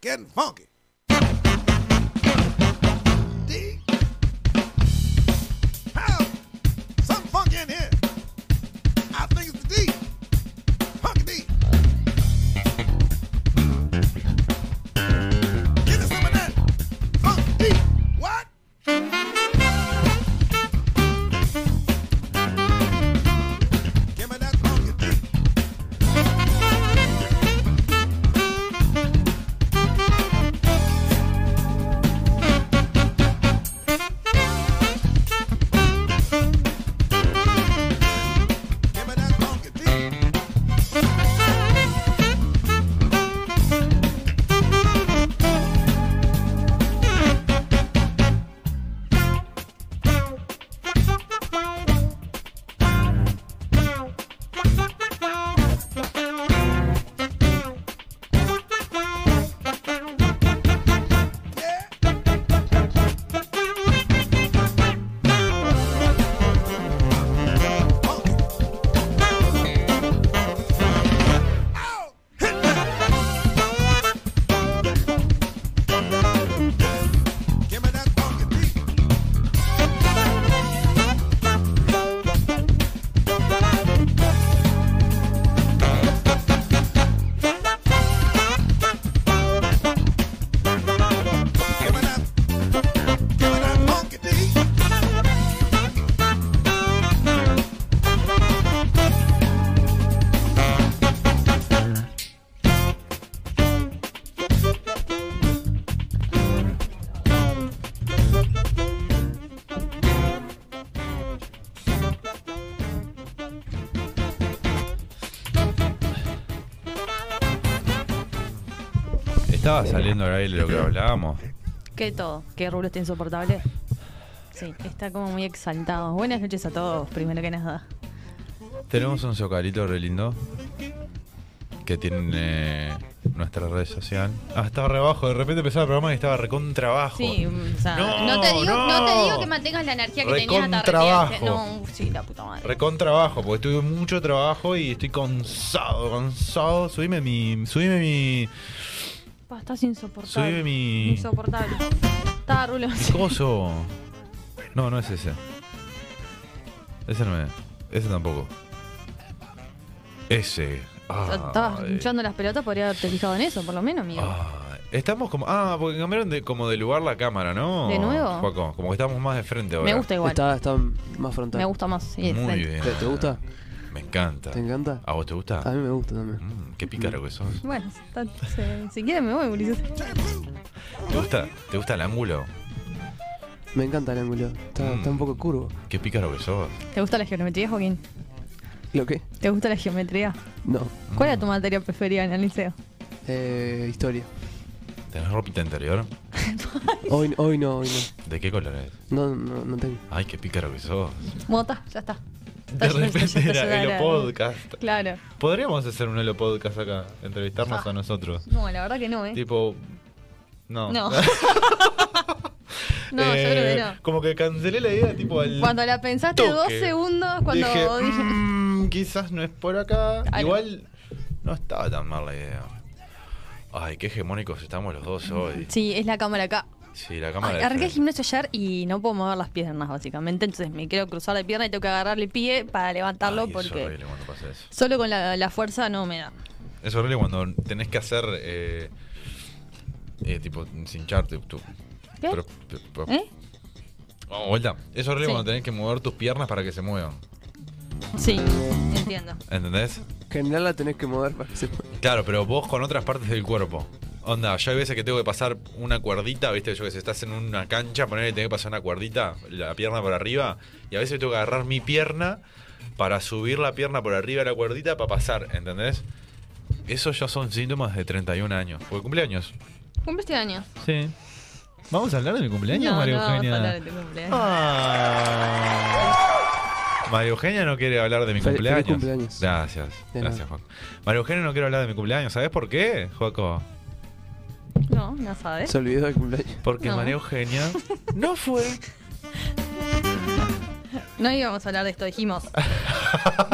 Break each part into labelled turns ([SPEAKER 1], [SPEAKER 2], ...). [SPEAKER 1] Getting funky. D. How? Something funky in here. I think it's the D. Funky D. Give me some of that. Funky D. What? Give me that funky D. Give me that funky D. Yeah. Funky. Ow! Hit me. Give me that funky beat. Give me that, give me that funky beat.
[SPEAKER 2] Estaba saliendo al aire lo que hablábamos.
[SPEAKER 3] Que todo, que Rulo está insoportable. Sí, está como muy exaltado. Buenas noches a todos, primero que nada.
[SPEAKER 2] Tenemos un socarito re lindo que tiene eh, nuestra red social. Ah, estaba re bajo. De repente empezaba el programa y estaba recontra bajo.
[SPEAKER 3] Sí, o sea,
[SPEAKER 2] Ah, No,
[SPEAKER 4] No te, digo, no.
[SPEAKER 2] no.
[SPEAKER 4] te digo que mantengas la energía que tenías hasta
[SPEAKER 2] Recontrabajo.
[SPEAKER 4] recién. No, sí, la puta madre.
[SPEAKER 2] Recontra bajo, porque tuve mucho trabajo y estoy cansado, cansado. Subime mi. Subime mi.
[SPEAKER 3] Pa, estás insoportable.
[SPEAKER 2] Subime mi.
[SPEAKER 3] Insoportable. Está Rulo.
[SPEAKER 2] mi coso. No, no es ese. Ese no es. Ese tampoco. Ese.
[SPEAKER 3] Estabas
[SPEAKER 2] Ay.
[SPEAKER 3] hinchando las pelotas, podría haberte fijado en eso, por lo menos, amigo.
[SPEAKER 2] Ah, estamos como. Ah, porque cambiaron de, como de lugar la cámara, ¿no?
[SPEAKER 3] ¿De nuevo?
[SPEAKER 2] Juaco, como que estamos más de frente ahora.
[SPEAKER 3] Me gusta igual.
[SPEAKER 5] Está, está más frontal.
[SPEAKER 3] Me gusta más. sí,
[SPEAKER 2] Muy
[SPEAKER 3] excelente.
[SPEAKER 2] bien.
[SPEAKER 5] ¿Te, te gusta?
[SPEAKER 2] Me encanta.
[SPEAKER 5] ¿Te encanta?
[SPEAKER 2] ¿A vos te gusta?
[SPEAKER 5] A mí me gusta también.
[SPEAKER 2] Mm, qué pícaro que sos.
[SPEAKER 3] Bueno, está- se- si quieren me voy, Ulises.
[SPEAKER 2] ¿Te gusta? ¿Te gusta el ángulo?
[SPEAKER 5] Me encanta el ángulo. Está,
[SPEAKER 2] Mm.
[SPEAKER 5] está un poco curvo.
[SPEAKER 2] Qué pícaro que sos.
[SPEAKER 3] ¿Te gusta la geometría, Joaquín?
[SPEAKER 5] ¿Lo qué?
[SPEAKER 3] ¿Te gusta la geometría?
[SPEAKER 5] No.
[SPEAKER 3] ¿Cuál era tu materia preferida en el liceo?
[SPEAKER 5] Eh, historia.
[SPEAKER 2] ¿Tenés ropita interior?
[SPEAKER 5] Hoy, hoy no, hoy no.
[SPEAKER 2] ¿De qué color es?
[SPEAKER 5] No, no, no tengo.
[SPEAKER 2] Ay, qué pícaro que sos.
[SPEAKER 3] Mota, ya está.
[SPEAKER 2] De repente era el
[SPEAKER 3] el
[SPEAKER 2] podcast.
[SPEAKER 3] Claro. Ah.
[SPEAKER 2] Podríamos hacer un Elo podcast acá, entrevistarnos a nosotros.
[SPEAKER 3] No, la verdad que no, ¿eh?
[SPEAKER 2] Tipo. No. Eh,
[SPEAKER 3] No. No, yo creo que no.
[SPEAKER 2] Como que cancelé la idea, tipo al.
[SPEAKER 3] Cuando la pensaste
[SPEAKER 2] Eh, toque.
[SPEAKER 3] dos segundos, cuando
[SPEAKER 2] Dije,
[SPEAKER 3] dije-
[SPEAKER 2] "Mm, quizás no es por acá.
[SPEAKER 3] Claro.
[SPEAKER 2] Igual no estaba tan mal la idea. Ay, qué hegemónicos estamos los dos hoy.
[SPEAKER 3] Sí, es la cámara acá.
[SPEAKER 2] Sí, la
[SPEAKER 3] Ay,
[SPEAKER 2] cámara. de
[SPEAKER 3] arranqué el
[SPEAKER 2] frente.
[SPEAKER 3] gimnasio ayer y no puedo mover las piernas, básicamente. Entonces me quiero cruzar la pierna y tengo que agarrarle el pie para levantarlo
[SPEAKER 2] Ay, Es
[SPEAKER 3] porque
[SPEAKER 2] horrible cuando pasa eso.
[SPEAKER 3] solo con la, la fuerza no me da.
[SPEAKER 2] Es horrible cuando tenés que hacer. Eh, eh, tipo, cincharte. Tú.
[SPEAKER 3] ¿Qué?
[SPEAKER 2] Pro- pro- pro-
[SPEAKER 3] ¿Eh?
[SPEAKER 2] Oh, vuelta. Es horrible
[SPEAKER 3] Sí.
[SPEAKER 2] cuando tenés que mover tus piernas para que se muevan.
[SPEAKER 3] Sí, entiendo.
[SPEAKER 2] ¿Entendés?
[SPEAKER 5] En general la tenés que mover para que se mueva.
[SPEAKER 2] Claro, pero vos con otras partes del cuerpo. Onda, yo hay veces que tengo que pasar una cuerdita, viste, yo que sé, estás en una cancha, ponerle, tengo que pasar una cuerdita, la pierna por arriba, y a veces tengo que agarrar mi pierna para subir la pierna por arriba de la cuerdita para pasar, ¿entendés? Esos ya son síntomas de 31 años. Porque cumpleaños.
[SPEAKER 3] ¿Cumpliste años?
[SPEAKER 2] Sí. ¿Vamos a hablar de mi cumpleaños,
[SPEAKER 3] no,
[SPEAKER 2] María
[SPEAKER 3] no,
[SPEAKER 2] Eugenia?
[SPEAKER 3] vamos a hablar de tu cumpleaños.
[SPEAKER 2] Ah. María Eugenia no quiere hablar de mi
[SPEAKER 5] Fel- feliz
[SPEAKER 2] cumpleaños.
[SPEAKER 5] cumpleaños.
[SPEAKER 2] Gracias,
[SPEAKER 5] De
[SPEAKER 2] gracias,
[SPEAKER 5] nada.
[SPEAKER 2] Juaco. María Eugenia no quiere hablar de mi cumpleaños. ¿Sabes por qué, Juaco?
[SPEAKER 3] No, no sabes.
[SPEAKER 5] ¿Eh? Se olvidó del cumpleaños.
[SPEAKER 2] Porque
[SPEAKER 3] No.
[SPEAKER 2] María Eugenia no fue.
[SPEAKER 3] No íbamos a hablar de esto, dijimos.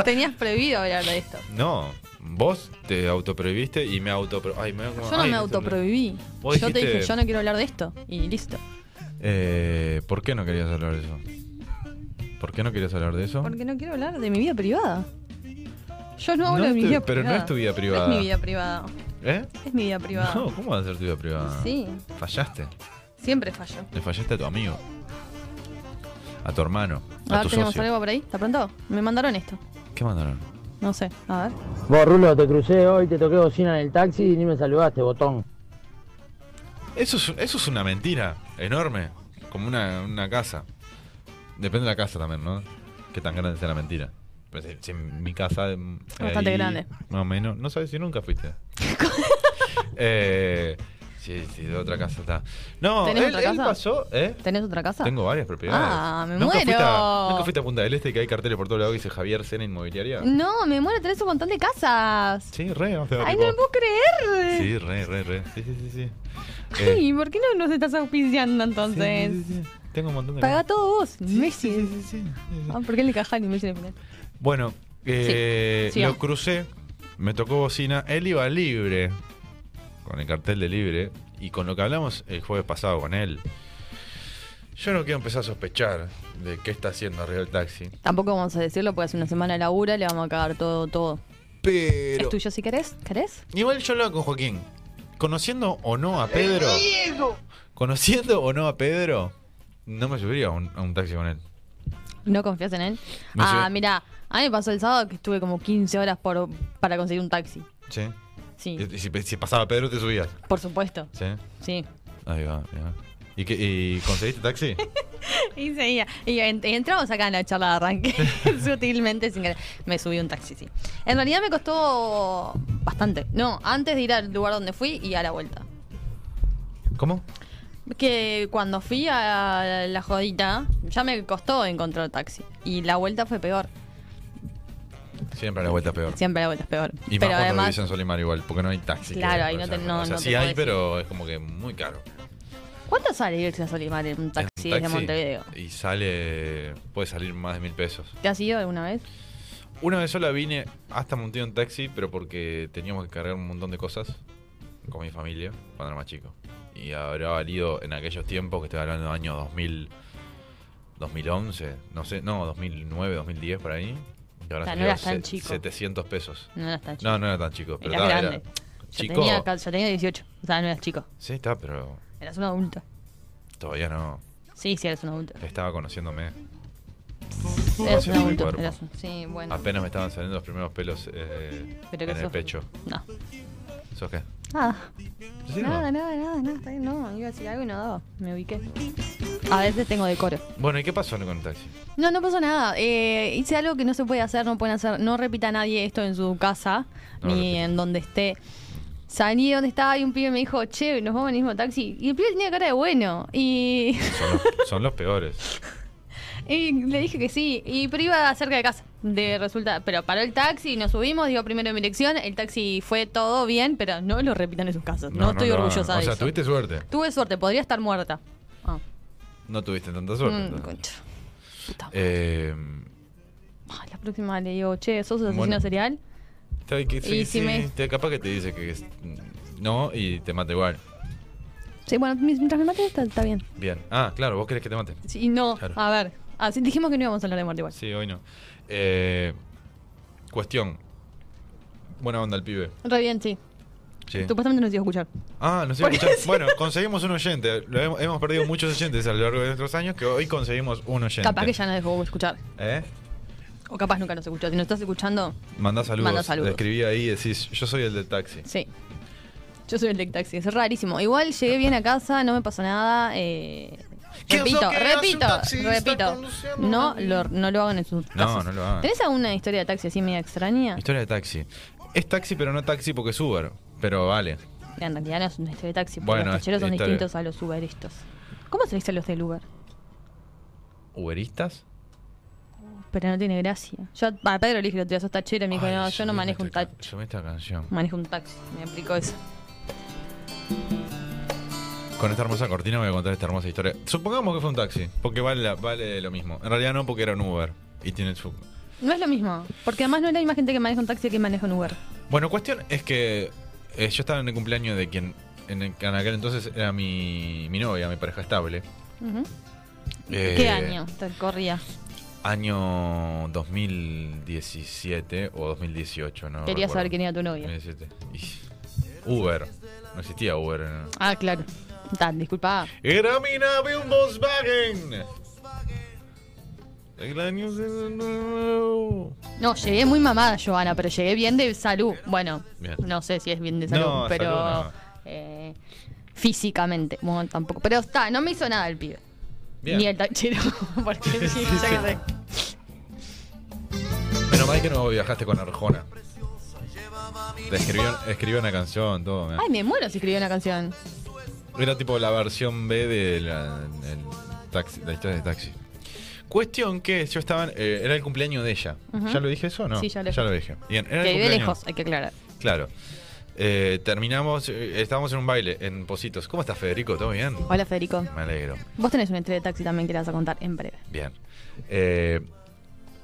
[SPEAKER 3] Tenías prohibido hablar de esto.
[SPEAKER 2] No, Vos te autoprohibiste y me autopro... Ay, me,
[SPEAKER 3] Yo no me autoprohibí. Yo
[SPEAKER 2] Vos
[SPEAKER 3] te
[SPEAKER 2] dijiste-
[SPEAKER 3] dije, yo no quiero hablar de esto. Y listo.
[SPEAKER 2] Eh, ¿Por qué no querías hablar de eso? ¿Por qué no querías hablar de eso?
[SPEAKER 3] Porque no quiero hablar de mi vida privada. Yo no hablo
[SPEAKER 2] No
[SPEAKER 3] de mi
[SPEAKER 2] te-
[SPEAKER 3] vida
[SPEAKER 2] pero no
[SPEAKER 3] privada.
[SPEAKER 2] es tu vida
[SPEAKER 3] No
[SPEAKER 2] privada.
[SPEAKER 3] es mi vida privada.
[SPEAKER 2] ¿Eh?
[SPEAKER 3] Es mi vida privada.
[SPEAKER 2] No, ¿cómo va a ser tu vida privada?
[SPEAKER 3] Sí,
[SPEAKER 2] Fallaste.
[SPEAKER 3] siempre fallo.
[SPEAKER 2] Le fallaste a tu amigo. A tu hermano.
[SPEAKER 3] A
[SPEAKER 2] A,
[SPEAKER 3] ver,
[SPEAKER 2] tu
[SPEAKER 3] tenemos
[SPEAKER 2] socio.
[SPEAKER 3] algo por ahí. ¿Está pronto? Me mandaron esto.
[SPEAKER 2] ¿Qué mandaron?
[SPEAKER 3] No sé. A ver.
[SPEAKER 6] Vos, Rulo, te crucé hoy, te toqué bocina en el taxi y ni me saludaste, botón.
[SPEAKER 2] Eso es, eso es una mentira enorme. Como una, una casa. Depende de la casa también, ¿no? Qué tan grande sea la mentira. Pues, eh, si en mi casa. eh,
[SPEAKER 3] Bastante grande.
[SPEAKER 2] Más o menos. No sabes si nunca fuiste. eh, sí, sí, de otra casa está. No,
[SPEAKER 3] ¿Tenés
[SPEAKER 2] él,
[SPEAKER 3] otra
[SPEAKER 2] él
[SPEAKER 3] casa?
[SPEAKER 2] pasó, ¿eh?
[SPEAKER 3] ¿Tenés otra casa?
[SPEAKER 2] Tengo varias propiedades.
[SPEAKER 3] Ah, me
[SPEAKER 2] ¿Nunca Fuiste a,
[SPEAKER 3] muero.
[SPEAKER 2] ¿Nunca fuiste a Punta del Este que hay carteles por todos lados que dice Javier Sena Inmobiliaria?
[SPEAKER 3] No, me muero, tenés un montón de casas.
[SPEAKER 2] Sí, re, no te da
[SPEAKER 3] Mm. Ay,
[SPEAKER 2] tipo-
[SPEAKER 3] no lo puedo creer.
[SPEAKER 2] Sí, re, re, re. Sí, sí, sí. sí. Eh,
[SPEAKER 3] Ay, ¿por qué no nos estás auspiciando
[SPEAKER 2] sí,
[SPEAKER 3] entonces?
[SPEAKER 2] sí, sí, sí. Tengo un montón de.
[SPEAKER 3] Paga todo vos, Messi.
[SPEAKER 2] Sí, sí, sí, sí, sí, sí.
[SPEAKER 3] Ah, ¿por qué le caja ni Messi en el final?
[SPEAKER 2] Bueno, eh,
[SPEAKER 3] Sí, siga.
[SPEAKER 2] lo crucé, me tocó bocina, él iba libre, con el cartel de libre, y con lo que hablamos el jueves pasado con él. Yo no quiero empezar a sospechar de qué está haciendo arriba del taxi.
[SPEAKER 3] Tampoco vamos a decirlo porque hace una semana de labura le vamos a cagar todo, todo.
[SPEAKER 2] Pero.
[SPEAKER 3] ¿Es tuyo si querés? ¿Querés?
[SPEAKER 2] Igual yo hablaba con Joaquín. Conociendo o no a Pedro. Conociendo o no a Pedro, no me subiría a un, a un taxi con él.
[SPEAKER 3] ¿No confías en él?
[SPEAKER 2] No
[SPEAKER 3] ah,
[SPEAKER 2] sé.
[SPEAKER 3] mira, a mí me pasó el sábado que estuve como 15 horas por, para conseguir un taxi.
[SPEAKER 2] Sí.
[SPEAKER 3] Sí,
[SPEAKER 2] Y si, si pasaba Pedro, te subías.
[SPEAKER 3] por supuesto.
[SPEAKER 2] Sí.
[SPEAKER 3] Sí.
[SPEAKER 2] Ahí va, ahí va. ¿Y, qué- y conseguiste taxi?
[SPEAKER 3] Y seguía. Y ent- entramos acá en la charla de arranque. sutilmente, sin querer. Me subí a un taxi, sí. En realidad me costó bastante. No, antes de ir al lugar donde fui y a la vuelta.
[SPEAKER 2] ¿Cómo?
[SPEAKER 3] Que cuando fui a la jodita, ya me costó encontrar taxi. Y la vuelta fue peor.
[SPEAKER 2] Siempre a la vuelta peor.
[SPEAKER 3] Siempre la vuelta es peor.
[SPEAKER 2] Y
[SPEAKER 3] Pero
[SPEAKER 2] más cuando
[SPEAKER 3] además,
[SPEAKER 2] vivís en Solimar igual, porque no hay taxi. que
[SPEAKER 3] Claro, ahí
[SPEAKER 2] puedas
[SPEAKER 3] no te-
[SPEAKER 2] encontrar.
[SPEAKER 3] no-
[SPEAKER 2] O sea,
[SPEAKER 3] no te
[SPEAKER 2] sí hay,
[SPEAKER 3] podés
[SPEAKER 2] pero es como que muy caro.
[SPEAKER 3] ¿cuánto sale irse a Solimar en un taxi,
[SPEAKER 2] En
[SPEAKER 3] desde Montevideo?
[SPEAKER 2] Y sale. Puede salir más de mil pesos.
[SPEAKER 3] ¿Te has ido alguna vez?
[SPEAKER 2] Una vez sola vine hasta Montevideo en taxi, pero porque teníamos que cargar un montón de cosas con mi familia cuando era más chico. Y habrá valido en aquellos tiempos, que estoy hablando del año 2000, 2011, no sé, no, 2009, 2010, por ahí. Y ahora
[SPEAKER 3] O sea, no
[SPEAKER 2] salió
[SPEAKER 3] eras tan
[SPEAKER 2] se-
[SPEAKER 3] chico.
[SPEAKER 2] 700 pesos.
[SPEAKER 3] No eras tan chico.
[SPEAKER 2] No, no era tan chico, pero
[SPEAKER 3] Eras
[SPEAKER 2] estaba, era
[SPEAKER 3] grande. Yo
[SPEAKER 2] chico.
[SPEAKER 3] tenía, ca- yo tenía 18. O sea, no eras chico.
[SPEAKER 2] Sí, está, pero
[SPEAKER 3] Eras un adulto.
[SPEAKER 2] todavía no.
[SPEAKER 3] Sí, sí, eras un adulto.
[SPEAKER 2] Estaba conociéndome.
[SPEAKER 3] Eras un
[SPEAKER 2] Conociendo mi
[SPEAKER 3] adulto.
[SPEAKER 2] cuerpo.
[SPEAKER 3] eras un- sí, bueno.
[SPEAKER 2] Apenas me estaban saliendo los primeros pelos eh,
[SPEAKER 3] Pero que
[SPEAKER 2] en el
[SPEAKER 3] sos-
[SPEAKER 2] pecho.
[SPEAKER 3] No.
[SPEAKER 2] ¿Sos qué?
[SPEAKER 3] Nada.
[SPEAKER 2] ¿Sí, no?
[SPEAKER 3] Ah. Nada, nada, nada, nada. está bien, No, iba a decir algo y no daba. Me ubiqué. A veces tengo decoro.
[SPEAKER 2] Bueno, ¿y qué pasó con el taxi?
[SPEAKER 3] No, no pasó nada. Eh, hice algo que no se puede hacer, no pueden hacer. No repita a nadie esto en su casa,
[SPEAKER 2] No
[SPEAKER 3] ni
[SPEAKER 2] lo repita.
[SPEAKER 3] en donde esté. Salí donde estaba y un pibe me dijo, che, nos vamos en el mismo taxi. Y el pibe tenía cara de bueno. Y,
[SPEAKER 2] Son los, son los peores.
[SPEAKER 3] y le dije que sí. Y pero iba cerca de casa. De resulta, pero paró el taxi, nos subimos, dio primero en mi dirección. El taxi fue todo bien, pero no lo repitan en sus casas. No, estoy orgullosa
[SPEAKER 2] O
[SPEAKER 3] de
[SPEAKER 2] sea,
[SPEAKER 3] eso.
[SPEAKER 2] tuviste suerte.
[SPEAKER 3] Tuve suerte, podría estar muerta. Ah.
[SPEAKER 2] No tuviste tanta suerte.
[SPEAKER 3] Mm,
[SPEAKER 2] entonces.
[SPEAKER 3] concha. Puta.
[SPEAKER 2] Eh,
[SPEAKER 3] Ah, la próxima le digo, che, ¿sos asesino
[SPEAKER 2] Bueno.
[SPEAKER 3] serial?
[SPEAKER 2] está- que- sí,
[SPEAKER 3] Y si
[SPEAKER 2] sí,
[SPEAKER 3] me-
[SPEAKER 2] te- capaz que te dice que es- mm, no y te mata igual.
[SPEAKER 3] Sí, bueno, mientras me mate está, está bien.
[SPEAKER 2] Bien. Ah, claro, vos querés que te maten.
[SPEAKER 3] Sí, no,
[SPEAKER 2] Claro.
[SPEAKER 3] a ver. Así dijimos que no íbamos a hablar de muerte igual.
[SPEAKER 2] Sí, hoy no. Eh, cuestión. Buena onda el pibe.
[SPEAKER 3] Re bien, sí.
[SPEAKER 2] Sí.
[SPEAKER 3] Supuestamente nos iba a escuchar.
[SPEAKER 2] Ah, no sé.
[SPEAKER 3] Por
[SPEAKER 2] escuchá. Bueno, conseguimos un oyente. Lo hemos, hemos perdido muchos oyentes a lo largo de nuestros años que hoy conseguimos un oyente.
[SPEAKER 3] Capaz que ya nos dejó escuchar.
[SPEAKER 2] ¿Eh?
[SPEAKER 3] O capaz nunca nos escuchó. Si nos estás escuchando,
[SPEAKER 2] Mandá saludos.
[SPEAKER 3] Mandá saludos.
[SPEAKER 2] Le escribí ahí y decís, yo soy el del taxi.
[SPEAKER 3] sí. Yo soy el del taxi, es rarísimo. Igual llegué bien a casa, no me pasó nada. eh,
[SPEAKER 2] ¿Qué
[SPEAKER 3] repito,
[SPEAKER 2] es lo que hace un
[SPEAKER 3] repito,
[SPEAKER 2] taxista
[SPEAKER 3] repito.
[SPEAKER 2] conduciendo
[SPEAKER 3] No
[SPEAKER 2] una
[SPEAKER 3] lo, no lo hagan en sus casas.
[SPEAKER 2] no lo hagan.
[SPEAKER 3] ¿Tenés alguna historia de taxi así media extraña?
[SPEAKER 2] Historia de taxi. Es taxi, pero no taxi porque es Uber. Pero vale.
[SPEAKER 3] En realidad no es una historia de taxi, porque
[SPEAKER 2] Bueno,
[SPEAKER 3] los tacheros son
[SPEAKER 2] historia-
[SPEAKER 3] distintos a los uberistas. ¿Cómo se le dice a los del Uber?
[SPEAKER 2] ¿Uberistas?
[SPEAKER 3] Pero no tiene gracia. Yo a Pedro le dije, lo sos tachero, y me dijo,
[SPEAKER 2] Ay,
[SPEAKER 3] no, yo no
[SPEAKER 2] subime
[SPEAKER 3] manejo un
[SPEAKER 2] esta ca-
[SPEAKER 3] taxi.
[SPEAKER 2] Subime esta canción.
[SPEAKER 3] Manejo un taxi, me aplicó eso.
[SPEAKER 2] Con esta hermosa cortina voy a contar esta hermosa historia. Supongamos que fue un taxi, porque vale, la- vale lo mismo. En realidad no, porque era un Uber. Y tiene su...
[SPEAKER 3] No es lo mismo, porque además no es la misma gente que maneja un taxi que maneja un Uber.
[SPEAKER 2] Bueno, cuestión es que eh, yo estaba en el cumpleaños de quien en, el- en aquel entonces era mi, mi novia, mi pareja estable.
[SPEAKER 3] Ujú.
[SPEAKER 2] Eh,
[SPEAKER 3] ¿Qué año te corría?
[SPEAKER 2] Año 2017 o 2018, ¿no?
[SPEAKER 3] Quería saber quién era
[SPEAKER 2] recuerdo.
[SPEAKER 3] tu novia.
[SPEAKER 2] 2017. Y- Uber. No existía Uber. ¿no?
[SPEAKER 3] Ah, claro. Tan, disculpa.
[SPEAKER 2] Era mi nave un Volkswagen. El año se- no.
[SPEAKER 3] No, llegué muy mamada, Joana, pero llegué bien de salud. Bueno,
[SPEAKER 2] Bien.
[SPEAKER 3] no sé si es bien de salud,
[SPEAKER 2] No,
[SPEAKER 3] pero.
[SPEAKER 2] salud no.
[SPEAKER 3] eh, físicamente, bueno, tampoco. Pero está, no me hizo nada el pibe.
[SPEAKER 2] Bien.
[SPEAKER 3] Ni el tachero. Porque ya que sé.
[SPEAKER 2] Menos mal que no viajaste con Arjona. Te escribió, escribió una canción, todo. mirá.
[SPEAKER 3] Ay, me muero si escribí una canción.
[SPEAKER 2] Era tipo la versión B de la, el taxi, la historia de taxi. Cuestión que yo estaba. en- eh, era el cumpleaños de ella.
[SPEAKER 3] Ujú.
[SPEAKER 2] ¿Ya lo dije eso o no?
[SPEAKER 3] Sí, ya lo
[SPEAKER 2] dije. Bien, era el
[SPEAKER 3] que vive
[SPEAKER 2] cumpleaños.
[SPEAKER 3] lejos, hay que aclarar.
[SPEAKER 2] Claro. Eh, terminamos. eh, estábamos en un baile en Positos. ¿Cómo estás, Federico? ¿Todo bien?
[SPEAKER 3] Hola, Federico.
[SPEAKER 2] Me alegro.
[SPEAKER 3] Vos tenés una historia de taxi también que la vas a contar en breve.
[SPEAKER 2] Bien. Eh,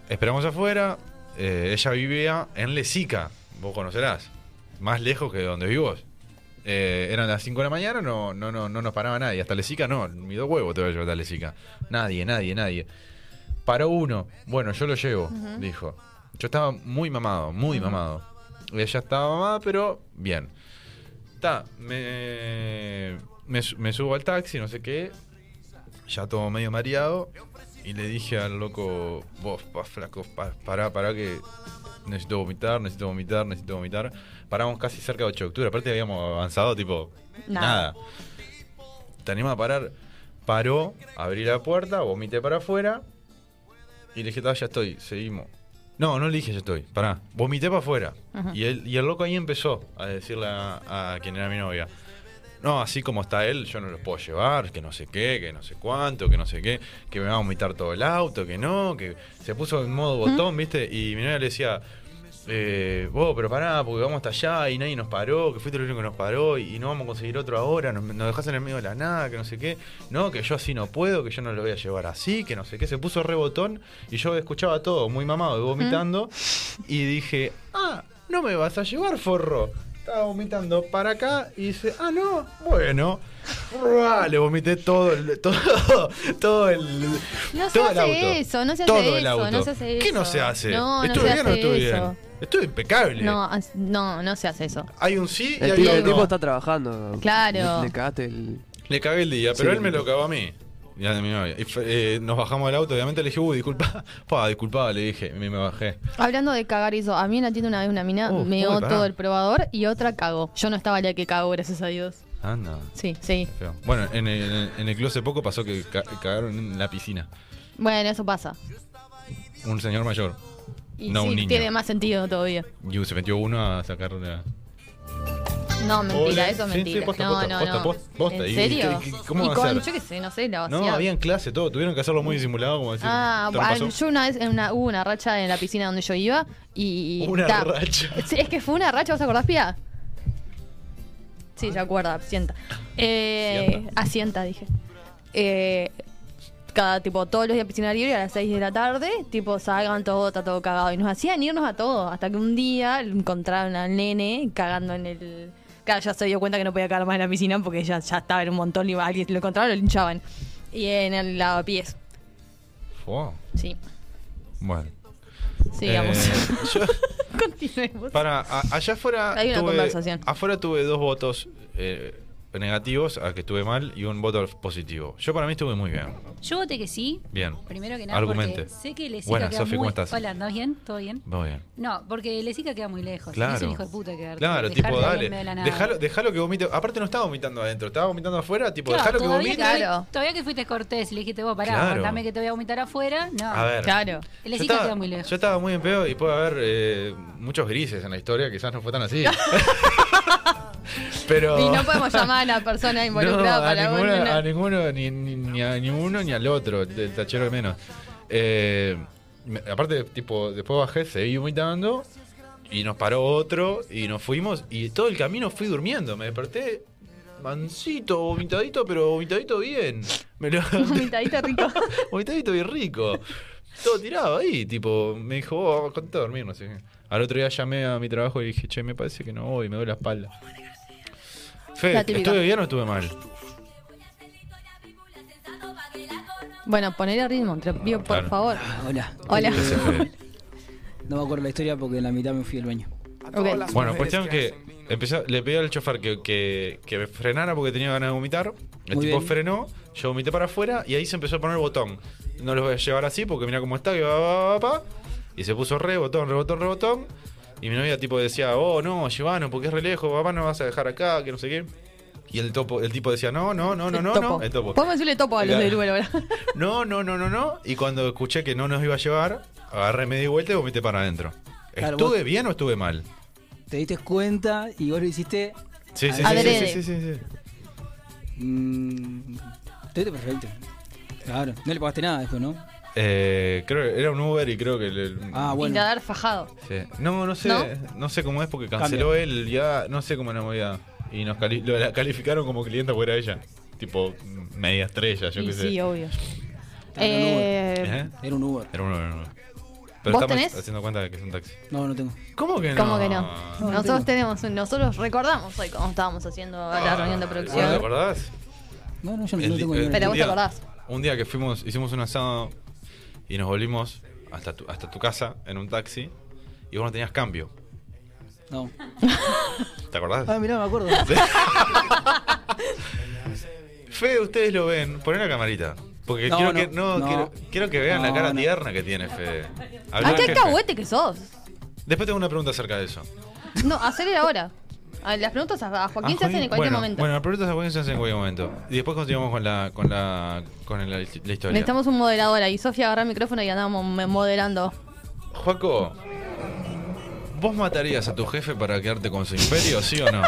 [SPEAKER 2] esperamos afuera. Eh, ella vivía en Lesica. Vos conocerás. Más lejos que donde vivís vos. Eh, eran las 5 de la mañana, no, no, no, no nos paraba nadie. Hasta Lesica no, mi dos huevos te voy a llevar hasta Lesica. Nadie, nadie, nadie. Paró uno. Bueno, yo lo llevo, dijo. Yo estaba muy mamado, muy mamado. Ella estaba mamada, pero bien. Ta, me, me, su- me subo al taxi, no sé qué. Ya todo medio mareado. Y le dije al loco, vos, pa, flaco, pa- pará, pará, que necesito vomitar, necesito vomitar, necesito vomitar. Paramos casi cerca de 8 de octubre, aparte habíamos avanzado, tipo, nada.
[SPEAKER 3] Nada.
[SPEAKER 2] Te animás a parar. Paró, abrí la puerta, vomité para afuera. Y le dije, "Ta, ya estoy, seguimos. No, no le dije, ya estoy, pará. Vomité para afuera.
[SPEAKER 3] Ajá.
[SPEAKER 2] Y el, y el loco ahí empezó a decirle a, a quien era mi novia. No, así como está él, yo no los puedo llevar, que no sé qué, que no sé cuánto, que no sé qué, que me va a vomitar todo el auto, que no, que se puso en modo botón, ¿viste? Y mi novia le decía, eh, vos, pero pará, porque vamos hasta allá y nadie nos paró, que fuiste el único que nos paró y, y no vamos a conseguir otro ahora, nos, nos dejás en el medio de la nada, que no sé qué, no, que yo así no puedo, que yo no lo voy a llevar así, que no sé qué, se puso rebotón y yo escuchaba todo, muy mamado y vomitando, y dije, ah, no me vas a llevar, forro. Estaba vomitando para acá y dice, ah, no, bueno. Ruah, Le vomité todo el, todo, todo el,
[SPEAKER 3] No se
[SPEAKER 2] todo el
[SPEAKER 3] hace
[SPEAKER 2] auto.
[SPEAKER 3] eso, no se hace
[SPEAKER 2] todo el
[SPEAKER 3] eso,
[SPEAKER 2] auto.
[SPEAKER 3] no se hace
[SPEAKER 2] ¿Qué no
[SPEAKER 3] eso?
[SPEAKER 2] se hace?
[SPEAKER 3] No, no
[SPEAKER 2] ¿Estuve
[SPEAKER 3] se
[SPEAKER 2] bien
[SPEAKER 3] hace
[SPEAKER 2] o no estuve
[SPEAKER 3] eso.
[SPEAKER 2] bien? Estuve impecable.
[SPEAKER 3] No, as- no, no se hace eso.
[SPEAKER 2] Hay un sí y
[SPEAKER 5] El,
[SPEAKER 2] hay
[SPEAKER 5] tipo,
[SPEAKER 2] un
[SPEAKER 5] el tipo
[SPEAKER 2] no.
[SPEAKER 5] está trabajando.
[SPEAKER 3] Claro.
[SPEAKER 5] Le, le cagaste el.
[SPEAKER 2] Le cagué el día, pero
[SPEAKER 5] Sí.
[SPEAKER 2] él me lo cagó a mí. Y a mi novia. Y fue- eh, nos bajamos del auto, obviamente le dije, uy, disculpa. Pa, disculpa, le dije. Y me bajé.
[SPEAKER 3] Hablando de cagar hizo, a mí en la tienda una vez una mina
[SPEAKER 2] Uh,
[SPEAKER 3] meó
[SPEAKER 2] uy, pará.
[SPEAKER 3] todo el probador y otra cagó. Yo no estaba la que cagó, gracias a Dios.
[SPEAKER 2] Anda.
[SPEAKER 3] Sí, sí.
[SPEAKER 2] Feo. Bueno, en el, en el club hace poco pasó que ca- cagaron en la piscina.
[SPEAKER 3] Bueno, eso pasa.
[SPEAKER 2] Un señor mayor.
[SPEAKER 3] Y
[SPEAKER 2] No,
[SPEAKER 3] sí,
[SPEAKER 2] un niño.
[SPEAKER 3] tiene más sentido todavía.
[SPEAKER 2] Y se metió uno a sacar la.
[SPEAKER 3] No, mentira,
[SPEAKER 2] Ole.
[SPEAKER 3] eso es
[SPEAKER 2] Sí, sí,
[SPEAKER 3] mentira.
[SPEAKER 2] posta,
[SPEAKER 3] no,
[SPEAKER 2] posta,
[SPEAKER 3] no,
[SPEAKER 2] posta,
[SPEAKER 3] no.
[SPEAKER 2] posta, posta. ¿Y
[SPEAKER 3] ¿En serio?
[SPEAKER 2] qué- qué- cómo
[SPEAKER 3] y
[SPEAKER 2] va a
[SPEAKER 3] con,
[SPEAKER 2] ser?
[SPEAKER 3] yo qué sé, no sé, la
[SPEAKER 2] No,
[SPEAKER 3] hacía-
[SPEAKER 2] había en clase, todo. Tuvieron que hacerlo muy disimulado, como decir.
[SPEAKER 3] Ah,
[SPEAKER 2] ¿te lo pasó?
[SPEAKER 3] ah, yo una vez en una, hubo una racha en la piscina donde yo iba y.
[SPEAKER 2] Una
[SPEAKER 3] ta-
[SPEAKER 2] racha.
[SPEAKER 3] Sí, Es que fue una racha, ¿vos acordás, Pia? Sí, se acuerda, sienta. Eh,
[SPEAKER 2] Sienta.
[SPEAKER 3] asienta, dije. Eh, cada tipo, todos los días piscina libre a las 6 de la tarde, tipo, salgan todo, está todo cagado. Y nos hacían irnos a todos, hasta que un día encontraron al nene cagando en el. Claro, ya se dio cuenta que no podía cagar más en la piscina porque ya, ya estaba en un montón y alguien lo encontraron, lo linchaban. Y en el lavapiés,
[SPEAKER 2] Fua.
[SPEAKER 3] sí.
[SPEAKER 2] Bueno.
[SPEAKER 3] Sigamos.
[SPEAKER 2] Eh, yo-
[SPEAKER 3] Continuemos.
[SPEAKER 2] Para, a- allá afuera.
[SPEAKER 3] Hay una
[SPEAKER 2] tuve,
[SPEAKER 3] conversación.
[SPEAKER 2] Afuera tuve dos votos eh, negativos a que estuve mal y un voto positivo. Yo para mí estuve muy bien.
[SPEAKER 4] Yo voté que sí.
[SPEAKER 2] Bien.
[SPEAKER 4] Primero que nada,
[SPEAKER 2] Argumente.
[SPEAKER 4] porque sé que Lesica
[SPEAKER 2] Buenas,
[SPEAKER 4] queda
[SPEAKER 2] Sofi,
[SPEAKER 4] muy...
[SPEAKER 2] ¿cómo estás?
[SPEAKER 4] Hola, ¿andás bien? ¿Todo bien?
[SPEAKER 2] Muy bien.
[SPEAKER 4] No, porque Lesica queda muy lejos.
[SPEAKER 2] Claro.
[SPEAKER 4] Es un hijo de puta quedarte.
[SPEAKER 2] Claro,
[SPEAKER 4] dejarte
[SPEAKER 2] tipo,
[SPEAKER 4] ahí en
[SPEAKER 2] dale.
[SPEAKER 4] medio de la nada.
[SPEAKER 2] Dejalo, dejalo que vomite. Aparte, no estaba vomitando adentro, estaba vomitando afuera. Tipo,
[SPEAKER 4] Claro,
[SPEAKER 2] dejalo que
[SPEAKER 4] todavía,
[SPEAKER 2] vomite.
[SPEAKER 4] que fui-
[SPEAKER 3] Claro.
[SPEAKER 4] todavía que fuiste cortés y le dijiste vos, pará,
[SPEAKER 2] Claro.
[SPEAKER 4] aguantame que te voy a vomitar afuera. No.
[SPEAKER 2] A ver.
[SPEAKER 3] Claro.
[SPEAKER 4] El Lesica
[SPEAKER 2] estaba,
[SPEAKER 4] queda muy lejos.
[SPEAKER 2] yo estaba muy en pedo y puede haber eh, muchos grises en la historia, quizás no fue tan así. Pero.
[SPEAKER 3] Y no podemos llamar a la persona involucrada
[SPEAKER 2] No,
[SPEAKER 3] para
[SPEAKER 2] a ninguno,
[SPEAKER 3] una-
[SPEAKER 2] a ninguno, ni, ni- ni a ni uno ni al otro, del tachero de menos. Eh, me- aparte, tipo, después bajé, seguí vomitando y nos paró otro y nos fuimos y todo el camino fui durmiendo. Me desperté mansito, vomitadito, pero vomitadito bien. Me levanté-
[SPEAKER 3] Vomitadito rico.
[SPEAKER 2] vomitadito bien rico. Todo tirado ahí, tipo, me dijo, oh, conté a dormir, no sé qué. Al otro día llamé a mi trabajo y dije, che, me parece que no voy, me duele la espalda. Fe,
[SPEAKER 3] La típica.
[SPEAKER 2] ¿estuve bien o estuve mal?
[SPEAKER 3] Bueno, poner el ritmo, entre pío, por
[SPEAKER 2] Claro.
[SPEAKER 3] favor.
[SPEAKER 7] Ah, Hola.
[SPEAKER 3] Hola.
[SPEAKER 2] Ese fue.
[SPEAKER 7] No me acuerdo la historia porque en la mitad me fui al baño.
[SPEAKER 3] Ok.
[SPEAKER 2] Bueno, cuestión que empecé- le pedí al chofer que, que, que me frenara porque tenía ganas de vomitar. El
[SPEAKER 7] Muy
[SPEAKER 2] tipo
[SPEAKER 7] bien.
[SPEAKER 2] frenó, yo vomité para afuera y ahí se empezó a poner botón. No los voy a llevar así porque mira cómo está, que va, va, va, va, Y se puso re, botón, re, botón, re, botón. Y mi novia tipo decía, oh, no, llevanos porque es re lejos, papá no vas a dejar acá, que no sé qué. Y el, topo, el tipo decía, no, no, no, no,
[SPEAKER 3] El
[SPEAKER 2] no,
[SPEAKER 3] topo.
[SPEAKER 2] no. El topo.
[SPEAKER 3] Podemos decirle topo a los
[SPEAKER 2] Claro.
[SPEAKER 3] del Uber, ¿verdad?
[SPEAKER 2] No, no, no, no, no. Y cuando escuché que no nos iba a llevar, agarré media vuelta y vomité para adentro.
[SPEAKER 7] Claro,
[SPEAKER 2] ¿Estuve
[SPEAKER 7] vos-
[SPEAKER 2] bien o estuve mal?
[SPEAKER 7] Te diste cuenta y vos lo hiciste.
[SPEAKER 2] Sí, sí, sí, sí,
[SPEAKER 3] Adrede.
[SPEAKER 2] sí, sí, sí, sí.
[SPEAKER 7] mm, te diste perfecto. Claro, no le pagaste nada después, ¿no?
[SPEAKER 2] Eh, creo que era un Uber y creo que le-
[SPEAKER 7] Ah,
[SPEAKER 3] Y
[SPEAKER 7] bueno.
[SPEAKER 3] nadar fajado.
[SPEAKER 2] sí. no no sé
[SPEAKER 3] ¿No?
[SPEAKER 2] ¿No? sé cómo es porque canceló él ya no sé cómo era la movida y nos cali- lo la calificaron como cliente fuera ella tipo mm, media estrella yo
[SPEAKER 3] Y
[SPEAKER 2] qué sé
[SPEAKER 3] sí, obvio.
[SPEAKER 7] Estaba en un
[SPEAKER 3] Eh,
[SPEAKER 2] ¿Eh?
[SPEAKER 7] Era un Uber.
[SPEAKER 2] era un Uber, era un Uber.
[SPEAKER 3] ¿Vos
[SPEAKER 2] estamos
[SPEAKER 3] tenés?
[SPEAKER 2] haciendo cuenta de que es un taxi
[SPEAKER 7] No, no tengo.
[SPEAKER 2] cómo que no
[SPEAKER 3] ¿Cómo que no?
[SPEAKER 7] no
[SPEAKER 3] nosotros
[SPEAKER 7] tengo.
[SPEAKER 3] tenemos, un- nosotros recordamos hoy cómo estábamos haciendo la reunión de
[SPEAKER 2] ¿Vos Ah, ¿Te
[SPEAKER 3] producción.
[SPEAKER 2] acordás?
[SPEAKER 7] No, no, yo no,
[SPEAKER 2] El
[SPEAKER 7] no
[SPEAKER 2] di- eh.
[SPEAKER 7] tengo
[SPEAKER 2] el-
[SPEAKER 7] ni idea.
[SPEAKER 3] Pero
[SPEAKER 2] un
[SPEAKER 3] vos te
[SPEAKER 2] día-
[SPEAKER 3] acordás.
[SPEAKER 2] Un día que fuimos, hicimos un asado y nos volvimos hasta tu, hasta tu casa en un taxi y vos no tenías cambio.
[SPEAKER 7] No.
[SPEAKER 2] ¿Te acordás?
[SPEAKER 7] Ah, mirá, me acuerdo.
[SPEAKER 2] Fe, ustedes lo ven. Poné la camarita. Porque
[SPEAKER 7] No,
[SPEAKER 2] quiero,
[SPEAKER 7] no,
[SPEAKER 2] que, no,
[SPEAKER 7] no.
[SPEAKER 2] Quiero, quiero que vean la
[SPEAKER 7] No,
[SPEAKER 2] cara
[SPEAKER 7] no.
[SPEAKER 2] tierna que tiene Fe.
[SPEAKER 3] ¡Ah, qué
[SPEAKER 2] Después
[SPEAKER 3] alcahuete que sos!
[SPEAKER 2] tengo una pregunta acerca de eso.
[SPEAKER 3] No, hacerle ahora. A- Las preguntas a a Joaquín
[SPEAKER 2] Ah,
[SPEAKER 3] se hacen en cualquier
[SPEAKER 2] bueno,
[SPEAKER 3] momento.
[SPEAKER 2] Bueno, las preguntas a Joaquín se hacen en cualquier momento. Y después continuamos con la, con la, con la, la historia.
[SPEAKER 3] Necesitamos un moderador ahí. Sofía agarra el micrófono y andamos me- moderando.
[SPEAKER 2] Joaco, ¿vos matarías a tu jefe para quedarte con su imperio, sí o no?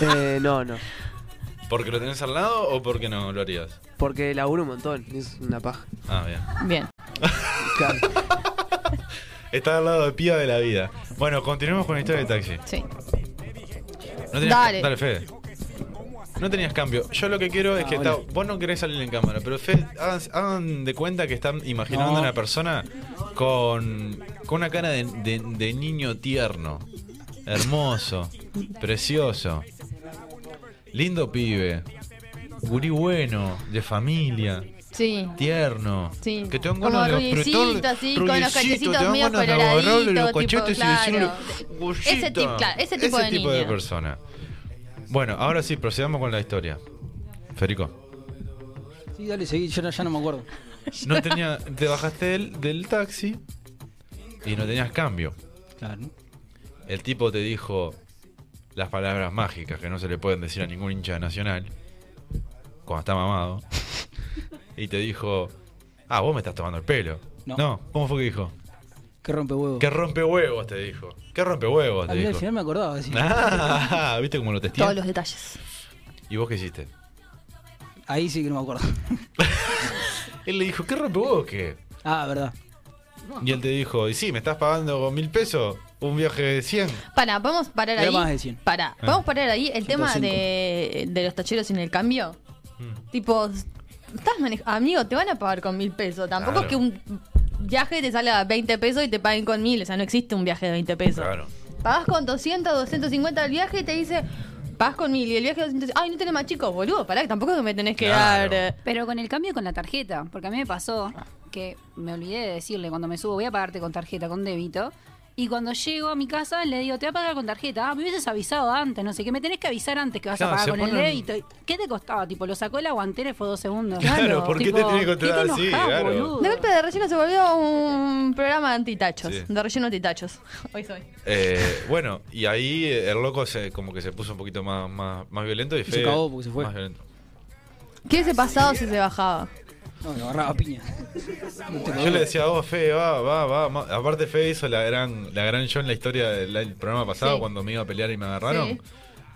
[SPEAKER 5] Eh, no, no.
[SPEAKER 2] ¿Porque lo tenés al lado o porque no lo harías?
[SPEAKER 5] Porque laburo un montón. Es una paja.
[SPEAKER 2] Ah, bien.
[SPEAKER 3] Bien.
[SPEAKER 5] Claro.
[SPEAKER 2] Está al lado de pía de la vida. Bueno, continuemos con la historia del taxi.
[SPEAKER 3] Sí.
[SPEAKER 2] No tenías-
[SPEAKER 3] Dale.
[SPEAKER 2] Dale, Fede. No tenías cambio. Yo lo que quiero es
[SPEAKER 7] Ah,
[SPEAKER 2] que
[SPEAKER 7] bueno.
[SPEAKER 2] está- vos no querés salir en cámara, pero Fede, hagan, hagan de cuenta que están imaginando
[SPEAKER 7] No.
[SPEAKER 2] a una persona con, con una cara de, de- de niño tierno, hermoso, precioso, lindo pibe, gurí bueno, de familia,
[SPEAKER 3] Sí.
[SPEAKER 2] tierno.
[SPEAKER 3] Sí.
[SPEAKER 2] Que te dan
[SPEAKER 3] Como
[SPEAKER 2] ganas de
[SPEAKER 3] rubiecito,
[SPEAKER 2] apretarle-
[SPEAKER 3] así, con los
[SPEAKER 2] rubiecito,
[SPEAKER 3] cachecitos
[SPEAKER 2] te dan
[SPEAKER 3] medio
[SPEAKER 2] ganas de agarrarle los
[SPEAKER 3] coloraditos, tipo,
[SPEAKER 2] cachetes y
[SPEAKER 3] claro.
[SPEAKER 2] decirle,
[SPEAKER 3] Ese tip- claro, ese tipo de niño.
[SPEAKER 2] persona. Bueno, ahora sí, procedamos con la historia. Federico,
[SPEAKER 7] Sí, dale, seguí, yo no- ya no me acuerdo.
[SPEAKER 2] no tenía, te bajaste del, del taxi y no tenías cambio.
[SPEAKER 7] Claro. ¿no?
[SPEAKER 2] El tipo te dijo las palabras mágicas que no se le pueden decir a ningún hincha de nacional cuando está mamado. Y te dijo, ah, vos me estás tomando el pelo.
[SPEAKER 7] No.
[SPEAKER 2] no ¿cómo fue que dijo?
[SPEAKER 7] Qué rompe huevo.
[SPEAKER 2] Que rompe huevos, te dijo. Que rompe huevos, te
[SPEAKER 7] al
[SPEAKER 2] dijo.
[SPEAKER 7] final me acordaba. así.
[SPEAKER 2] Ah, ¿viste cómo lo
[SPEAKER 3] Todos
[SPEAKER 2] testé?
[SPEAKER 3] los detalles.
[SPEAKER 2] ¿Y vos qué hiciste?
[SPEAKER 7] Ahí sí que no me acuerdo.
[SPEAKER 2] Él le dijo, ¿qué rompe huevos qué?
[SPEAKER 7] Ah, verdad.
[SPEAKER 2] Y él te dijo, y sí, me estás pagando con mil pesos un viaje de 100.
[SPEAKER 3] Para, vamos a parar
[SPEAKER 7] Era
[SPEAKER 3] ahí.
[SPEAKER 7] más de cien.
[SPEAKER 3] Para,
[SPEAKER 2] Ah.
[SPEAKER 3] vamos a parar ahí el tema
[SPEAKER 7] 105.
[SPEAKER 3] de, de los tacheros en el cambio.
[SPEAKER 2] Mm.
[SPEAKER 3] Tipo, estás manejando. Amigo, te van a pagar con mil pesos. Tampoco
[SPEAKER 2] Claro.
[SPEAKER 3] es que un viaje te salga 20 pesos y te paguen con mil. O sea, no existe un viaje de 20 pesos.
[SPEAKER 2] Claro.
[SPEAKER 3] Pagás con 200, 250 el viaje y te dice, pagás con mil. Y el viaje 200. Ay, no tenés más chicos, boludo. Pará, que tampoco es que me tenés que
[SPEAKER 2] Claro.
[SPEAKER 3] dar. eh,
[SPEAKER 4] Pero con el cambio con la tarjeta, porque a mí me pasó que me olvidé de decirle cuando me subo, voy a pagarte con tarjeta, con débito. Y cuando llego a mi casa le digo, te voy a pagar con tarjeta. Ah, me hubieses avisado antes, no sé qué. Me tenés que avisar antes que vas
[SPEAKER 2] Claro,
[SPEAKER 4] a pagar
[SPEAKER 2] se
[SPEAKER 4] con el
[SPEAKER 2] ponen-
[SPEAKER 4] débito. ¿Y ¿Qué te costaba? Tipo, lo sacó de la guantera y fue dos segundos.
[SPEAKER 2] Claro, ¿por qué te tiene que controlar
[SPEAKER 4] ¿qué te
[SPEAKER 2] así?
[SPEAKER 4] enojás,
[SPEAKER 2] Claro.
[SPEAKER 4] boludo?
[SPEAKER 3] De golpe de relleno se volvió un programa antitachos.
[SPEAKER 2] Sí.
[SPEAKER 3] De relleno antitachos. Hoy soy.
[SPEAKER 2] Eh, bueno, y ahí eh, el loco se, como que se puso un poquito más, más, más violento y
[SPEAKER 7] se
[SPEAKER 2] Fede-
[SPEAKER 7] cagó porque se fue.
[SPEAKER 2] más violento.
[SPEAKER 3] ¿Qué hubiese pasado si se bajaba?
[SPEAKER 7] No, me agarraba piña. No te
[SPEAKER 2] Yo le decía, oh, Fede, va, va, va. ma-". Aparte, Fede hizo la gran, la gran yo en la historia del del programa pasado
[SPEAKER 3] Sí.
[SPEAKER 2] cuando me iba a pelear y me agarraron.
[SPEAKER 3] Sí.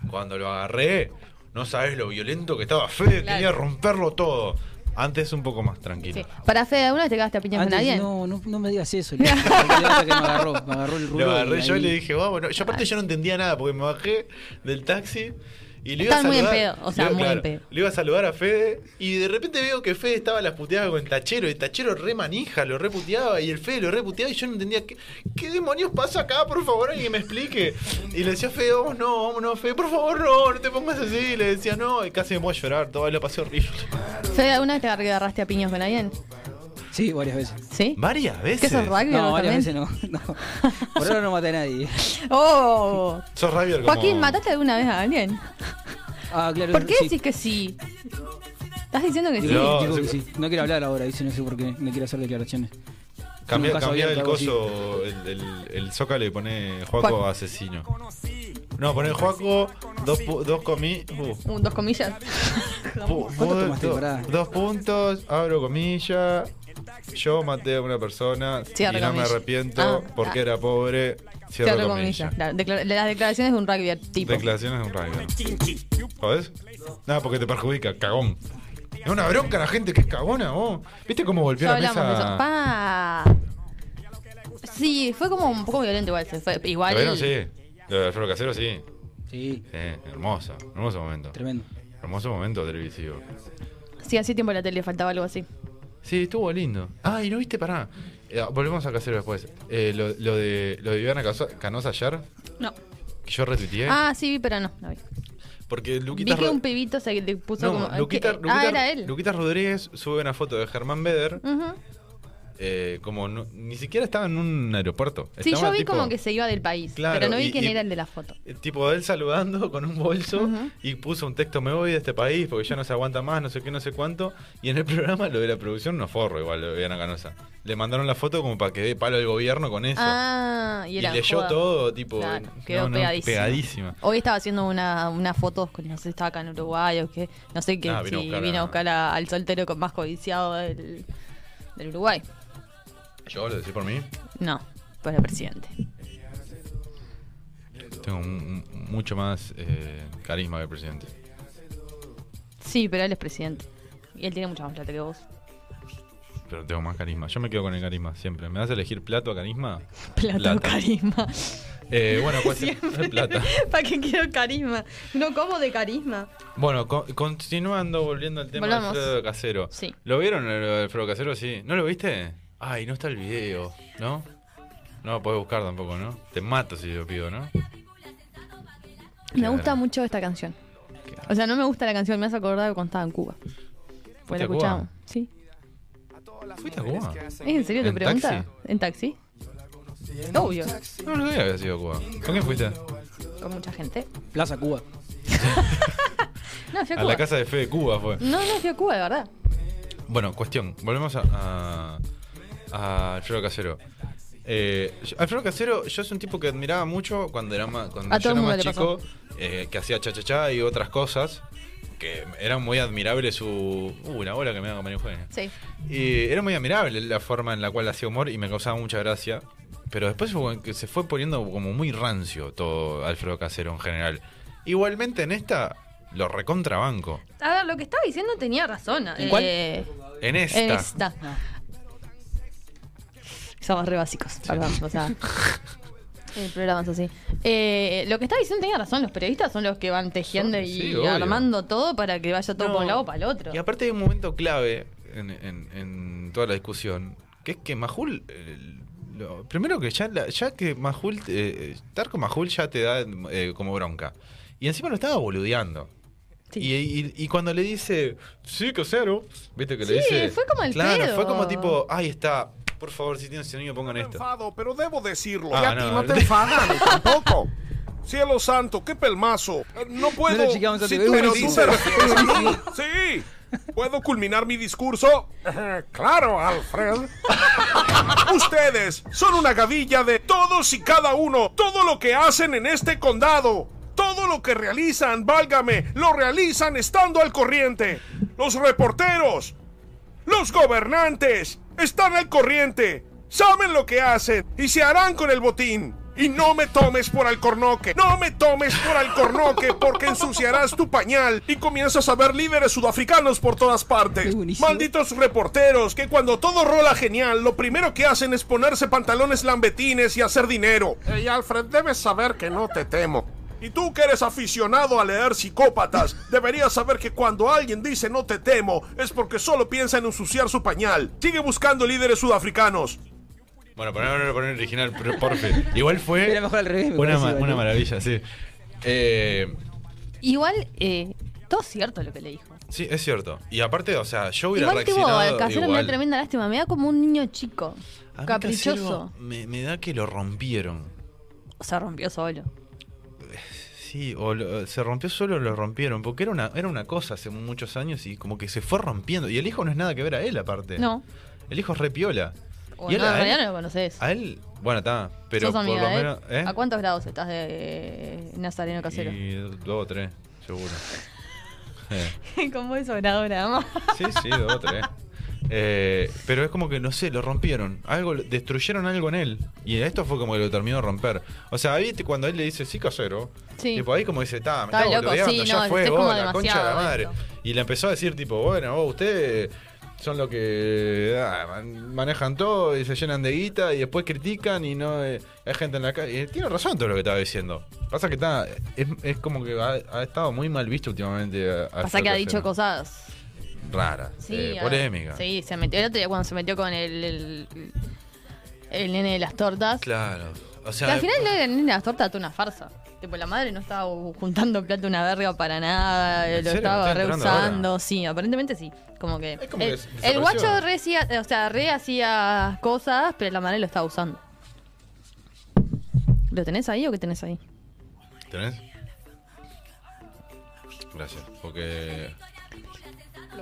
[SPEAKER 2] Cuando lo agarré, no sabes lo violento que estaba Fede,
[SPEAKER 3] Claro.
[SPEAKER 2] quería romperlo todo. Antes un poco más tranquilo.
[SPEAKER 3] Sí. Para Fede, ¿alguna vez te cagaste a piñas con
[SPEAKER 7] Antes,
[SPEAKER 3] alguien?
[SPEAKER 7] no, no, no me digas eso. Le dije, porque la otra que me agarró, me agarró el rulo.
[SPEAKER 2] Lo agarré
[SPEAKER 7] y
[SPEAKER 2] yo y
[SPEAKER 7] ahí-
[SPEAKER 2] le dije, vamos. no". Yo aparte yo no entendía nada porque me bajé del taxi Y le iba a
[SPEAKER 3] Están muy en
[SPEAKER 2] saludar-
[SPEAKER 3] pedo, o sea,
[SPEAKER 2] le iba-
[SPEAKER 3] muy en pedo.
[SPEAKER 2] Le iba a saludar a Fede y de repente veo que Fede estaba las puteadas con el tachero. Y el tachero re manija, lo reputeaba y el Fede lo reputeaba. Y yo no entendía qué, qué demonios pasa acá, por favor, alguien me explique. Y le decía, Fede, vamos no, vamos no, Fede, por favor, no, no te pongas así. Y le decía, no, y casi me voy a llorar, todo lo pasé horrible.
[SPEAKER 3] Fede, ¿alguna vez te agarraste a piños con alguien?
[SPEAKER 7] Sí, varias veces.
[SPEAKER 3] ¿Sí?
[SPEAKER 2] Varias veces.
[SPEAKER 3] ¿Qué sos rugby
[SPEAKER 7] No, varias
[SPEAKER 3] también?
[SPEAKER 7] veces no. no. Por ahora no maté a nadie.
[SPEAKER 3] ¡Oh!
[SPEAKER 2] Sos Ravier como...
[SPEAKER 3] Joaquín, ¿mataste alguna vez a alguien?
[SPEAKER 7] Ah, claro.
[SPEAKER 3] ¿Por qué
[SPEAKER 7] sí.
[SPEAKER 3] decís que sí? ¿Estás diciendo que sí?
[SPEAKER 2] No,
[SPEAKER 7] No, digo
[SPEAKER 2] sí.
[SPEAKER 7] que sí. no quiero hablar ahora, dice, no sé por qué. Me quiero hacer declaraciones.
[SPEAKER 2] Cambiá,
[SPEAKER 7] Nunca
[SPEAKER 2] cambiá
[SPEAKER 7] sabía
[SPEAKER 2] el
[SPEAKER 7] que algo así.
[SPEAKER 2] coso, el, el, el zócalo y pone Joaco
[SPEAKER 3] Juaco.
[SPEAKER 2] asesino. No, pone Joaco, dos, pu- dos comi... uh,
[SPEAKER 3] Un- dos comillas.
[SPEAKER 2] pu-
[SPEAKER 7] ¿Cuánto
[SPEAKER 2] pu-
[SPEAKER 7] tomaste,
[SPEAKER 2] do-
[SPEAKER 7] pará?
[SPEAKER 2] dos puntos, abro comilla. Yo maté a una persona
[SPEAKER 3] Cierro
[SPEAKER 2] y no me
[SPEAKER 3] comilla.
[SPEAKER 2] arrepiento
[SPEAKER 3] Ah,
[SPEAKER 2] porque
[SPEAKER 3] ah.
[SPEAKER 2] era pobre. Cierro,
[SPEAKER 3] Cierro
[SPEAKER 2] comilla.
[SPEAKER 3] comillas. Claro, declara- las declaraciones de un rugby tipo.
[SPEAKER 2] Declaraciones de un radio. ¿Jodés? Nada, porque te perjudica, cagón. Es una bronca la gente que es cagona, vos. ¿Viste cómo golpeó
[SPEAKER 3] Ya
[SPEAKER 2] la
[SPEAKER 3] hablamos de eso.
[SPEAKER 2] mesa?
[SPEAKER 3] Pa. Sí, fue como un poco violento igual. se fue- Igual.
[SPEAKER 2] ¿Lo vieron? Sí. Lo de Alfredo Casero, sí.
[SPEAKER 7] Sí,
[SPEAKER 2] Sí, hermoso, hermoso momento.
[SPEAKER 7] tremendo.
[SPEAKER 2] Hermoso momento televisivo.
[SPEAKER 3] Sí, hace tiempo en la tele faltaba algo así.
[SPEAKER 2] Sí, estuvo lindo. Ah, y no viste, pará. Eh, volvemos a Casero después. Eh, lo, lo de, lo de Viviana Caso- Canosa ayer,
[SPEAKER 3] No.
[SPEAKER 2] que yo retuiteé.
[SPEAKER 3] Ah, sí, vi, pero no. no vi.
[SPEAKER 2] porque Luquita,
[SPEAKER 3] Vi que
[SPEAKER 2] Ro-
[SPEAKER 3] un pibito se le puso
[SPEAKER 2] No,
[SPEAKER 3] como.
[SPEAKER 2] Luquita-
[SPEAKER 3] ¿qué?
[SPEAKER 2] Luquita-
[SPEAKER 3] ah, era él.
[SPEAKER 2] Luquita Rodríguez sube una foto de Germán Beder.
[SPEAKER 3] Ujú.
[SPEAKER 2] eh, como no- ni siquiera estaba en un aeropuerto.
[SPEAKER 3] Sí,
[SPEAKER 2] Estaba
[SPEAKER 3] yo vi
[SPEAKER 2] tipo-
[SPEAKER 3] como que se iba del país.
[SPEAKER 2] Claro,
[SPEAKER 3] pero no vi
[SPEAKER 2] y-
[SPEAKER 3] quién
[SPEAKER 2] y-
[SPEAKER 3] era el de la foto.
[SPEAKER 2] Eh, Tipo él saludando con un bolso
[SPEAKER 3] Ujú.
[SPEAKER 2] y puso un texto, me voy de este país porque ya no se aguanta más, no sé qué, no sé cuánto. Y en el programa lo de la producción no forro igual, lo de Viviana Canosa. Le mandaron la foto como para que dé palo al gobierno con eso.
[SPEAKER 3] Ah, y
[SPEAKER 2] y
[SPEAKER 3] era.
[SPEAKER 2] leyó
[SPEAKER 3] joda.
[SPEAKER 2] todo, tipo... eh,
[SPEAKER 3] Claro,
[SPEAKER 2] no,
[SPEAKER 3] quedó
[SPEAKER 2] no,
[SPEAKER 3] pegadísima.
[SPEAKER 2] pegadísima.
[SPEAKER 3] Hoy estaba haciendo una, una foto, con- no sé, estaba acá en Uruguay o qué, no sé qué,
[SPEAKER 2] Ah, vino
[SPEAKER 3] vino
[SPEAKER 2] a
[SPEAKER 3] si
[SPEAKER 2] buscar
[SPEAKER 3] vino
[SPEAKER 2] a-
[SPEAKER 3] a buscar a- al soltero con más codiciado del, del Uruguay.
[SPEAKER 2] Yo lo decís por mí.
[SPEAKER 3] No, para presidente.
[SPEAKER 2] Tengo un- un- mucho más eh, carisma que el presidente.
[SPEAKER 3] Sí, pero él es presidente. Y él tiene mucha más plata que vos.
[SPEAKER 2] Pero tengo más carisma. Yo me quedo con el carisma siempre. ¿Me vas a elegir plato a carisma?
[SPEAKER 3] Plata, o
[SPEAKER 2] Plata.
[SPEAKER 3] carisma.
[SPEAKER 2] Eh, bueno, ¿cuál es?
[SPEAKER 3] Siempre.
[SPEAKER 2] Plata.
[SPEAKER 3] ¿Para qué quiero carisma? No como de carisma.
[SPEAKER 2] Bueno, co- continuando, volviendo al tema
[SPEAKER 3] Volvamos.
[SPEAKER 2] del Alfredo Casero.
[SPEAKER 3] Sí.
[SPEAKER 2] ¿Lo vieron el Alfredo Casero? Sí. ¿No lo viste? Ay, no está el video, ¿no? No lo podés buscar tampoco, ¿no? Te mato si lo pido, ¿no?
[SPEAKER 3] Me
[SPEAKER 2] Claro.
[SPEAKER 3] gusta mucho esta canción.
[SPEAKER 2] Claro.
[SPEAKER 3] O sea, no me gusta la canción, me hace acordar de cuando estaba en Cuba. Pues la
[SPEAKER 2] ¿Fuiste a Cuba?
[SPEAKER 3] escuchamos. Sí.
[SPEAKER 2] ¿Fuiste a Cuba?
[SPEAKER 3] ¿Es en serio
[SPEAKER 2] ¿En
[SPEAKER 3] tu pregunta? ¿En taxi? Obvio.
[SPEAKER 2] No, no sabía que había sido Cuba. ¿Con quién fuiste?
[SPEAKER 3] Con mucha gente.
[SPEAKER 7] Plaza Cuba.
[SPEAKER 3] No, fui a
[SPEAKER 2] A
[SPEAKER 3] Cuba.
[SPEAKER 2] la casa de fe de Cuba fue.
[SPEAKER 3] No, no fui a Cuba, de verdad.
[SPEAKER 2] Bueno, cuestión. Volvemos a, a, a Alfredo Casero. Eh, yo- Alfredo Casero, yo es un tipo que admiraba mucho cuando era más, cuando
[SPEAKER 3] A
[SPEAKER 2] yo
[SPEAKER 3] todo
[SPEAKER 2] era
[SPEAKER 3] el
[SPEAKER 2] más
[SPEAKER 3] mundo
[SPEAKER 2] chico, eh, que hacía cha-cha-cha y otras cosas, que era muy admirable su... Uh, una bola que me da comer jueves.
[SPEAKER 3] Sí.
[SPEAKER 2] Y era muy admirable la forma en la cual hacía humor y me causaba mucha gracia. Pero después fue que se fue poniendo como muy rancio todo Alfredo Casero en general. Igualmente en esta lo recontrabanco.
[SPEAKER 3] A ver, lo que estaba diciendo tenía razón.
[SPEAKER 7] ¿En cuál?
[SPEAKER 3] Eh,
[SPEAKER 2] En esta.
[SPEAKER 3] en esta. Somos re básicos, perdón. O sea. El programa es así. Eh, lo que estaba diciendo tenía razón. Los periodistas son los que van tejiendo
[SPEAKER 2] Son- sí,
[SPEAKER 3] y
[SPEAKER 2] obvio.
[SPEAKER 3] armando todo para que vaya todo
[SPEAKER 2] No.
[SPEAKER 3] por un lado o para el otro.
[SPEAKER 2] Y aparte hay un momento clave en, en- en toda la discusión, que es que Majul... eh, lo- primero que ya, la- ya que Majul... eh, estar con Majul ya te da eh, como bronca. Y encima lo estaba boludeando.
[SPEAKER 3] Sí.
[SPEAKER 2] Y, y- y cuando le dice, sí, Casero, viste que
[SPEAKER 3] Sí,
[SPEAKER 2] le dice...
[SPEAKER 3] fue como el
[SPEAKER 2] Claro,
[SPEAKER 3] pedo.
[SPEAKER 2] fue como tipo, ahí está, por favor, si tienes niño pongan esto.
[SPEAKER 1] enfado, pero debo decirlo.
[SPEAKER 2] Ah,
[SPEAKER 1] y a
[SPEAKER 2] no,
[SPEAKER 1] ti
[SPEAKER 2] no.
[SPEAKER 1] no te enfadan ni tampoco. Cielo santo, qué pelmazo. Eh, No puedo.
[SPEAKER 7] No, chica, vamos a
[SPEAKER 1] si
[SPEAKER 7] tener
[SPEAKER 1] tú
[SPEAKER 7] un
[SPEAKER 1] me
[SPEAKER 7] discurso.
[SPEAKER 1] dices, refieres a mí, sí. ¿Puedo culminar mi discurso? Eh, Claro, Alfred. Ustedes son una gavilla de todos y cada uno. Todo lo que hacen en este condado. Todo lo que realizan, válgame, lo realizan estando al corriente. Los reporteros, los gobernantes están al corriente, saben lo que hacen y se harán con el botín. Y no me tomes por alcornoque, no me tomes por alcornoque porque ensuciarás tu pañal y comienzas a ver líderes sudafricanos por todas partes.
[SPEAKER 7] Qué buenísimo.
[SPEAKER 1] Malditos reporteros que cuando todo rola genial, lo primero que hacen es ponerse pantalones lambetines y hacer dinero. Y Alfred, debes saber que no te temo. Y tú que eres aficionado a leer psicópatas, deberías saber que cuando alguien dice no te temo, es porque solo piensa en ensuciar su pañal. Sigue buscando líderes sudafricanos.
[SPEAKER 2] Bueno, poner, poner original, pero porfe. Igual fue.
[SPEAKER 7] Era mejor al revés, me
[SPEAKER 2] Una,
[SPEAKER 7] parece,
[SPEAKER 2] ma-
[SPEAKER 7] igual,
[SPEAKER 2] una
[SPEAKER 7] ¿no?
[SPEAKER 2] maravilla, sí. Eh,
[SPEAKER 3] Igual, eh, todo cierto lo que le dijo.
[SPEAKER 2] sí, es cierto. Y aparte, o sea, yo hubiera
[SPEAKER 3] Igual tipo,
[SPEAKER 2] reaccionado.
[SPEAKER 3] Casero me da
[SPEAKER 2] igual.
[SPEAKER 3] tremenda lástima. Me da como un niño chico.
[SPEAKER 2] A mí
[SPEAKER 3] Caprichoso.
[SPEAKER 2] Casero Me, me da que lo rompieron.
[SPEAKER 3] Se rompió solo.
[SPEAKER 2] Sí, o lo- se rompió solo o lo rompieron. Porque era una, era una cosa hace muchos años y como que se fue rompiendo. Y el hijo no es nada que ver a él, aparte.
[SPEAKER 3] No.
[SPEAKER 2] El hijo es repiola.
[SPEAKER 3] O
[SPEAKER 2] Y
[SPEAKER 3] no, en
[SPEAKER 2] él- a,
[SPEAKER 3] realidad no
[SPEAKER 2] él,
[SPEAKER 3] lo conoces.
[SPEAKER 2] a él- bueno, está. Pero
[SPEAKER 3] ¿Sos
[SPEAKER 2] por lo
[SPEAKER 3] amiga de él?
[SPEAKER 2] menos. ¿eh?
[SPEAKER 3] ¿A cuántos grados estás de eh, Nazareno Casero?
[SPEAKER 2] Y dos o tres, seguro. Eh.
[SPEAKER 3] Como eso grado nada más.
[SPEAKER 2] Sí, sí, dos o tres. Eh, pero es como que, no sé, lo rompieron. Algo, destruyeron algo en él. Y esto fue como que lo terminó de romper. O sea, ahí te- cuando él le dice, sí, casero.
[SPEAKER 3] Sí.
[SPEAKER 2] Tipo, ahí como dice, está, me
[SPEAKER 3] Está
[SPEAKER 2] está
[SPEAKER 3] loco,
[SPEAKER 2] boludeando,
[SPEAKER 3] sí,
[SPEAKER 2] ya
[SPEAKER 3] no,
[SPEAKER 2] fue,
[SPEAKER 3] es como
[SPEAKER 2] vos, la concha de la
[SPEAKER 3] demasiado
[SPEAKER 2] madre.
[SPEAKER 3] esto.
[SPEAKER 2] Y le empezó a decir, tipo, bueno, vos, ustedes son los que ah, man- manejan todo y se llenan de guita y después critican y no eh, hay gente en la calle. Eh, Tiene razón todo lo que estaba diciendo. Pasa que está, es, es como que ha, ha estado muy mal visto últimamente. a- a
[SPEAKER 3] Pasa que ha
[SPEAKER 2] Casero.
[SPEAKER 3] dicho cosas.
[SPEAKER 2] Rara,
[SPEAKER 3] Sí,
[SPEAKER 2] eh,
[SPEAKER 3] a-
[SPEAKER 2] polémica.
[SPEAKER 3] Sí, se metió el otro día cuando se metió con el, el, el nene de las tortas.
[SPEAKER 2] Claro. O
[SPEAKER 3] Que
[SPEAKER 2] sea,
[SPEAKER 3] al final lo del nene de las tortas fue una farsa. Tipo, la madre no estaba juntando plata una verga para nada,
[SPEAKER 2] ¿En
[SPEAKER 3] lo
[SPEAKER 2] serio? Me
[SPEAKER 3] estaba
[SPEAKER 2] estoy enterando
[SPEAKER 3] rehusando.
[SPEAKER 2] ahora.
[SPEAKER 3] Sí, aparentemente sí. Como que.
[SPEAKER 2] Es como
[SPEAKER 3] el,
[SPEAKER 2] que
[SPEAKER 3] el
[SPEAKER 2] desapareció.
[SPEAKER 3] guacho re, hacía- o sea, re hacía cosas, pero la madre lo estaba usando. ¿Lo tenés ahí o qué tenés ahí?
[SPEAKER 2] ¿Tenés? Gracias, porque...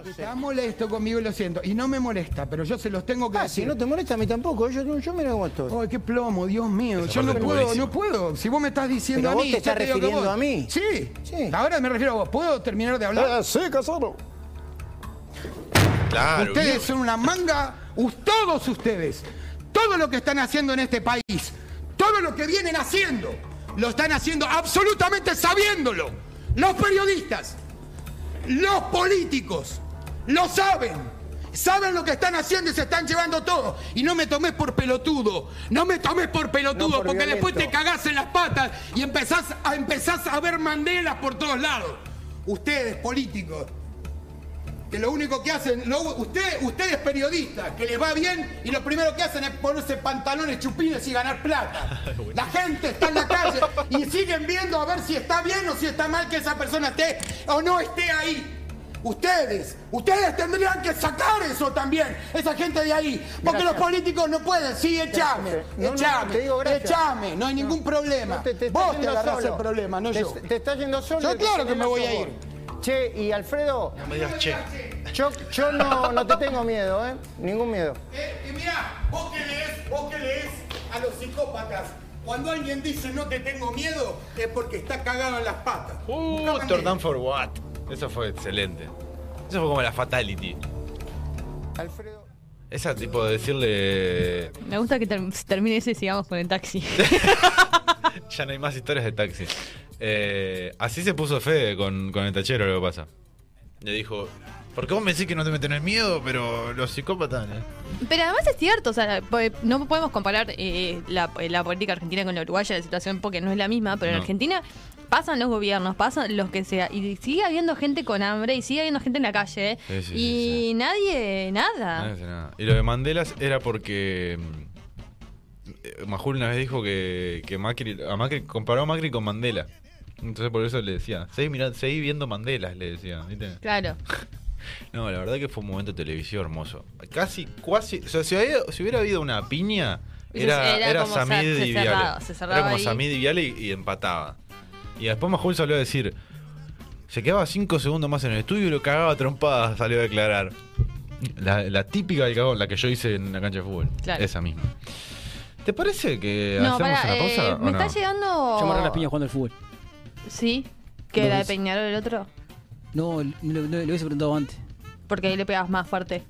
[SPEAKER 8] Está molesto conmigo y lo siento. Y no me molesta, pero yo se los tengo que
[SPEAKER 9] Ah, si
[SPEAKER 8] decir.
[SPEAKER 9] no te molesta a mí tampoco, yo, yo me lo aguanto.
[SPEAKER 8] Ay, qué plomo, Dios mío.
[SPEAKER 2] Esa
[SPEAKER 8] Yo no
[SPEAKER 2] parte es
[SPEAKER 8] puedo,
[SPEAKER 2] buenísima.
[SPEAKER 8] no puedo. Si vos me estás diciendo
[SPEAKER 9] Pero
[SPEAKER 8] a
[SPEAKER 9] vos te
[SPEAKER 8] mí. yo
[SPEAKER 9] estás
[SPEAKER 8] digo que
[SPEAKER 9] refiriendo a mí.
[SPEAKER 8] Sí.
[SPEAKER 9] Sí.
[SPEAKER 8] Ahora me refiero a vos. ¿Puedo terminar de hablar?
[SPEAKER 9] Ah, sí, casado.
[SPEAKER 2] Claro.
[SPEAKER 8] ustedes son una manga. us- Todos ustedes. Todo lo que están haciendo en este país. Todo lo que vienen haciendo. Lo están haciendo absolutamente sabiéndolo. Los periodistas. Los políticos lo saben. Saben lo que están haciendo y se están llevando todo. Y no me tomes por pelotudo. No me tomes por pelotudo,
[SPEAKER 9] No por
[SPEAKER 8] porque
[SPEAKER 9] violento.
[SPEAKER 8] después te cagás en las patas y empezás a, empezás a ver mandelas por todos lados. Ustedes, políticos, que lo único que hacen, lo- usted- ustedes periodistas, que les va bien y lo primero que hacen es ponerse pantalones chupines y ganar plata. La gente está en la calle y siguen viendo a ver si está bien o si está mal que esa persona esté o no esté ahí. Ustedes, ustedes tendrían que sacar eso también, esa gente de ahí, porque los políticos no pueden, sí, echame,
[SPEAKER 9] No, no,
[SPEAKER 8] echame,
[SPEAKER 9] te digo gracias.
[SPEAKER 8] echame, no hay ningún problema.
[SPEAKER 9] No, te, te
[SPEAKER 8] Vos
[SPEAKER 9] estás
[SPEAKER 8] te
[SPEAKER 9] yendo
[SPEAKER 8] agarrás
[SPEAKER 9] solo.
[SPEAKER 8] el problema, no
[SPEAKER 9] te,
[SPEAKER 8] yo.
[SPEAKER 9] Te estás yendo solo.
[SPEAKER 8] Yo
[SPEAKER 9] el
[SPEAKER 8] claro que me
[SPEAKER 9] problema
[SPEAKER 8] voy a
[SPEAKER 9] sos vos. Che, y Alfredo,
[SPEAKER 2] No me digas che.
[SPEAKER 9] yo, yo no, no te tengo miedo, ¿eh? Ningún miedo.
[SPEAKER 8] Eh, y mirá, vos que lees, vos que lees a los psicópatas. Cuando alguien dice no te tengo miedo, es porque está cagado en las patas.
[SPEAKER 2] Uh,
[SPEAKER 8] Busca
[SPEAKER 2] Tordan for what? Eso fue excelente. Eso fue como la fatality.
[SPEAKER 9] Alfredo.
[SPEAKER 2] Esa tipo de decirle...
[SPEAKER 3] Me gusta que term- termine eso y sigamos con el taxi.
[SPEAKER 2] Ya no hay más historias de taxi. Eh, así se puso Fede con, con el tachero lo que pasa. Le dijo, porque vos me decís que no te tenés miedo, pero los psicópatas... ¿eh?".
[SPEAKER 3] Pero además es cierto, o sea, po- no podemos comparar eh, la, la política argentina con la uruguaya, la situación porque no es la misma, pero en
[SPEAKER 2] No.
[SPEAKER 3] Argentina pasan los gobiernos, pasan los que sea, y sigue habiendo gente con hambre y sigue habiendo gente en la calle,
[SPEAKER 2] Sí, sí,
[SPEAKER 3] y
[SPEAKER 2] sí, sí.
[SPEAKER 3] nadie,
[SPEAKER 2] No
[SPEAKER 3] nada.
[SPEAKER 2] dice nada. Y lo de Mandelas era porque. mm, eh, Majul una vez dijo que, que Macri, a Macri comparó a Macri con Mandela. Entonces por eso le decía, seguí, mirá- seguí viendo Mandelas, le decía. ¿viste?
[SPEAKER 3] Claro.
[SPEAKER 2] No, la verdad que fue un momento televisivo hermoso. Casi, casi. O sea, si, había- si hubiera habido una piña, era,
[SPEAKER 3] Era
[SPEAKER 2] era,
[SPEAKER 3] como
[SPEAKER 2] Samid
[SPEAKER 3] se- se
[SPEAKER 2] y
[SPEAKER 3] cerraba-
[SPEAKER 2] Viale.
[SPEAKER 3] se cerraba
[SPEAKER 2] Era como
[SPEAKER 3] ahí.
[SPEAKER 2] Samid y Viale y, y empataba. Y después Majul salió a decir. Se quedaba cinco segundos más en el estudio y lo cagaba a trompadas, salió a declarar. La, la típica del cagón, la que yo hice en la cancha de fútbol.
[SPEAKER 3] Claro.
[SPEAKER 2] Esa misma. ¿Te parece que
[SPEAKER 3] No,
[SPEAKER 2] hacemos
[SPEAKER 3] pará,
[SPEAKER 2] una
[SPEAKER 3] eh,
[SPEAKER 2] pausa? o
[SPEAKER 3] me
[SPEAKER 2] no?
[SPEAKER 3] está llegando...
[SPEAKER 7] Yo me agarré las piñas jugando al fútbol.
[SPEAKER 3] Sí, que
[SPEAKER 7] Dos
[SPEAKER 3] la de
[SPEAKER 7] veces.
[SPEAKER 3] Peñarol el otro,
[SPEAKER 7] No, lo, lo- lo hubiese preguntado antes.
[SPEAKER 3] porque ahí le pegabas más fuerte.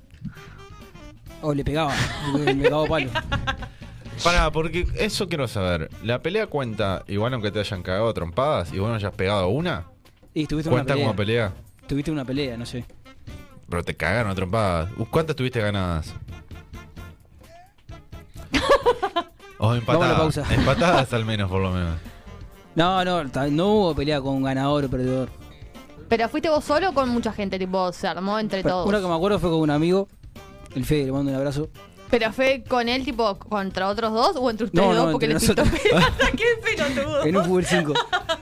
[SPEAKER 7] O le pegaba. me pegaba palo.
[SPEAKER 2] Pará, porque eso quiero saber. ¿La pelea cuenta, igual aunque te hayan cagado a trompadas, igual no hayas pegado una?
[SPEAKER 7] Y tuviste una
[SPEAKER 2] ¿Cuenta
[SPEAKER 7] pelea.
[SPEAKER 2] como pelea?
[SPEAKER 7] Tuviste una pelea, no sé.
[SPEAKER 2] Pero te cagaron a trompadas. Uh, ¿Cuántas tuviste ganadas? O
[SPEAKER 7] Vamos a la
[SPEAKER 2] empatadas.
[SPEAKER 7] pausa.
[SPEAKER 2] Empatadas al menos, por lo menos.
[SPEAKER 7] No, no, ta- no hubo pelea con ganador o perdedor.
[SPEAKER 3] Pero fuiste vos solo o con mucha gente, tipo, se armó entre
[SPEAKER 7] Pero
[SPEAKER 3] todos.
[SPEAKER 7] Una que me acuerdo fue con un amigo, el Fede, le mando un abrazo.
[SPEAKER 3] Pero fue con él, tipo, contra otros dos o entre ustedes
[SPEAKER 7] No, no,
[SPEAKER 3] dos porque
[SPEAKER 7] entre
[SPEAKER 3] les pintó
[SPEAKER 7] nosotros.
[SPEAKER 3] pelear. ¡Qué pelotudo!
[SPEAKER 7] En un Fútbol 5.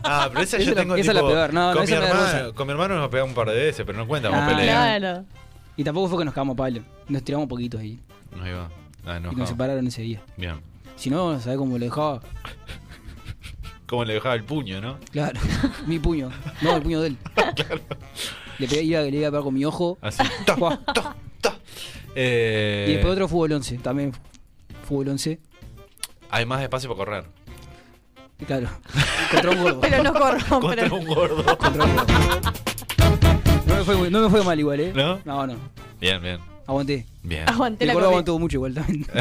[SPEAKER 2] Ah, pero esa,
[SPEAKER 7] Esa
[SPEAKER 2] yo
[SPEAKER 7] es la-
[SPEAKER 2] tengo
[SPEAKER 7] esa es la
[SPEAKER 2] tipo,
[SPEAKER 7] peor. No, no,
[SPEAKER 2] con,
[SPEAKER 7] esa
[SPEAKER 2] mi
[SPEAKER 7] me da
[SPEAKER 2] hermano,
[SPEAKER 7] vergüenza.
[SPEAKER 2] con mi hermano nos pegamos un par de veces, pero no cuenta como
[SPEAKER 7] Ah,
[SPEAKER 2] pelea.
[SPEAKER 3] Claro.
[SPEAKER 7] Y tampoco fue que nos cagamos a palo. Nos tiramos poquitos ahí.
[SPEAKER 2] Ahí va. Ah,
[SPEAKER 7] Y nos
[SPEAKER 2] enojado.
[SPEAKER 7] separaron ese día.
[SPEAKER 2] Bien.
[SPEAKER 7] Si no, ¿sabés cómo lo dejaba?
[SPEAKER 2] Como le dejaba el puño, ¿no?
[SPEAKER 7] Claro, mi puño. No, el puño de él. Le pegué, iba, le iba a pegar con mi ojo.
[SPEAKER 2] Así. Ta,
[SPEAKER 7] Guau.
[SPEAKER 2] ta, ta. Eh,
[SPEAKER 7] Y después otro fútbol 11, también. Fútbol 11.
[SPEAKER 2] Hay más espacio para correr.
[SPEAKER 7] Y Claro. Contra un gordo.
[SPEAKER 3] Pero no corrompen.
[SPEAKER 2] Contra un gordo.
[SPEAKER 7] Contra un gordo. No me, fue, no me fue mal igual, ¿eh?
[SPEAKER 2] ¿No?
[SPEAKER 7] No, no.
[SPEAKER 2] Bien, bien.
[SPEAKER 7] Aguanté.
[SPEAKER 2] Bien.
[SPEAKER 3] Aguanté
[SPEAKER 7] El
[SPEAKER 3] la
[SPEAKER 7] gordo
[SPEAKER 3] comida.
[SPEAKER 7] aguantó mucho igual también.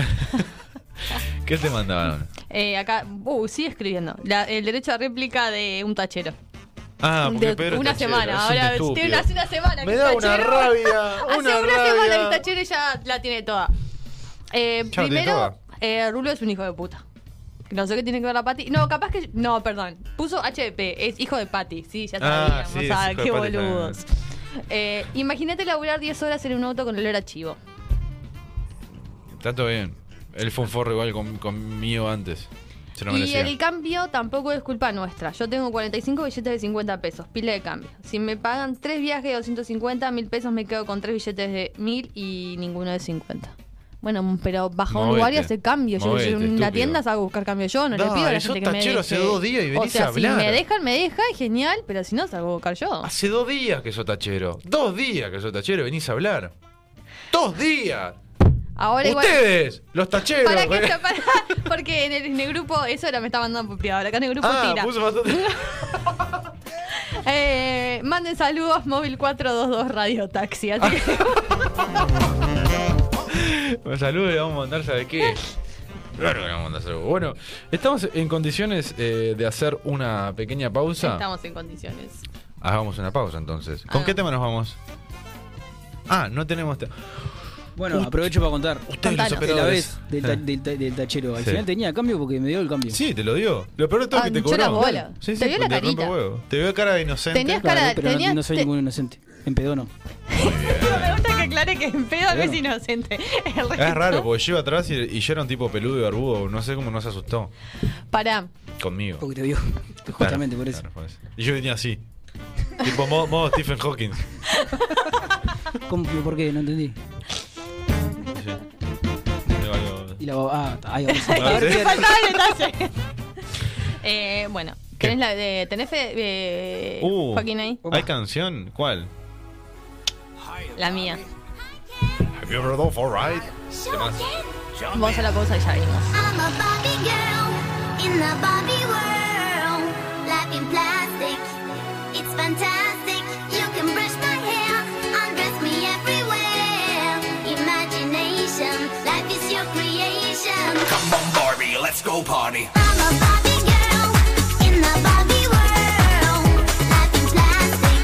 [SPEAKER 2] ¿Qué te mandaban?
[SPEAKER 3] Eh, acá, uh, sigue escribiendo. La- el derecho a réplica de un tachero.
[SPEAKER 2] Ah, porque
[SPEAKER 3] de
[SPEAKER 2] Pedro es
[SPEAKER 3] una
[SPEAKER 2] tachero, es
[SPEAKER 3] semana.
[SPEAKER 2] un
[SPEAKER 3] Ahora,
[SPEAKER 2] estúpido.
[SPEAKER 3] tiene hace una semana. que
[SPEAKER 9] Me
[SPEAKER 3] es
[SPEAKER 9] da una
[SPEAKER 3] tachero.
[SPEAKER 9] rabia.
[SPEAKER 3] Hace una,
[SPEAKER 9] Una rabia.
[SPEAKER 3] semana que el tachero ya la tiene toda. Eh,
[SPEAKER 2] Ya la tiene
[SPEAKER 3] primero,
[SPEAKER 2] toda.
[SPEAKER 3] eh, Rulo es un hijo de puta. No sé qué tiene que ver la Pati. No, capaz que. No, perdón. Puso HDP, es hijo de Pati. Sí, ya
[SPEAKER 2] Ah,
[SPEAKER 3] sabíamos.
[SPEAKER 2] sí, es
[SPEAKER 3] ah,
[SPEAKER 2] hijo de
[SPEAKER 3] qué
[SPEAKER 2] Pati,
[SPEAKER 3] boludos. Eh, Imagínate laburar 10 horas en un auto con olor a chivo.
[SPEAKER 2] Está todo bien. Él fue un forro igual con, conmigo antes. Se lo
[SPEAKER 3] Y
[SPEAKER 2] merecía.
[SPEAKER 3] el cambio tampoco es culpa nuestra. Yo tengo 45 billetes de 50 pesos, pila de cambio. Si me pagan tres viajes de 250 mil pesos, me quedo con tres billetes de mil y ninguno de 50. Bueno, pero baja un
[SPEAKER 2] Movete.
[SPEAKER 3] lugar y hace cambio. Yo,
[SPEAKER 2] Movete,
[SPEAKER 3] yo en la
[SPEAKER 2] estúpido.
[SPEAKER 3] tienda salgo a buscar cambio yo, no le
[SPEAKER 2] Dale,
[SPEAKER 3] pido a la
[SPEAKER 2] sos
[SPEAKER 3] gente que me
[SPEAKER 2] tachero hace
[SPEAKER 3] deje.
[SPEAKER 2] dos días y
[SPEAKER 3] O
[SPEAKER 2] venís
[SPEAKER 3] sea,
[SPEAKER 2] a hablar. Ah,
[SPEAKER 3] si me dejan, me dejan, genial, pero si no, salgo a buscar yo.
[SPEAKER 2] Hace dos días que sos tachero. Dos días que sos tachero y venís a hablar. ¡Dos días!
[SPEAKER 3] Ahora igual...
[SPEAKER 2] ¡Ustedes! ¡Los tacheros!
[SPEAKER 3] Para que para, porque en el, en el grupo, eso ahora me está mandando por privado, acá en el grupo
[SPEAKER 2] ah,
[SPEAKER 3] tira.
[SPEAKER 2] puso bastante.
[SPEAKER 3] Eh, manden saludos, móvil 422 Radio Taxi. Así que
[SPEAKER 2] Ah, Un saludo le vamos a mandar, ¿sabe
[SPEAKER 3] Eh.
[SPEAKER 2] qué? Claro que le vamos a mandar saludos. Bueno, estamos en condiciones eh, de hacer una pequeña pausa.
[SPEAKER 3] estamos en condiciones.
[SPEAKER 2] Hagamos una pausa entonces. ¿Con
[SPEAKER 3] Ah.
[SPEAKER 2] qué tema nos vamos? Ah, no tenemos tema.
[SPEAKER 7] Bueno, aprovecho para contar.
[SPEAKER 2] Ustedes
[SPEAKER 3] Contanos.
[SPEAKER 2] los
[SPEAKER 7] De la
[SPEAKER 2] operadores.
[SPEAKER 7] vez del, ta- del ta- del tachero. Al
[SPEAKER 2] Sí.
[SPEAKER 7] final tenía cambio porque me dio el cambio.
[SPEAKER 2] Sí, te lo dio. Lo peor de todo es que te
[SPEAKER 3] Anchó
[SPEAKER 2] cobró.
[SPEAKER 3] la Ah, bola.
[SPEAKER 2] Sí,
[SPEAKER 3] Te
[SPEAKER 2] sí,
[SPEAKER 3] vio la
[SPEAKER 2] te rompe
[SPEAKER 3] carita.
[SPEAKER 2] huevo. Te veo cara de inocente.
[SPEAKER 3] Tenías
[SPEAKER 7] Claro,
[SPEAKER 3] cara.
[SPEAKER 7] pero no-
[SPEAKER 3] tenías,
[SPEAKER 7] no, soy
[SPEAKER 3] te-
[SPEAKER 7] ningún inocente. En pedo no.
[SPEAKER 3] Me gusta que aclare que en pedo no es
[SPEAKER 7] Claro.
[SPEAKER 3] inocente. El
[SPEAKER 2] Es
[SPEAKER 3] resto-
[SPEAKER 2] raro, porque yo iba atrás y, y yo era un tipo peludo y barbudo. No sé cómo no se asustó
[SPEAKER 3] Pará.
[SPEAKER 2] conmigo.
[SPEAKER 7] Porque te vio.
[SPEAKER 2] Claro,
[SPEAKER 7] Justamente por eso.
[SPEAKER 2] claro, por eso. Y yo venía así. tipo modo, modo Stephen Hawking.
[SPEAKER 7] ¿Cómo, ¿Por qué? No entendí.
[SPEAKER 2] Sí. Me valió-
[SPEAKER 7] Y la baba- Ah, ahí va.
[SPEAKER 2] Ah, ¿sí?
[SPEAKER 3] Faltaba el detalle. Eh, bueno,
[SPEAKER 2] ¿Qué?
[SPEAKER 3] ¿tenés, la de, tenés fe- eh,
[SPEAKER 2] Uh,
[SPEAKER 3] Joaquín ahí?
[SPEAKER 2] ¿Hay canción? ¿Cuál?
[SPEAKER 3] La mía.
[SPEAKER 2] Have you ever done for ride?
[SPEAKER 3] Vamos a la pausa y ya venimos.
[SPEAKER 10] I'm a Barbie girl in the Barbie world. Life in plastic, it's fantastic. You can brush my hair, undress me everywhere. Imagination, life is your creation.
[SPEAKER 8] Come on, Barbie, let's go party.
[SPEAKER 10] I'm a Barbie girl in the Barbie world. Life in plastic,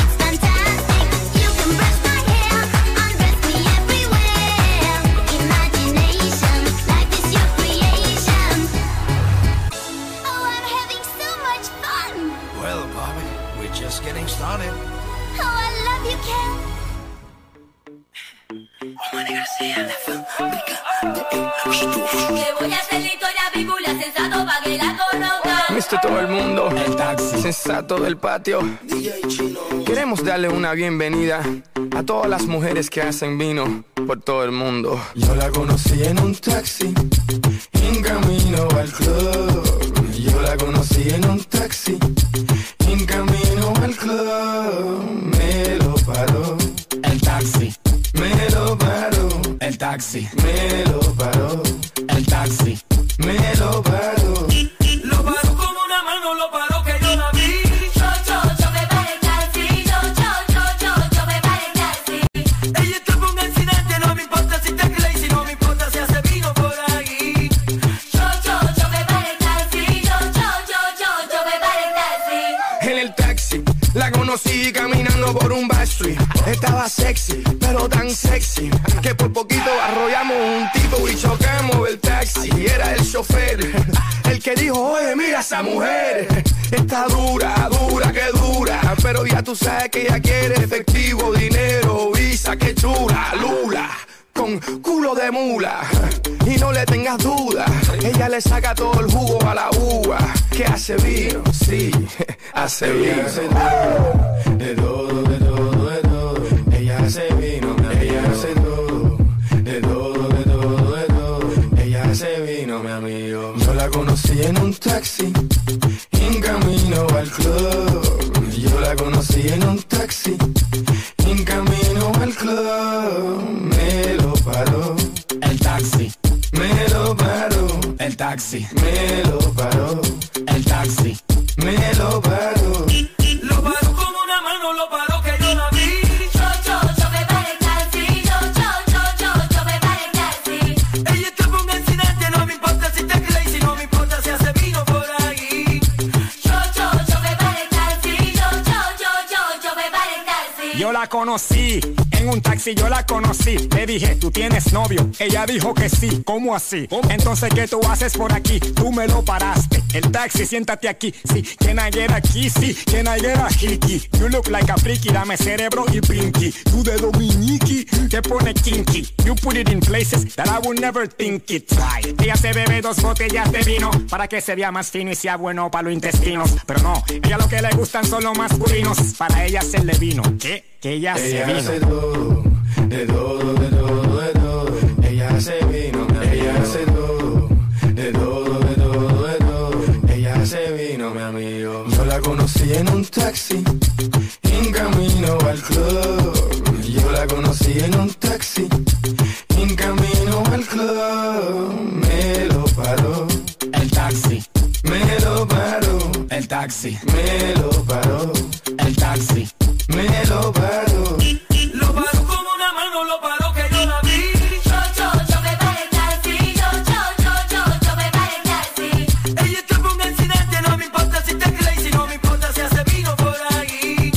[SPEAKER 10] it's fantastic. You can brush my hair, undress me everywhere. Imagination, life is your creation. Oh, I'm having so much fun.
[SPEAKER 8] Well, Barbie, we're just getting started.
[SPEAKER 10] Oh, I love you, Ken.
[SPEAKER 11] Le voy a hacer la historia vivula, sensato para que la conozcan.
[SPEAKER 9] Viste todo el mundo, el taxi, sensato del patio. Queremos darle una bienvenida a todas las mujeres que hacen vino por todo el mundo. Yo la conocí en un taxi, en camino al club. Yo la conocí en un taxi, en camino al club. Me lo paró. El taxi. Me lo paró. El taxi. Me lo paró. El taxi. Me lo paró.
[SPEAKER 11] Lo paró con una mano, lo paró que yo la vi. Yo, yo, yo me paré en taxi. Yo, yo, yo, yo, yo me paré en taxi. Ella está con un accidente, no me importa si te clay, si no me importa si hace vino por ahí. Yo, yo, yo me paré en taxi. Yo, yo, yo, yo, yo me paré en taxi.
[SPEAKER 9] en el taxi. La conocí camino. caminando por un backstreet. Estaba sexy, pero tan sexy que por poquito arrollamos un tipo y chocamos el taxi. Y era el chofer el que dijo: Oye, mira esa mujer. Está dura, dura, que dura. Pero ya tú sabes que ella quiere efectivo, dinero, visa, que chula, lula. Con culo de mula. Y no le tengas duda. Ella le saca todo el jugo a la uva. Que hace vino, sí, hace vino. De todo, de todo, de todo. Ella hace vino, ella hace todo. De todo, de todo, de todo. Ella hace vino, mi amigo. Yo la conocí en un taxi, en camino al club. Yo la conocí en un taxi, en camino al club. Me lo paró. El taxi. Me lo paró. El taxi. Me lo paró. El taxi. Me lo paró.
[SPEAKER 11] Lo paró con una mano, lo paró que yo la vi. Yo, yo, yo me paré casi. Yo, yo, yo, yo, yo me paré casi. Ella está con el cinante, no me importa si está crazy, no me importa si hace vino por ahí. Yo, yo, yo me paré casi. Yo, yo, yo, yo, yo me paré casi.
[SPEAKER 12] Yo la conocí, en un taxi yo la conocí. Le dije, tú tienes novio. Ella dijo que sí, ¿cómo así? Entonces, ¿qué tú haces por aquí? Tú me lo paraste. El taxi, siéntate aquí. Sí, que I get aquí? Sí, que I get a hickey? You look like a freaky, dame cerebro y pinky. Tú de dominiki, te pone kinky. You put it in places that I would never think it. Ay, Ella se bebe dos botellas de vino para que se vea más fino y sea bueno para los intestinos. Pero no, ella lo que le gustan son los masculinos. Para ella se le vino. ¿Qué? Que ella,
[SPEAKER 9] Ella
[SPEAKER 12] se vino.
[SPEAKER 9] hace todo, de todo, de todo, de todo. Ella hace vino, ella hace todo, de todo, de todo, de todo. Ella hace vino, mi amigo. Yo la conocí en un taxi, en camino al club. Yo la conocí en un taxi, en camino al club. Me lo paró. El taxi. Me lo paró. El taxi. Me lo paró. El taxi. Me lo paró.
[SPEAKER 11] Lo paró con una mano, lo paró que yo la vi. Yo, yo, yo me paré casi. Yo, yo, yo, yo, yo me paré casi. Ella está con el cinante, no me importa si está crazy, no me importa si hace vino por ahí.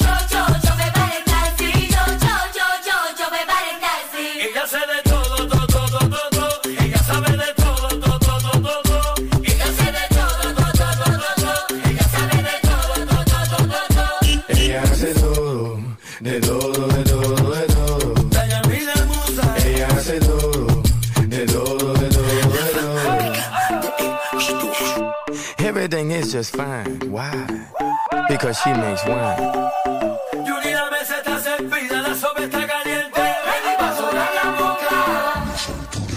[SPEAKER 11] Yo, yo, yo me paré casi. Yo, yo, yo, yo, yo me paré casi. Ella hace de todo, todo, todo, todo, todo. Ella sabe de todo, todo, todo, todo, todo. Ella hace de todo, todo, todo, todo, todo. Ella sabe de todo, todo, todo, todo, todo.
[SPEAKER 9] Ella hace todo, de todo, de todo, de todo. Ella hace todo, de todo, de todo, de todo. Everything is just fine. Why? Because she makes wine.
[SPEAKER 11] Yuri, la mesa está servida, la sopa está caliente. Ven y pa' sonar la boca.
[SPEAKER 10] Oh, Oh,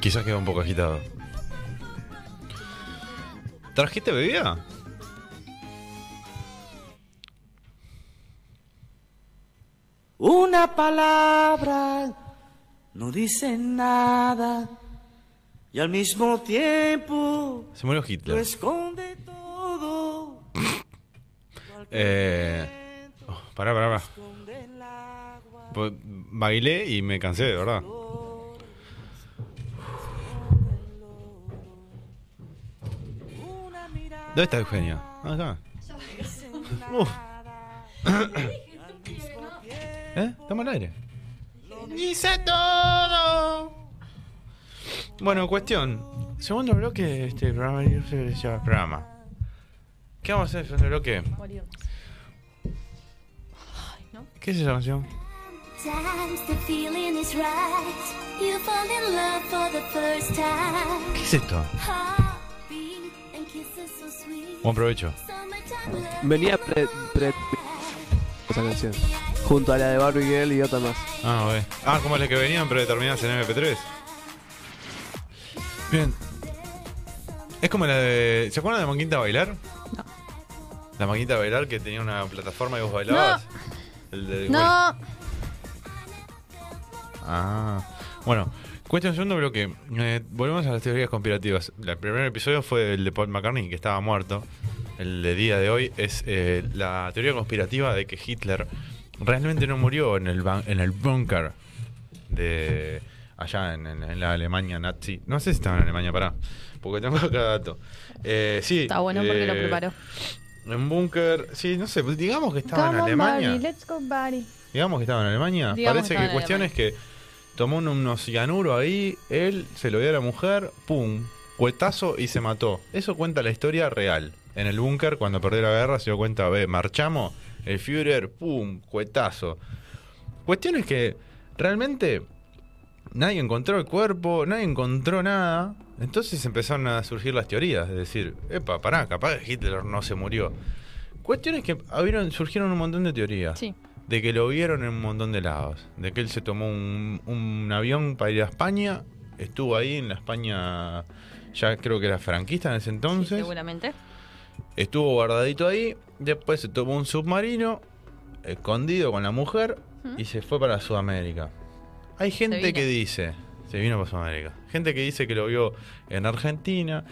[SPEAKER 2] Quizás queda un poco agitado. ¿Trajiste bebida?
[SPEAKER 11] Una palabra no dice nada y al mismo tiempo
[SPEAKER 2] Se murió Hitler.
[SPEAKER 11] lo esconde todo.
[SPEAKER 2] Eh, oh, pará, pará, pará. Pues, Bailé y me cansé, de verdad. ¿Dónde está Eugenia? Ah, Acá. Uf. ¿Eh? Estamos al aire. Dice todo. Bueno, cuestión. Segundo bloque de este programa. programa. ¿Qué vamos a hacer en el segundo bloque? ¿Qué es esa canción?
[SPEAKER 10] Times the feeling is right. You fall in love for the first time.
[SPEAKER 2] ¿Qué es esto?
[SPEAKER 10] Heartbeat and kisses so sweet.
[SPEAKER 2] Buen provecho.
[SPEAKER 5] Venía pre, pre- esa canción. Junto a la de Barbie Girl y otra más.
[SPEAKER 2] Ah, ok. Ah, como las que venían pero determinadas en MP3. Bien. Es como la de. ¿Se acuerdan de Manquita Bailar? No. La Manquita Bailar que tenía una plataforma y vos bailabas. El de-
[SPEAKER 3] No,
[SPEAKER 2] Ah, bueno, cuestión segundo bloque. Eh, volvemos a las teorías conspirativas. El primer episodio fue el de Paul McCartney, que estaba muerto. El de día de hoy es eh, la teoría conspirativa de que Hitler realmente no murió en el, ban- en el búnker de allá en, en- en la Alemania nazi. No sé si estaba en Alemania, pará, porque tengo acá dato. Eh, sí,
[SPEAKER 3] está bueno porque lo
[SPEAKER 2] eh,
[SPEAKER 3] preparó.
[SPEAKER 2] En búnker, sí, no sé, pues digamos que estaba
[SPEAKER 3] Come
[SPEAKER 2] en
[SPEAKER 3] on,
[SPEAKER 2] Alemania.
[SPEAKER 3] Barbie, let's go, Barbie.
[SPEAKER 2] Digamos que estaba en Alemania.
[SPEAKER 3] Digamos que
[SPEAKER 2] Parece
[SPEAKER 3] estaba
[SPEAKER 2] que
[SPEAKER 3] en
[SPEAKER 2] cuestión es que tomó un- unos cianuro ahí, él se lo dio a la mujer, pum, cuetazo y se mató. Eso cuenta la historia real. En el búnker, cuando perdió la guerra, se dio cuenta, ve, marchamos, el Führer, pum, cuetazo. Cuestión es que realmente nadie encontró el cuerpo, nadie encontró nada. Entonces empezaron a surgir las teorías, es decir, epa, pará, capaz que Hitler no se murió. Cuestiones que abrieron- surgieron un montón de teorías.
[SPEAKER 3] Sí.
[SPEAKER 2] De que lo vieron en un montón de lados. De que él se tomó un, un avión para ir a España. Estuvo ahí en la España, ya creo que era franquista en ese entonces.
[SPEAKER 3] Seguramente.
[SPEAKER 2] Estuvo guardadito ahí. Después se tomó un submarino, escondido con la mujer, y se fue para Sudamérica. Hay gente que dice, se vino para Sudamérica. Gente que dice que lo vio en Argentina,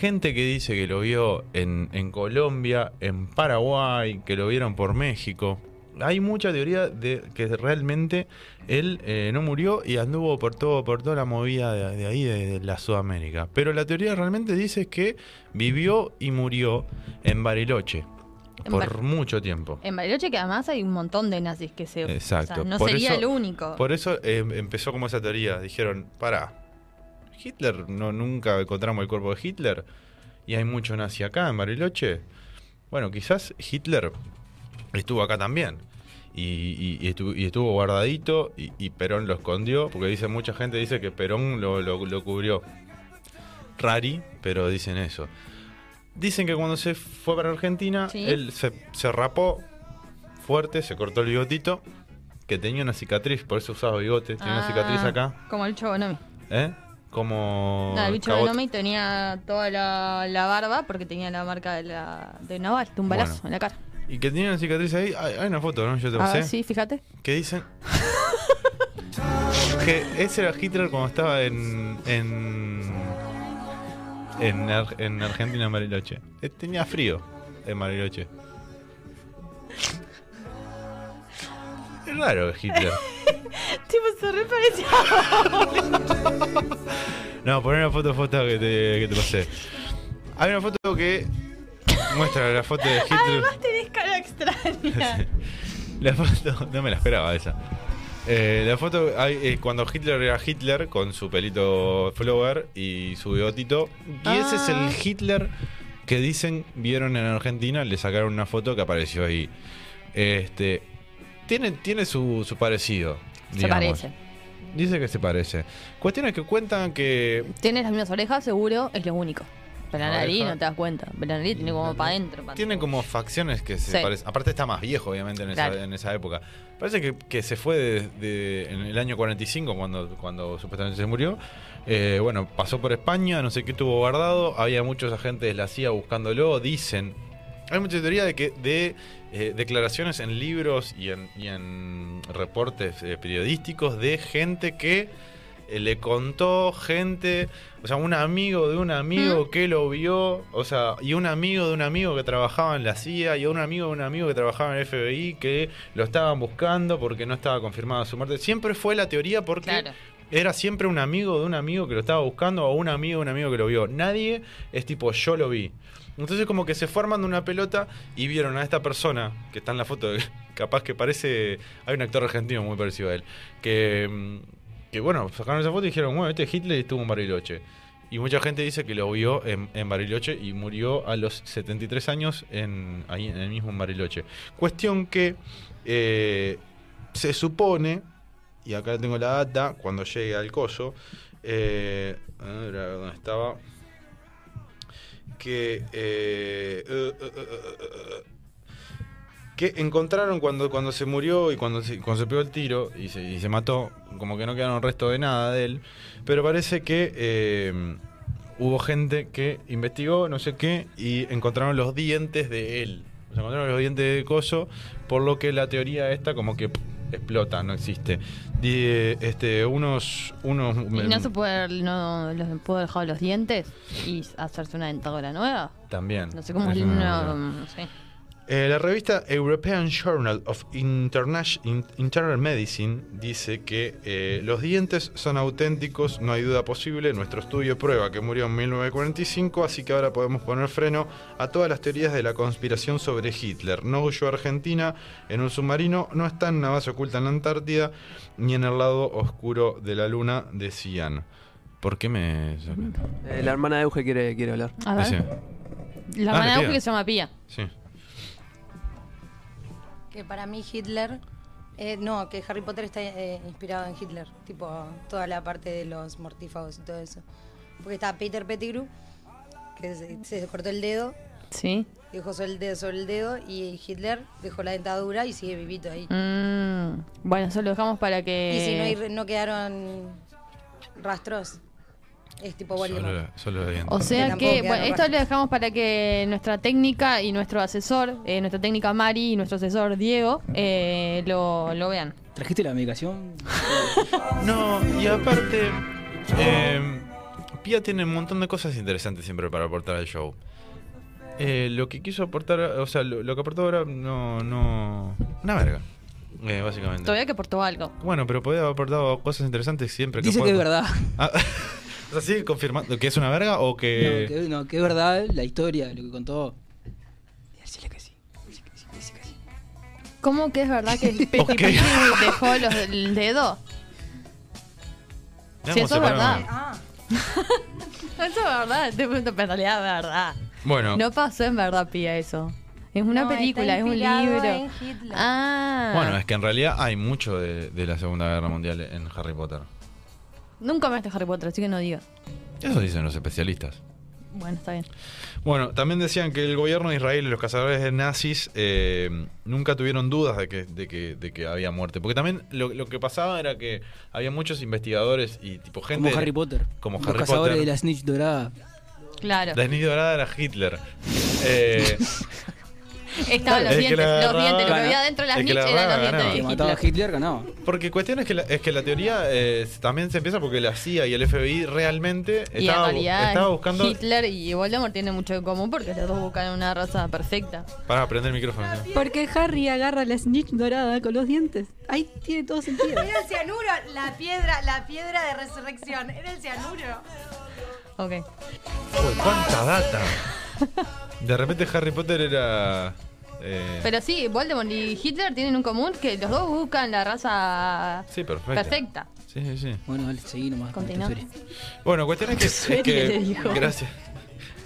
[SPEAKER 2] gente que dice que lo vio en, en Colombia, en Paraguay, que lo vieron por México. Hay mucha teoría de que realmente él eh, no murió y anduvo por todo, por toda la movida de, de ahí, de, de la Sudamérica. Pero la teoría realmente dice que vivió y murió en Bariloche
[SPEAKER 3] En
[SPEAKER 2] por
[SPEAKER 3] Bar-
[SPEAKER 2] mucho tiempo.
[SPEAKER 3] En Bariloche, que además hay un montón de nazis que se.
[SPEAKER 2] Exacto.
[SPEAKER 3] o sea, no
[SPEAKER 2] Por
[SPEAKER 3] sería
[SPEAKER 2] eso-
[SPEAKER 3] el único.
[SPEAKER 2] Por eso eh, empezó como esa teoría. Dijeron, pará, Hitler, no, nunca encontramos el cuerpo de Hitler y hay mucho nazi acá en Bariloche. Bueno, quizás Hitler estuvo acá también. Y, y- y estu- y estuvo guardadito y, y Perón lo escondió, porque dice mucha gente dice que Perón lo, lo- lo cubrió. Rari, pero dicen eso. Dicen que cuando se fue para Argentina,
[SPEAKER 13] Sí.
[SPEAKER 2] él se, se rapó fuerte, se cortó el bigotito, que tenía una cicatriz, por eso usaba bigote, tenía una
[SPEAKER 3] Ah,
[SPEAKER 2] cicatriz acá,
[SPEAKER 3] Como el Chobonomi.
[SPEAKER 2] ¿eh? Como...
[SPEAKER 3] Nada, el bicho
[SPEAKER 2] cabot-
[SPEAKER 3] Bonomi tenía toda la, la barba porque tenía la marca de, la, de una bala, de un balazo
[SPEAKER 2] Bueno.
[SPEAKER 3] en la cara.
[SPEAKER 2] Y que tenía una cicatriz ahí. Hay, hay una foto, ¿no? Yo te
[SPEAKER 3] A ver,
[SPEAKER 2] pasé.
[SPEAKER 3] sí, fíjate.
[SPEAKER 2] Que dicen. que ese era Hitler cuando estaba en. En. En, Ar- en Argentina, en Mariloche. Tenía frío en Mariloche. Es raro Hitler.
[SPEAKER 3] tipo, se re parecía.
[SPEAKER 2] No, poné una foto, foto que te, que te pasé. Hay una foto que. Muestra la foto de Hitler.
[SPEAKER 3] Además tenés cara extraña.
[SPEAKER 2] La foto, no me la esperaba esa. Eh, la foto, hay, eh, cuando Hitler era Hitler, con su pelito flower y su bigotito. Y ese es
[SPEAKER 3] Ah.
[SPEAKER 2] el Hitler que dicen, vieron en Argentina, le sacaron una foto que apareció ahí. Este, tiene, tiene su, su parecido.
[SPEAKER 3] se
[SPEAKER 2] digamos.
[SPEAKER 3] parece.
[SPEAKER 2] Dice que se parece. Cuestiones que cuentan que
[SPEAKER 3] Tiene las mismas orejas, seguro, es lo único. Pero la
[SPEAKER 2] Oreja.
[SPEAKER 3] nariz no te das cuenta. Pero la nariz tiene como para adentro. pa'
[SPEAKER 2] Tiene como facciones que se
[SPEAKER 3] Sí.
[SPEAKER 2] parecen. Aparte está más viejo, obviamente, en esa,
[SPEAKER 3] Claro.
[SPEAKER 2] en esa época. Parece que, que se fue de- de- en el año 45, cuando, cuando supuestamente se murió. Eh, bueno, pasó por España, no sé qué tuvo guardado. Había muchos agentes de la CIA buscándolo. Dicen. Hay mucha teoría de que de eh, declaraciones en libros y en, y en reportes eh, periodísticos de gente que eh, le contó gente, o sea, un amigo de un amigo que lo vio, o sea, y un amigo de un amigo que trabajaba en la CIA, y un amigo de un amigo que trabajaba en el FBI, que lo estaban buscando porque no estaba confirmada su muerte. Siempre fue la teoría porque era siempre un amigo de un amigo que lo estaba buscando o un amigo de un amigo que lo vio. Nadie es tipo, yo lo vi. Entonces como que se forman de una pelota y vieron a esta persona que está en la foto, capaz que parece, hay un actor argentino muy parecido a él, que, mm, que bueno, sacaron esa foto y dijeron, bueno, este es Hitler y estuvo en Bariloche. Y mucha gente dice que lo vio en, en Bariloche y murió a los 73 años en, ahí en el mismo en Bariloche. Cuestión que eh, se supone, y acá tengo la data, cuando llegue al coso, eh, a ver, a ver dónde estaba, que, eh, eh, eh, eh, eh, eh, que encontraron cuando, cuando se murió y cuando se, cuando se pegó el tiro y se, y se mató, como que no quedaron resto de nada de él, pero parece que... eh, hubo gente que investigó, no sé qué, y encontraron los dientes de él. O sea, encontraron los dientes de Coso, por lo que la teoría esta como que pff, explota, no existe. Y, eh, este, unos... unos em,
[SPEAKER 3] Y no se puede, no los, puedo dejar los dientes y hacerse una dentadura nueva.
[SPEAKER 2] También.
[SPEAKER 3] No sé cómo es
[SPEAKER 2] Es una-
[SPEAKER 3] no, no sé.
[SPEAKER 2] Eh, la revista European Journal of Internash- In- Internal Medicine dice que eh, los dientes son auténticos, no hay duda posible. Nuestro estudio prueba que murió en 1945, así que ahora podemos poner freno a todas las teorías de la conspiración sobre Hitler. No huyó a Argentina en un submarino, no está en una base oculta en la Antártida, ni en el lado oscuro de la luna, decían. ¿Por qué me.?
[SPEAKER 5] Eh, la hermana de Euge quiere, quiere hablar.
[SPEAKER 3] A ver.
[SPEAKER 2] Sí.
[SPEAKER 3] La
[SPEAKER 2] Ah,
[SPEAKER 3] hermana de
[SPEAKER 2] la
[SPEAKER 3] Auge
[SPEAKER 2] tía.
[SPEAKER 3] que se llama Pía.
[SPEAKER 2] Sí.
[SPEAKER 13] Que para mí Hitler. eh, no, que Harry Potter está eh, inspirado en Hitler. Tipo, toda la parte de los mortífagos y todo eso. Porque está Peter Pettigrew, que se, se cortó el dedo,
[SPEAKER 3] Sí.
[SPEAKER 13] dejó sobre el dedo sobre el dedo, y Hitler dejó la dentadura y sigue vivito ahí.
[SPEAKER 3] Mm, bueno, eso lo dejamos para que.
[SPEAKER 13] Y si no, hay re- no quedaron rastros, es tipo Voldemort.
[SPEAKER 2] Solo los dientes.
[SPEAKER 3] O sea
[SPEAKER 13] Tampoco
[SPEAKER 3] que,
[SPEAKER 13] quedaron
[SPEAKER 3] bueno, esto
[SPEAKER 13] rastros.
[SPEAKER 3] lo dejamos para que nuestra técnica y nuestro asesor, eh, nuestra técnica Mari y nuestro asesor Diego, eh, lo, lo vean.
[SPEAKER 7] ¿Trajiste la medicación?
[SPEAKER 2] No, y aparte, eh, Pia tiene un montón de cosas interesantes siempre para aportar al show. Eh, lo que quiso aportar, o sea, lo, lo que aportó ahora no, no, una verga, eh, básicamente.
[SPEAKER 3] Todavía que aportó algo.
[SPEAKER 2] Bueno, pero podía haber aportado cosas interesantes siempre.
[SPEAKER 7] Dice que
[SPEAKER 2] pueda-
[SPEAKER 7] es verdad.
[SPEAKER 2] Ah, o sea, sigue confirmando que es una verga o que...
[SPEAKER 7] No, que, no, que es verdad la historia, lo que contó. Decirle que sí.
[SPEAKER 3] ¿Cómo que es verdad que Petty Pettigrew dejó los, el dedo? Si eso
[SPEAKER 2] Mirá cómo se
[SPEAKER 3] es
[SPEAKER 2] pone-
[SPEAKER 3] verdad. Ah. Eso es verdad, te pregunto, pero en realidad es verdad.
[SPEAKER 2] Bueno.
[SPEAKER 3] No pasó en verdad, Pía, eso. Es una
[SPEAKER 13] No, está
[SPEAKER 3] película, es un
[SPEAKER 13] inspirado
[SPEAKER 3] libro.
[SPEAKER 13] en Hitler.
[SPEAKER 3] Ah.
[SPEAKER 2] Bueno, es que en realidad hay mucho de, de la Segunda Guerra Mundial en Harry Potter.
[SPEAKER 3] Nunca me Harry Potter, así que no digas.
[SPEAKER 2] Eso dicen los especialistas.
[SPEAKER 3] Bueno, está bien.
[SPEAKER 2] Bueno, también decían que el gobierno de Israel y los cazadores de nazis eh, nunca tuvieron dudas de que, de, que, de que había muerte. Porque también lo, lo que pasaba era que había muchos investigadores y tipo gente.
[SPEAKER 7] Como Harry Potter.
[SPEAKER 2] Como
[SPEAKER 7] Los
[SPEAKER 2] Harry
[SPEAKER 7] cazadores
[SPEAKER 2] Potter.
[SPEAKER 7] de la snitch dorada.
[SPEAKER 3] Claro.
[SPEAKER 2] La niña dorada era Hitler. Eh,
[SPEAKER 3] Estaban los
[SPEAKER 2] el que
[SPEAKER 3] dientes,
[SPEAKER 2] la
[SPEAKER 3] los dientes, lo que
[SPEAKER 2] agarraba-
[SPEAKER 3] había dentro de las
[SPEAKER 2] el que la
[SPEAKER 3] niches eran los
[SPEAKER 2] agarraba
[SPEAKER 3] dientes de
[SPEAKER 2] ganaba.
[SPEAKER 3] Hitler.
[SPEAKER 7] Hitler ganaba.
[SPEAKER 2] Porque cuestión es que la, es que la teoría eh, también se empieza porque la CIA y el FBI realmente
[SPEAKER 3] Y en
[SPEAKER 2] estaba,
[SPEAKER 3] realidad
[SPEAKER 2] estaba buscando.
[SPEAKER 3] Hitler y Voldemort tienen mucho en común porque los dos buscan una raza perfecta.
[SPEAKER 2] Para prender el micrófono. ¿no?
[SPEAKER 14] Porque Harry agarra la snitch dorada con los dientes. Ahí tiene todo sentido.
[SPEAKER 13] Era el cianuro, la piedra, la piedra de resurrección. Era el cianuro.
[SPEAKER 3] Ok.
[SPEAKER 2] Uy, ¡Cuánta data! De repente Harry Potter era. eh,
[SPEAKER 3] Pero sí, Voldemort y Hitler tienen un común que los dos buscan la raza
[SPEAKER 2] Sí, perfecto.
[SPEAKER 3] perfecta.
[SPEAKER 2] Sí, sí, sí.
[SPEAKER 7] Bueno, dale, seguí nomás. con
[SPEAKER 3] Continúa.
[SPEAKER 7] esta serie.
[SPEAKER 2] Bueno, cuestión es que.
[SPEAKER 7] Serie,
[SPEAKER 2] es que-
[SPEAKER 7] le dijo.
[SPEAKER 2] gracias.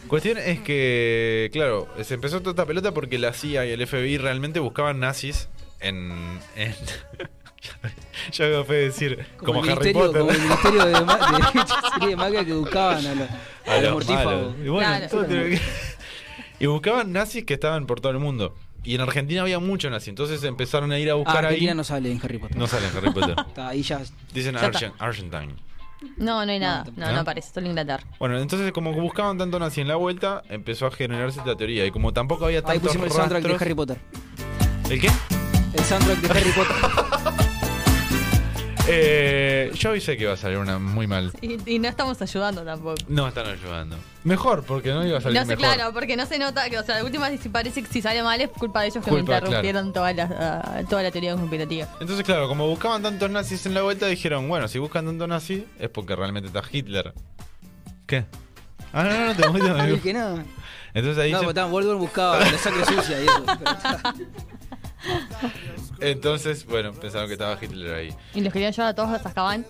[SPEAKER 2] Cuestión es que, claro, se empezó toda esta pelota porque la CIA y el FBI realmente buscaban nazis en. en ya veo fe decir, como,
[SPEAKER 7] el
[SPEAKER 2] Harry
[SPEAKER 7] ministerio-
[SPEAKER 2] Potter.
[SPEAKER 7] Como el ministerio de, ma- de- serie de magia que educaban a los, a
[SPEAKER 2] A
[SPEAKER 7] los
[SPEAKER 2] los
[SPEAKER 7] mortífagos. Ah,
[SPEAKER 2] malos. Y bueno, Claro. todo tiene Y buscaban nazis que estaban por todo el mundo. Y en Argentina había muchos nazis, entonces empezaron a ir a
[SPEAKER 7] Ah,
[SPEAKER 2] buscar
[SPEAKER 7] Argentina
[SPEAKER 2] ahí.
[SPEAKER 7] no sale en Harry Potter.
[SPEAKER 2] No sale en Harry Potter.
[SPEAKER 7] Está, ahí ya.
[SPEAKER 2] Dicen
[SPEAKER 7] Ya está.
[SPEAKER 2] Argent- Argentine.
[SPEAKER 3] No, no hay nada. No,
[SPEAKER 2] ¿Ah?
[SPEAKER 3] no aparece, solo Inglaterra.
[SPEAKER 2] Bueno, entonces como que buscaban tanto nazi en la vuelta, empezó a generarse esta teoría. Y como tampoco había
[SPEAKER 7] Ahí
[SPEAKER 2] tantos
[SPEAKER 7] pusimos el soundtrack
[SPEAKER 2] rastros-
[SPEAKER 7] de Harry Potter.
[SPEAKER 2] ¿El qué?
[SPEAKER 7] El soundtrack de Harry Potter.
[SPEAKER 2] Eh, yo avisé que iba a salir una muy mal.
[SPEAKER 3] Y, y no estamos ayudando tampoco.
[SPEAKER 2] No están ayudando. Mejor, porque no iba a salir
[SPEAKER 3] No sé,
[SPEAKER 2] mejor.
[SPEAKER 3] claro, porque no se nota que, o sea, de última, si parece que si sale mal es culpa de ellos que
[SPEAKER 2] Culpa,
[SPEAKER 3] me interrumpieron toda, la, ah, toda la teoría conspirativa.
[SPEAKER 2] Entonces, claro, como buscaban tantos nazis en la vuelta, dijeron, bueno, si buscan tantos nazis es porque realmente está Hitler. ¿Qué? Ah, no, no, no, te muestro,
[SPEAKER 7] No
[SPEAKER 2] amigo.
[SPEAKER 7] dije nada.
[SPEAKER 2] Entonces ahí
[SPEAKER 7] No,
[SPEAKER 2] se-
[SPEAKER 7] porque estaban Voldemort buscaba la sangre sucia y eso. pero está.
[SPEAKER 2] Entonces, bueno, pensaron que estaba Hitler ahí.
[SPEAKER 3] Y los querían llevar a todos a Azkaban.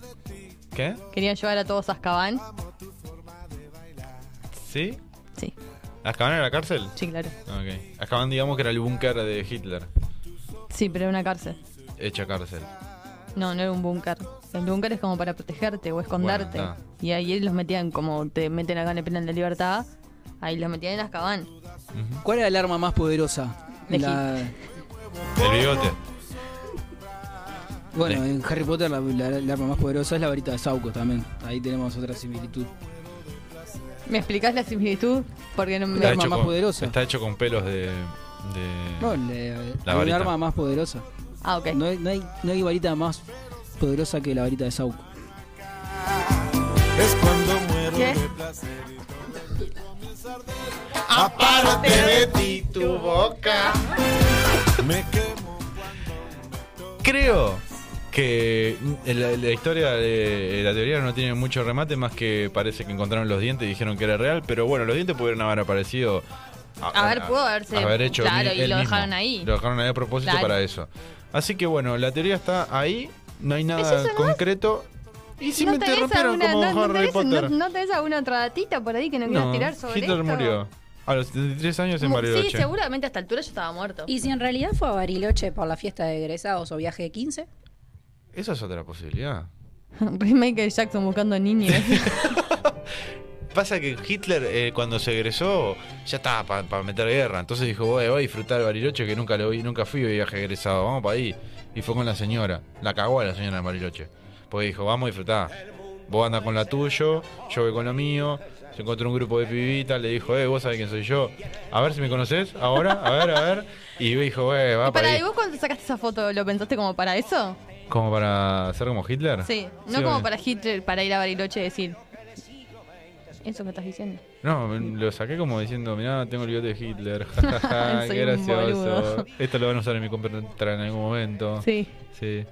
[SPEAKER 2] ¿Qué?
[SPEAKER 3] Querían llevar a todos a Azkaban.
[SPEAKER 2] ¿Sí?
[SPEAKER 3] Sí.
[SPEAKER 2] ¿Azkaban era la cárcel?
[SPEAKER 3] Sí, claro.
[SPEAKER 2] Ok. Azkaban, digamos que era el búnker de Hitler.
[SPEAKER 3] Sí, pero era una cárcel.
[SPEAKER 2] Hecha cárcel.
[SPEAKER 3] No, no era un búnker. El búnker es como para protegerte o esconderte.
[SPEAKER 2] Bueno,
[SPEAKER 3] Y ahí los metían, como te meten acá en el penal de libertad, ahí los metían en Azkaban.
[SPEAKER 7] ¿Cuál era el arma más poderosa?
[SPEAKER 3] De
[SPEAKER 7] La-
[SPEAKER 2] El bigote.
[SPEAKER 7] Bueno, en Harry Potter la, la- la arma más poderosa es la varita de Sauco también. Ahí tenemos otra similitud.
[SPEAKER 3] ¿Me explicás la similitud? Porque no me...
[SPEAKER 2] Está hecho, con, está hecho con pelos de. de-
[SPEAKER 7] No, le- eh,
[SPEAKER 2] La
[SPEAKER 7] hay un
[SPEAKER 2] varita.
[SPEAKER 7] arma más poderosa.
[SPEAKER 3] Ah, ok.
[SPEAKER 7] No hay, no hay- no hay varita más poderosa que la varita de Sauco.
[SPEAKER 3] ¿Qué?
[SPEAKER 15] Aparte de ti, tu boca.
[SPEAKER 2] Creo que la, la historia de la teoría no tiene mucho remate, más que parece que encontraron los dientes y dijeron que era real, pero bueno, los dientes pudieron haber aparecido.
[SPEAKER 3] A ver, pudo haberse-
[SPEAKER 2] haber hecho el
[SPEAKER 3] claro,
[SPEAKER 2] mi-
[SPEAKER 3] y
[SPEAKER 2] él
[SPEAKER 3] lo
[SPEAKER 2] mismo.
[SPEAKER 3] dejaron ahí.
[SPEAKER 2] Lo dejaron ahí a propósito
[SPEAKER 3] Claro.
[SPEAKER 2] para eso. Así que bueno, la teoría está ahí, no hay
[SPEAKER 3] eso
[SPEAKER 2] nada
[SPEAKER 3] nomás?
[SPEAKER 2] concreto. Y si me
[SPEAKER 3] tenés
[SPEAKER 2] interrumpieron
[SPEAKER 3] alguna-
[SPEAKER 2] como
[SPEAKER 3] no- no
[SPEAKER 2] Harry
[SPEAKER 3] tenés-
[SPEAKER 2] Potter.
[SPEAKER 3] no- ¿No tenés alguna otra datita por ahí que no, quieras tirar sobre
[SPEAKER 2] Hitler
[SPEAKER 3] esto?
[SPEAKER 2] murió. A los 73 años en
[SPEAKER 3] Mu-
[SPEAKER 2] Bariloche.
[SPEAKER 3] Sí, seguramente a esta altura yo estaba muerto.
[SPEAKER 4] ¿Y si en realidad fue a Bariloche por la fiesta de egresados o viaje de 15?
[SPEAKER 2] Esa es otra posibilidad.
[SPEAKER 3] Remake de Jackson buscando niños.
[SPEAKER 2] Pasa que Hitler, eh, cuando se egresó, ya estaba para meter guerra. Entonces dijo, voy, voy a disfrutar Bariloche, que nunca lo vi, nunca fui de viaje egresado, vamos para ahí. Y fue con la señora. La cagó a la señora en Bariloche. Porque dijo, vamos a disfrutar. Vos andás con la tuyo, yo voy con lo mío. Se encontró un grupo de pibitas, le dijo, eh, vos sabés quién soy yo. A ver si me conoces ahora, a ver, a ver. Y dijo, eh, va para
[SPEAKER 3] Para, ¿y
[SPEAKER 2] ahí.
[SPEAKER 3] vos cuando sacaste esa foto lo pensaste como para eso?
[SPEAKER 2] ¿Como para ser como Hitler?
[SPEAKER 3] Sí, no
[SPEAKER 2] Sí,
[SPEAKER 3] como
[SPEAKER 2] obvio.
[SPEAKER 3] para Hitler, para ir a Bariloche y decir... Eso que estás diciendo.
[SPEAKER 2] No, lo saqué como diciendo, mirá, tengo el bigote de Hitler, jajaja,
[SPEAKER 3] Soy
[SPEAKER 2] qué
[SPEAKER 3] un
[SPEAKER 2] gracioso.
[SPEAKER 3] boludo.
[SPEAKER 2] Esto lo van a usar en mi compra en algún momento.
[SPEAKER 3] Sí.
[SPEAKER 2] Sí.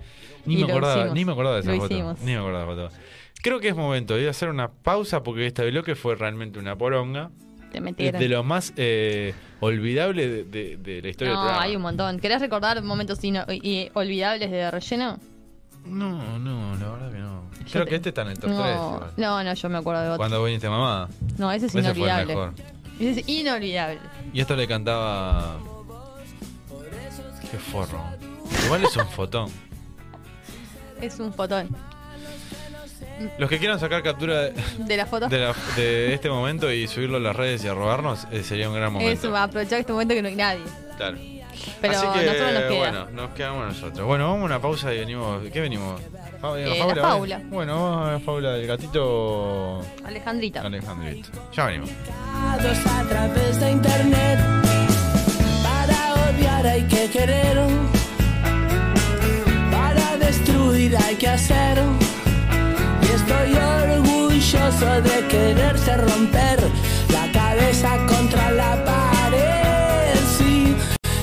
[SPEAKER 2] Ni
[SPEAKER 3] Y
[SPEAKER 2] me
[SPEAKER 3] lo
[SPEAKER 2] acordaba,
[SPEAKER 3] hicimos.
[SPEAKER 2] ni me acordaba de esa
[SPEAKER 3] Lo
[SPEAKER 2] foto.
[SPEAKER 3] hicimos.
[SPEAKER 2] Ni me acordaba de la foto. Creo que es momento de hacer una pausa porque este bloque fue realmente una poronga.
[SPEAKER 3] Te
[SPEAKER 2] Es
[SPEAKER 3] metieron.
[SPEAKER 2] de lo más eh, olvidable de, de- de la historia del
[SPEAKER 3] No,
[SPEAKER 2] programa.
[SPEAKER 3] hay un montón. ¿Querés recordar momentos ino- y- olvidables de relleno?
[SPEAKER 2] No, no, la verdad que no. Creo que este está en el top
[SPEAKER 3] No,
[SPEAKER 2] 3.
[SPEAKER 3] no, no, yo me acuerdo de otro.
[SPEAKER 2] Cuando viniste mamá.
[SPEAKER 3] No, ese es
[SPEAKER 2] fue el
[SPEAKER 3] inolvidable.
[SPEAKER 2] mejor.
[SPEAKER 3] Ese es inolvidable.
[SPEAKER 2] Y esto le cantaba. Qué forro. Igual es un fotón.
[SPEAKER 3] Es un fotón.
[SPEAKER 2] Los que quieran sacar captura de,
[SPEAKER 3] De la foto.
[SPEAKER 2] de la- de este momento y subirlo a las redes y arrobarnos, eh, sería un gran
[SPEAKER 3] Es
[SPEAKER 2] momento.
[SPEAKER 3] aprovechar este momento que no hay nadie.
[SPEAKER 2] Claro.
[SPEAKER 3] Pero
[SPEAKER 2] Así que,
[SPEAKER 3] nosotros nos queda.
[SPEAKER 2] bueno, nos quedamos nosotros. Bueno, vamos a una pausa y venimos. ¿Qué venimos? Fa-
[SPEAKER 3] Eh, la
[SPEAKER 2] Fábula, ¿vale?
[SPEAKER 3] Fábula.
[SPEAKER 2] Bueno, vamos a ver Fábula del gatito
[SPEAKER 3] Alejandrita.
[SPEAKER 2] Alejandrito. Ya venimos.
[SPEAKER 15] a través de internet. Para odiar hay que querer. Para destruir hay que hacer. Y estoy orgulloso de quererse romper la cabeza contra la pared. Sí.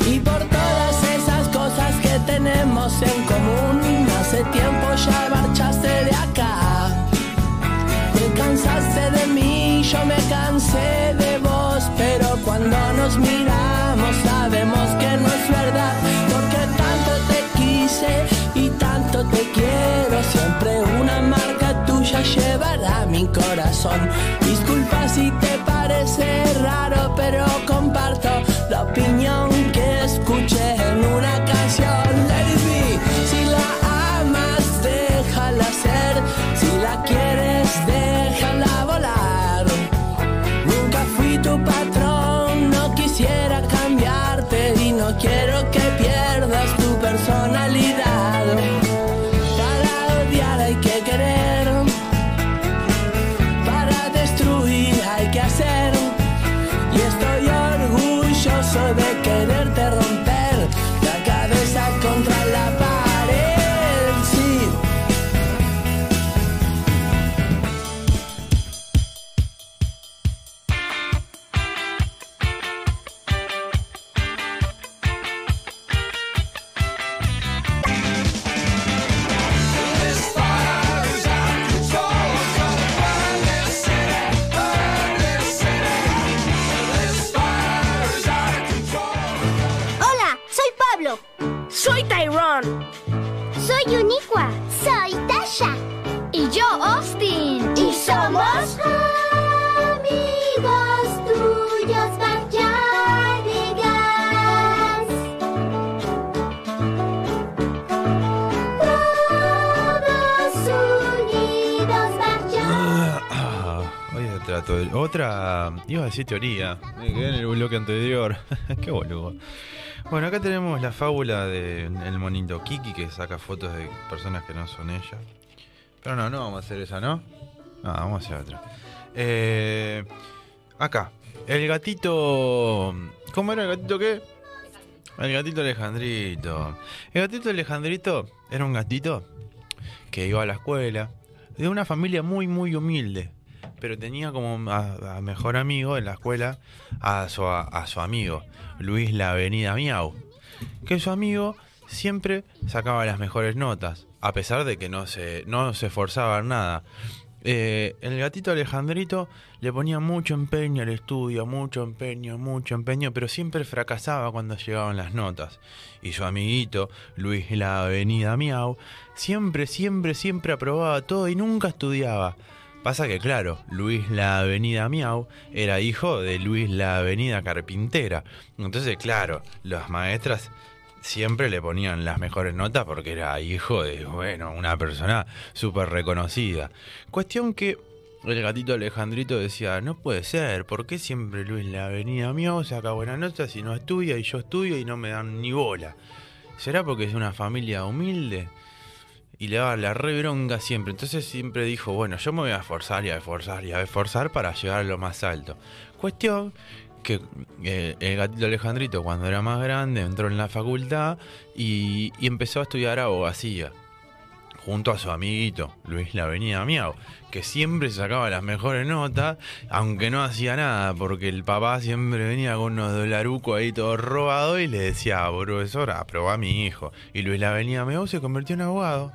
[SPEAKER 15] Y por todas esas cosas que tenemos en común, hace tiempo ya marchaste de acá. Te cansaste de mí, yo me cansé de vos, pero cuando nos miramos sabemos que no es verdad, porque tanto te quise y tanto te quiero, siempre una marca tuya llevará mi corazón. Disculpa si te parece raro, pero comparto la opinión que escuché en una canción. Let it be, si la amas, déjala ser, si la quieres, déjala tu patrón, no quisiera cambiarte y no quiero que pierdas tu personalidad. Para odiar hay que querer, para destruir hay que hacer. Y estoy orgulloso de quererte romper la cabeza contra la pared. Sí,
[SPEAKER 16] Hola, soy Pablo. Soy Tyrone. Soy Uniqua. Soy Tasha. Y yo, Austin. Y somos amigos tuyos, Bachardigas. Todos unidos, Bachardigas.
[SPEAKER 2] Ah, Hoy trato de- otra, iba a decir teoría, me quedé en el bloque anterior. Qué boludo. Bueno, acá tenemos la fábula del monito Kiki que saca fotos de personas que no son ella. Pero no, no vamos a hacer esa, ¿no? No, vamos a hacer otra. Eh, acá, el gatito... ¿Cómo era el gatito qué? El gatito Alejandrito. El gatito Alejandrito era un gatito que iba a la escuela, de una familia muy, muy humilde, pero tenía como a, a mejor amigo en la escuela a su, a su amigo, Luis La Avenida Miau, que su amigo siempre sacaba las mejores notas, a pesar de que no se, no se esforzaba en nada. Eh, el gatito Alejandrito le ponía mucho empeño al estudio, mucho empeño, mucho empeño, pero siempre fracasaba cuando llegaban las notas. Y su amiguito, Luis La Avenida Miau, siempre, siempre, siempre aprobaba todo y nunca estudiaba. Pasa que, claro, Luis La Avenida Miau era hijo de Luis La Avenida Carpintera. Entonces, claro, las maestras siempre le ponían las mejores notas porque era hijo de, bueno, una persona súper reconocida. Cuestión que el gatito Alejandrito decía, no puede ser, ¿por qué siempre Luis la avenida Miau saca buenas notas y no estudia y yo estudio y no me dan ni bola? ¿Será porque es una familia humilde? y le daba la re bronca siempre. Entonces siempre dijo, bueno, yo me voy a esforzar y a esforzar y a esforzar para llegar a lo más alto. Cuestión que eh, el gatito Alejandrito cuando era más grande entró en la facultad y, y empezó a estudiar abogacía. Junto a su amiguito, Luis La Avenida Miau, que siempre sacaba las mejores notas, aunque no hacía nada, porque el papá siempre venía con unos dolarucos ahí todo robado y le decía, "Ah, profesora, aprobá a mi hijo. Y Luis La Avenida Miau se convirtió en abogado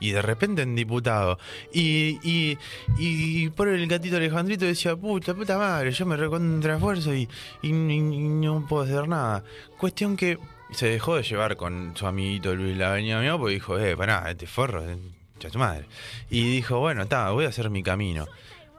[SPEAKER 2] y de repente en diputado. Y, y, y por el gatito Alejandrito decía, puta, puta madre, yo me recontrafuerzo y, y, y- y no puedo hacer nada. Cuestión que se dejó de llevar con su amiguito Luis la avenida Miau porque dijo, eh, pará, este forro, eh, ya tu madre. Y dijo, bueno, está, voy a hacer mi camino.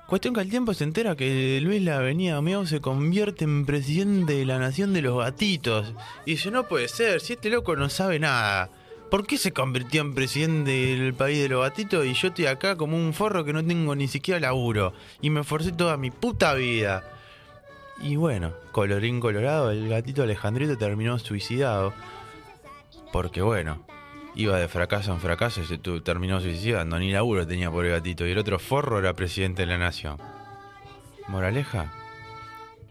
[SPEAKER 2] Cuestión que al tiempo se entera que Luis la Avenida Miau se convierte en presidente de la nación de los gatitos. Y dice, no puede ser, si este loco no sabe nada. ¿Por qué se convirtió en presidente del país de los gatitos y yo estoy acá como un forro que no tengo ni siquiera laburo? Y me forcé toda mi puta vida. Y bueno, colorín colorado, el gatito Alejandrito terminó suicidado. Porque bueno, iba de fracaso en fracaso y se tu- terminó suicidando. Ni laburo tenía por el gatito. Y el otro forro era presidente de la nación. Moraleja,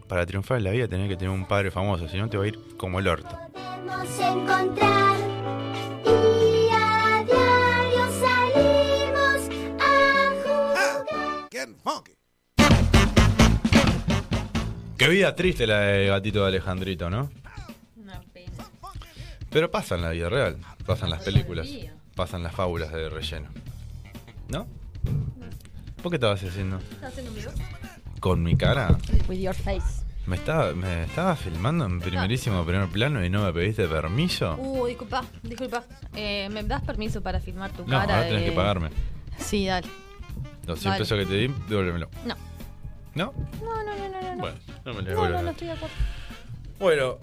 [SPEAKER 2] para triunfar en la vida tenés que tener un padre famoso, si no te va a ir como el orto.
[SPEAKER 16] podemos encontrar. Y a diario salimos a jugar.
[SPEAKER 2] Qué vida triste la del gatito de Alejandrito, ¿no? Pero pasa en la vida real, pasan las películas, pasan las fábulas de relleno. ¿No?
[SPEAKER 3] Mm.
[SPEAKER 2] ¿Por qué estabas haciendo? ¿Con mi cara?
[SPEAKER 3] With your face.
[SPEAKER 2] ¿Me estaba, me estaba filmando en primerísimo primer plano y no me pediste permiso?
[SPEAKER 3] Uh, disculpa, disculpa. Eh, ¿Me das permiso para filmar tu
[SPEAKER 2] No,
[SPEAKER 3] cara?
[SPEAKER 2] ahora tenés
[SPEAKER 3] de-
[SPEAKER 2] que pagarme.
[SPEAKER 3] Sí, dale.
[SPEAKER 2] Los 100
[SPEAKER 3] Vale.
[SPEAKER 2] pesos que te di, devuélvemelo.
[SPEAKER 3] No.
[SPEAKER 2] ¿No?
[SPEAKER 3] No, no, no, no, no.
[SPEAKER 2] Bueno,
[SPEAKER 3] no,
[SPEAKER 2] no me lo
[SPEAKER 3] no,
[SPEAKER 2] devuelvas.
[SPEAKER 3] no estoy de acuerdo.
[SPEAKER 2] Bueno,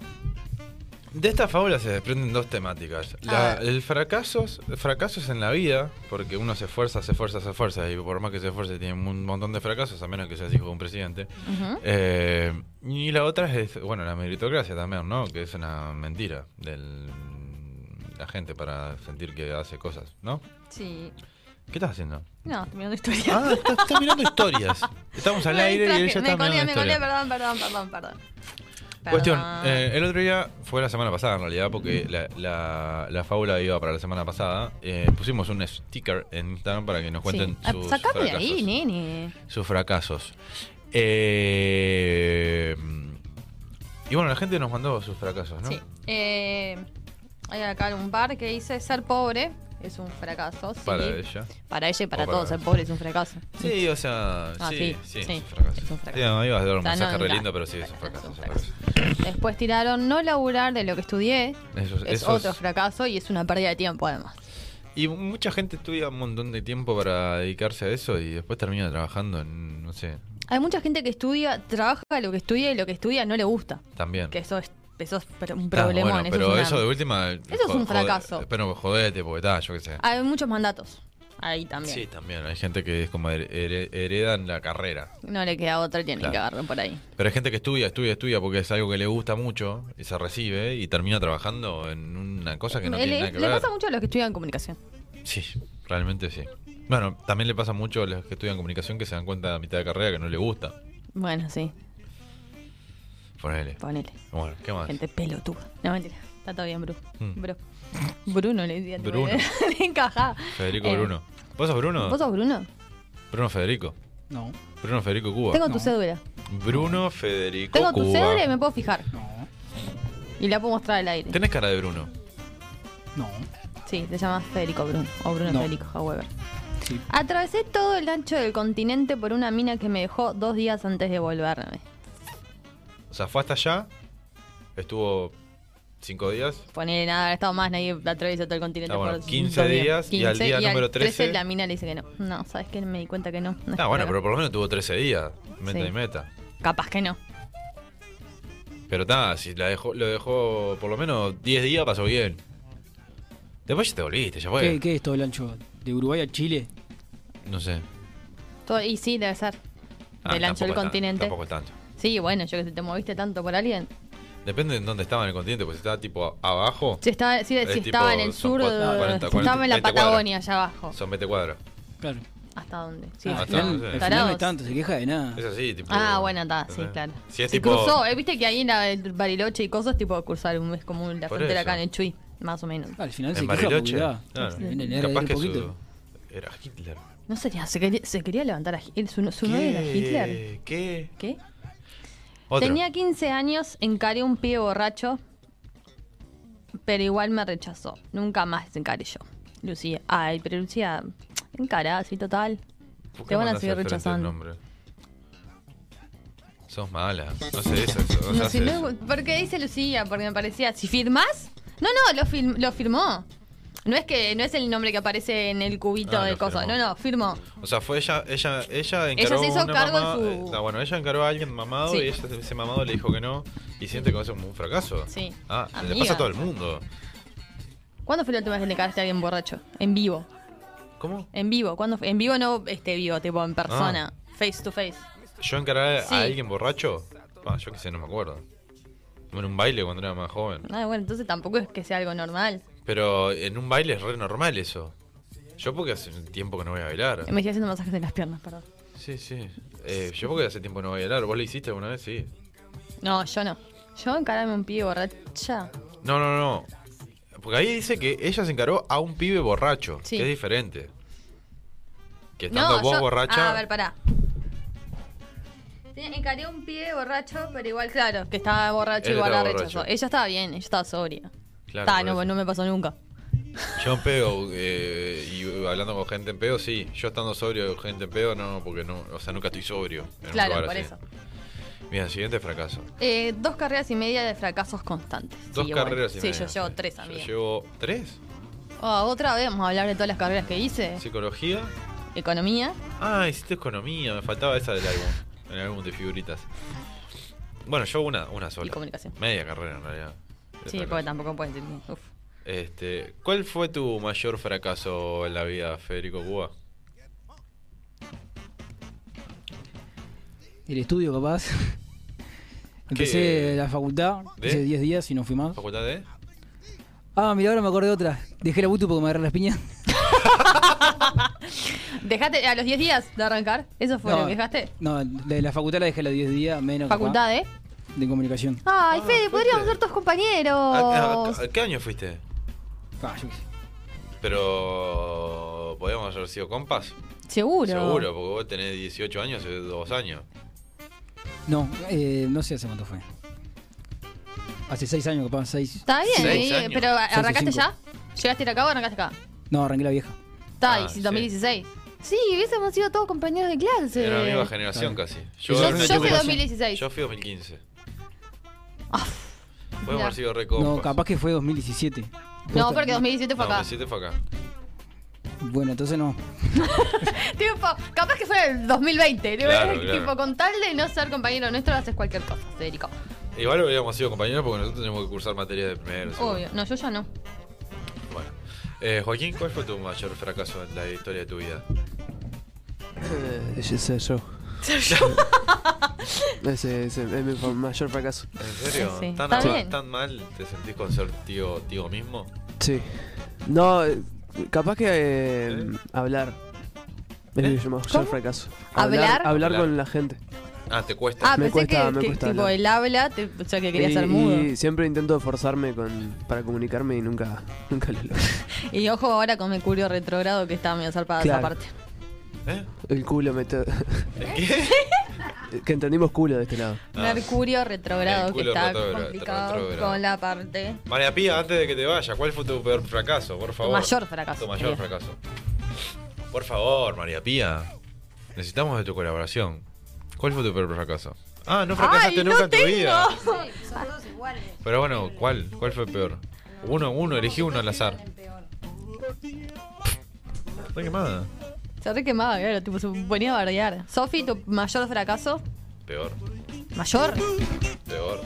[SPEAKER 2] De esta fábula se desprenden dos temáticas. La-
[SPEAKER 17] A ver.
[SPEAKER 2] el fracasos, fracasos en la vida, porque uno se esfuerza, se esfuerza, se esfuerza, y por más que se esfuerce tiene un montón de fracasos, a menos que seas hijo de un presidente.
[SPEAKER 17] Ujú.
[SPEAKER 2] Eh, y la otra es, bueno, la meritocracia también, ¿no? Que es una mentira de la gente para sentir que hace cosas, ¿no?
[SPEAKER 3] Sí.
[SPEAKER 2] ¿Qué estás haciendo?
[SPEAKER 3] No, estoy mirando historia.
[SPEAKER 2] Ah, estás, estás mirando historias. Estamos al
[SPEAKER 3] Me
[SPEAKER 2] aire y
[SPEAKER 3] distraje,
[SPEAKER 2] ella
[SPEAKER 3] Me
[SPEAKER 2] está
[SPEAKER 3] colé, me
[SPEAKER 2] mirando
[SPEAKER 3] colé,
[SPEAKER 2] historias.
[SPEAKER 3] perdón, perdón, perdón, perdón.
[SPEAKER 2] Cuestión,
[SPEAKER 3] Perdón.
[SPEAKER 2] eh, el otro día fue la semana pasada en realidad, porque la, la, la fábula iba para la semana pasada. Eh, pusimos un sticker en Instagram para que nos cuenten
[SPEAKER 3] Sí. Ah,
[SPEAKER 2] sus,
[SPEAKER 3] Sacame de
[SPEAKER 2] fracasos,
[SPEAKER 3] ahí, nene.
[SPEAKER 2] sus fracasos. Eh, y bueno, la gente nos mandó sus fracasos, ¿no?
[SPEAKER 3] Sí. Eh, hay acá un par que dice ser pobre es un fracaso. sí.
[SPEAKER 2] Para ella.
[SPEAKER 3] Para ella y para
[SPEAKER 2] O para-
[SPEAKER 3] todos, ser pobre es un fracaso.
[SPEAKER 2] Sí, o sea,
[SPEAKER 3] Ah,
[SPEAKER 2] sí,
[SPEAKER 3] sí,
[SPEAKER 2] sí,
[SPEAKER 3] sí,
[SPEAKER 2] es un fracaso.
[SPEAKER 3] es un fracaso.
[SPEAKER 2] Sí, no, ibas a dar un
[SPEAKER 3] O sea,
[SPEAKER 2] mensaje
[SPEAKER 3] no,
[SPEAKER 2] re
[SPEAKER 3] no,
[SPEAKER 2] lindo, pero sí, es un fracaso. es un fracaso.
[SPEAKER 3] Después tiraron no laburar de lo que estudié.
[SPEAKER 2] Eso es-
[SPEAKER 3] es
[SPEAKER 2] eso es-
[SPEAKER 3] otro fracaso y es una pérdida de tiempo además.
[SPEAKER 2] Y mucha gente estudia un montón de tiempo para dedicarse a eso y después termina trabajando en, no sé,
[SPEAKER 3] Hay mucha gente que estudia, trabaja lo que estudia y lo que estudia no le gusta.
[SPEAKER 2] también.
[SPEAKER 3] Que eso es, eso es pero un
[SPEAKER 2] Claro,
[SPEAKER 3] problemón.
[SPEAKER 2] Ah, bueno,
[SPEAKER 3] eso
[SPEAKER 2] pero
[SPEAKER 3] es una-
[SPEAKER 2] eso de última.
[SPEAKER 3] es un fracaso. Ah,
[SPEAKER 2] pero jodete, porque está, yo qué sé.
[SPEAKER 3] Hay muchos mandatos ahí también.
[SPEAKER 2] Sí, también. Hay gente que es como her- her- heredan la carrera.
[SPEAKER 3] No le queda otra, tiene
[SPEAKER 2] Claro.
[SPEAKER 3] que agarrar por ahí.
[SPEAKER 2] Pero hay gente que estudia, estudia, estudia porque es algo que le gusta mucho y se recibe y termina trabajando en una cosa que no
[SPEAKER 3] le
[SPEAKER 2] tiene nada que
[SPEAKER 3] le
[SPEAKER 2] ver.
[SPEAKER 3] pasa mucho a los que estudian comunicación.
[SPEAKER 2] Sí, realmente sí. Bueno, también le pasa mucho a los que estudian comunicación que se dan cuenta a mitad de carrera que no le gusta.
[SPEAKER 3] Bueno, sí.
[SPEAKER 2] Ponele.
[SPEAKER 3] Ponele.
[SPEAKER 2] Bueno, ¿qué más?
[SPEAKER 3] Gente pelotuda. No, mentira. Está todo bien, Bru.
[SPEAKER 2] Mm.
[SPEAKER 3] Bru. Bruno le decía.
[SPEAKER 2] Bruno.
[SPEAKER 3] le encajaba.
[SPEAKER 2] Federico
[SPEAKER 3] Eh,
[SPEAKER 2] Bruno. ¿Vos sos Bruno?
[SPEAKER 3] ¿Vos sos Bruno?
[SPEAKER 2] Bruno Federico.
[SPEAKER 7] No.
[SPEAKER 2] Bruno Federico Cuba.
[SPEAKER 3] Tengo tu cédula.
[SPEAKER 2] Bruno Federico
[SPEAKER 3] Tengo tu
[SPEAKER 2] Cuba.
[SPEAKER 3] cédula y me puedo fijar. Y la puedo mostrar al aire.
[SPEAKER 2] Tenés cara de Bruno.
[SPEAKER 3] Sí, te llamas Federico Bruno. O Bruno
[SPEAKER 2] No.
[SPEAKER 3] Federico However. Atravesé todo el ancho del continente por una mina que me dejó dos días antes de volverme.
[SPEAKER 2] O sea, fue hasta allá, estuvo cinco días,
[SPEAKER 3] Ponele nada, ha estado más, nadie atraviesa todo el continente
[SPEAKER 2] Ah, bueno,
[SPEAKER 3] por
[SPEAKER 2] 15
[SPEAKER 3] dos
[SPEAKER 2] días, y al día número 13.
[SPEAKER 3] la mina le dice que no. No, sabes que me di cuenta que no. No es
[SPEAKER 2] Ah, bueno,
[SPEAKER 3] claro.
[SPEAKER 2] pero por lo menos tuvo 13 días, meta
[SPEAKER 3] Sí.
[SPEAKER 2] y meta.
[SPEAKER 3] Capaz que no.
[SPEAKER 2] Pero nada, si la dejó, lo dejó por lo menos 10 días, pasó bien. Después ya te volviste, ya fue.
[SPEAKER 7] ¿Qué, qué es todo el ancho? ¿De Uruguay a Chile?
[SPEAKER 2] No sé.
[SPEAKER 3] Todo- y sí, debe ser.
[SPEAKER 2] Ah,
[SPEAKER 3] del ancho del
[SPEAKER 2] tampoco es tan-
[SPEAKER 3] continente.
[SPEAKER 2] Tampoco es tanto.
[SPEAKER 3] Sí, bueno, yo que sé, te moviste tanto por alguien.
[SPEAKER 2] Depende de dónde estaba en el continente, porque si estaba tipo a- abajo.
[SPEAKER 3] Si estaba, si,
[SPEAKER 2] es
[SPEAKER 3] si
[SPEAKER 2] tipo-
[SPEAKER 3] estaba en el
[SPEAKER 2] son
[SPEAKER 3] sur,
[SPEAKER 2] cuatro-
[SPEAKER 3] de-
[SPEAKER 2] 40,
[SPEAKER 3] si estaba en la
[SPEAKER 2] 40 cuadras.
[SPEAKER 3] Patagonia, allá abajo.
[SPEAKER 2] Son 20 cuadros.
[SPEAKER 7] Claro.
[SPEAKER 3] ¿Hasta dónde? Sí,
[SPEAKER 7] Ah,
[SPEAKER 2] Ah,
[SPEAKER 7] al
[SPEAKER 2] está,
[SPEAKER 7] final,
[SPEAKER 2] no sé.
[SPEAKER 7] al final no
[SPEAKER 3] Tarados.
[SPEAKER 7] es tanto, se queja de nada.
[SPEAKER 2] Es así, tipo.
[SPEAKER 3] Ah, bueno, está, sí, claro.
[SPEAKER 2] Si es
[SPEAKER 3] Se
[SPEAKER 2] tipo.
[SPEAKER 3] cruzó, eh, viste que ahí en la el Bariloche y cosas, tipo cruzar un mes como la
[SPEAKER 2] Por
[SPEAKER 3] frontera
[SPEAKER 2] eso.
[SPEAKER 3] acá en el Chuy, más o menos.
[SPEAKER 7] Al final se
[SPEAKER 2] en
[SPEAKER 7] queja
[SPEAKER 2] Bariloche.
[SPEAKER 7] porque, ah,
[SPEAKER 2] Claro.
[SPEAKER 7] viene el aire
[SPEAKER 2] Capaz
[SPEAKER 7] un
[SPEAKER 2] que
[SPEAKER 7] poquito.
[SPEAKER 2] su- era Hitler.
[SPEAKER 3] No sería, se quería, se quería levantar a Hitler. ¿Su, su novio era Hitler?
[SPEAKER 2] ¿Qué?
[SPEAKER 3] ¿Qué?
[SPEAKER 2] Otro.
[SPEAKER 3] Tenía 15 años, encaré un pie borracho, pero igual me rechazó. Nunca más encaré yo. Lucía, ay, pero Lucía, encará, así total.
[SPEAKER 2] ¿Por qué
[SPEAKER 3] Te van a
[SPEAKER 2] mandás
[SPEAKER 3] seguir
[SPEAKER 2] al frente el
[SPEAKER 3] rechazando.
[SPEAKER 2] nombre? Sos mala. No sé eso.
[SPEAKER 3] No,
[SPEAKER 2] No, se
[SPEAKER 3] si
[SPEAKER 2] hace
[SPEAKER 3] no-
[SPEAKER 2] eso.
[SPEAKER 3] porque dice Lucía, porque me parecía, si firmás, no, no, lo, fir- lo firmó. No es que no es el nombre que aparece en el cubito
[SPEAKER 2] Ah,
[SPEAKER 3] de
[SPEAKER 2] lo
[SPEAKER 3] cosa,
[SPEAKER 2] firmó.
[SPEAKER 3] no, no, firmó.
[SPEAKER 2] O sea, fue ella, ella, ella encaró
[SPEAKER 3] se hizo
[SPEAKER 2] una
[SPEAKER 3] cargo de
[SPEAKER 2] mamá-
[SPEAKER 3] su-
[SPEAKER 2] eh, no, bueno, ella encaró a alguien mamado
[SPEAKER 3] Sí.
[SPEAKER 2] y ella, ese mamado le dijo que no y siente que va a ser como un fracaso.
[SPEAKER 3] Sí.
[SPEAKER 2] Ah, le
[SPEAKER 3] Amiga.
[SPEAKER 2] pasa a todo el mundo.
[SPEAKER 3] ¿Cuándo fue la última vez que le cagaste a alguien borracho? En vivo.
[SPEAKER 2] ¿Cómo?
[SPEAKER 3] En vivo, ¿cuándo fue? En vivo no este vivo, tipo en persona,
[SPEAKER 2] Ah.
[SPEAKER 3] face to face.
[SPEAKER 2] Yo encaré
[SPEAKER 3] Sí.
[SPEAKER 2] a alguien borracho. Ah, yo qué sé, no me acuerdo. En un baile cuando era más joven.
[SPEAKER 3] Ah, bueno, entonces tampoco es que sea algo normal.
[SPEAKER 2] Pero en un baile es re normal eso. Yo porque hace un tiempo que no voy a bailar.
[SPEAKER 3] Me estoy haciendo masajes de las piernas, perdón.
[SPEAKER 2] Sí, sí. Eh, yo porque hace tiempo que no voy a bailar. ¿Vos lo hiciste alguna vez? Sí.
[SPEAKER 3] No, yo no. Yo encararme a un pibe borracha.
[SPEAKER 2] No, no, no. Porque ahí dice que ella se encaró a un pibe borracho,
[SPEAKER 3] Sí.
[SPEAKER 2] que es diferente. Que estando
[SPEAKER 3] No,
[SPEAKER 2] vos
[SPEAKER 3] yo-
[SPEAKER 2] borracha.
[SPEAKER 3] Ah, a ver, pará. Sí, Encaré un pie borracho, pero igual, claro, que estaba borracho,
[SPEAKER 2] Él
[SPEAKER 3] igual la
[SPEAKER 2] estaba
[SPEAKER 3] rechazó.
[SPEAKER 2] borracho.
[SPEAKER 3] Ella estaba bien, ella estaba sobria.
[SPEAKER 2] Claro,
[SPEAKER 3] Ta,
[SPEAKER 2] por
[SPEAKER 3] no,
[SPEAKER 2] eso.
[SPEAKER 3] no me pasó nunca.
[SPEAKER 2] Yo en pedo, eh, y hablando con gente en pedo, sí. Yo estando sobrio, gente en pedo, no, porque no. O sea, nunca estoy sobrio. en un
[SPEAKER 3] Claro,
[SPEAKER 2] lugar
[SPEAKER 3] por
[SPEAKER 2] así.
[SPEAKER 3] eso.
[SPEAKER 2] Bien, siguiente fracaso.
[SPEAKER 3] Eh, dos carreras y media de fracasos constantes.
[SPEAKER 2] Dos
[SPEAKER 3] Sí, bueno.
[SPEAKER 2] carreras y
[SPEAKER 3] Sí,
[SPEAKER 2] media.
[SPEAKER 3] yo llevo tres,
[SPEAKER 2] Yo
[SPEAKER 3] amiga.
[SPEAKER 2] llevo tres.
[SPEAKER 3] Ah, Otra vez vamos a hablar de todas las carreras que hice.
[SPEAKER 2] Psicología.
[SPEAKER 3] Economía.
[SPEAKER 2] Ah, hiciste economía. Me faltaba esa del álbum. El álbum de figuritas. Bueno, yo una, una sola.
[SPEAKER 3] Y comunicación.
[SPEAKER 2] Media carrera en realidad.
[SPEAKER 3] Sí, porque tampoco puedes decir. Uf.
[SPEAKER 2] Este, ¿Cuál fue tu mayor fracaso en la vida, Federico Cuba?
[SPEAKER 7] El estudio, capaz. Empecé la facultad
[SPEAKER 2] ¿De?
[SPEAKER 7] hace 10 días y no fui más.
[SPEAKER 2] ¿Facultad de?
[SPEAKER 7] Ah, mira, ahora me acordé de otra. Dejé la butu porque me agarré las piñas.
[SPEAKER 3] Dejaste a los 10 días de arrancar. Eso fue
[SPEAKER 7] No.
[SPEAKER 3] lo que dejaste.
[SPEAKER 7] No, de la facultad la dejé a los 10 días, menos. capaz,
[SPEAKER 3] Facultad, ¿eh?
[SPEAKER 7] De comunicación.
[SPEAKER 3] Ay, Fede, podríamos ser tus
[SPEAKER 2] ¿A,
[SPEAKER 3] compañeros.
[SPEAKER 2] a- a- Ah, qué año fuiste?
[SPEAKER 7] Oh. Ah, yo qué sé.
[SPEAKER 2] Pero. ¿Podríamos haber sido compas?
[SPEAKER 3] Seguro.
[SPEAKER 2] Seguro, porque vos tenés 18 años, hace dos años.
[SPEAKER 7] No, eh, no sé hace cuánto fue. Hace 6 años, capaz, 6.
[SPEAKER 3] Está bien,
[SPEAKER 7] Seis
[SPEAKER 3] eh,
[SPEAKER 7] años.
[SPEAKER 3] pero
[SPEAKER 7] Seis o
[SPEAKER 3] ¿arrancaste
[SPEAKER 7] cinco.
[SPEAKER 3] ya? ¿Llegaste a ir acá o arrancaste acá?
[SPEAKER 7] No, arranqué la vieja.
[SPEAKER 3] Está,
[SPEAKER 7] Ah,
[SPEAKER 3] y si
[SPEAKER 7] sí.
[SPEAKER 3] 2016. Sí, hubiésemos sido todos compañeros de clase.
[SPEAKER 2] Era la misma generación casi.
[SPEAKER 3] Eh, Yo-
[SPEAKER 2] era
[SPEAKER 3] yo
[SPEAKER 2] de
[SPEAKER 3] fui
[SPEAKER 2] 2015.
[SPEAKER 3] 2016.
[SPEAKER 2] Yo fui 2015.
[SPEAKER 3] Ah.
[SPEAKER 2] Podemos haber sido re
[SPEAKER 7] No,
[SPEAKER 2] compas.
[SPEAKER 7] capaz que fue 2017.
[SPEAKER 3] No, porque 2017 fue
[SPEAKER 2] No,
[SPEAKER 3] acá.
[SPEAKER 2] 2017 fue acá.
[SPEAKER 7] Bueno, entonces no.
[SPEAKER 3] Tipo, capaz que fue el 2020. ¿no?
[SPEAKER 2] Claro,
[SPEAKER 3] tipo,
[SPEAKER 2] claro.
[SPEAKER 3] con tal de no ser compañero nuestro, haces cualquier cosa, Federico.
[SPEAKER 2] Igual hubiéramos sido compañeros porque nosotros tenemos que cursar materias de primero. segundo.
[SPEAKER 3] Obvio. No, yo ya no.
[SPEAKER 2] Bueno. Eh, Joaquín, ¿cuál fue tu mayor fracaso en la historia de tu vida?
[SPEAKER 5] Eh, Ese soy yo. Ese, ese es mi fa- mayor fracaso.
[SPEAKER 2] ¿En serio? ¿Tan,
[SPEAKER 5] Sí.
[SPEAKER 2] mal, ¿Tan mal te sentís con ser tío, tío mismo?
[SPEAKER 5] Sí. No, eh, capaz que eh, hablar.
[SPEAKER 2] ¿Eh?
[SPEAKER 5] Es mi mayor fracaso.
[SPEAKER 3] ¿Hablar?
[SPEAKER 5] Hablar, con la gente.
[SPEAKER 2] Ah, te cuesta.
[SPEAKER 3] Ah,
[SPEAKER 5] me
[SPEAKER 3] pensé
[SPEAKER 5] cuesta,
[SPEAKER 3] que,
[SPEAKER 5] me
[SPEAKER 3] que,
[SPEAKER 5] cuesta.
[SPEAKER 3] tipo,
[SPEAKER 5] hablar.
[SPEAKER 3] el habla, te- o sea, que quería
[SPEAKER 5] Y-
[SPEAKER 3] ser mudo.
[SPEAKER 5] Y siempre intento esforzarme con, para comunicarme y nunca, nunca lo logro.
[SPEAKER 3] Y ojo ahora con Mercurio retrógrado que está medio zarpada Ah, esa
[SPEAKER 5] Claro.
[SPEAKER 3] parte.
[SPEAKER 2] ¿Eh?
[SPEAKER 5] El culo me... te- que entendimos culo de este lado.
[SPEAKER 3] Mercurio retrógrado
[SPEAKER 2] El
[SPEAKER 3] que
[SPEAKER 2] culo
[SPEAKER 3] está
[SPEAKER 2] Ah. retrógrado,
[SPEAKER 3] complicado
[SPEAKER 2] retrógrado.
[SPEAKER 3] con la parte.
[SPEAKER 2] María Pía, antes de que te vayas, ¿cuál fue tu peor fracaso? Por favor.
[SPEAKER 3] mayor fracaso,
[SPEAKER 2] Tu mayor
[SPEAKER 3] María.
[SPEAKER 2] fracaso. Por favor, María Pía. Necesitamos de tu colaboración. ¿Cuál fue tu peor fracaso? Ah, no fracasaste
[SPEAKER 13] Ay, no
[SPEAKER 2] nunca en tu
[SPEAKER 13] tengo.
[SPEAKER 2] vida.
[SPEAKER 13] Son todos iguales.
[SPEAKER 2] Pero bueno, ¿cuál? ¿Cuál fue peor? Uno, uno, elegí uno al azar. Estoy quemada.
[SPEAKER 3] Se re quemaba, claro, tipo, se ponía a bardear. Sofi, tu mayor fracaso.
[SPEAKER 2] Peor,
[SPEAKER 3] Mayor.
[SPEAKER 2] peor.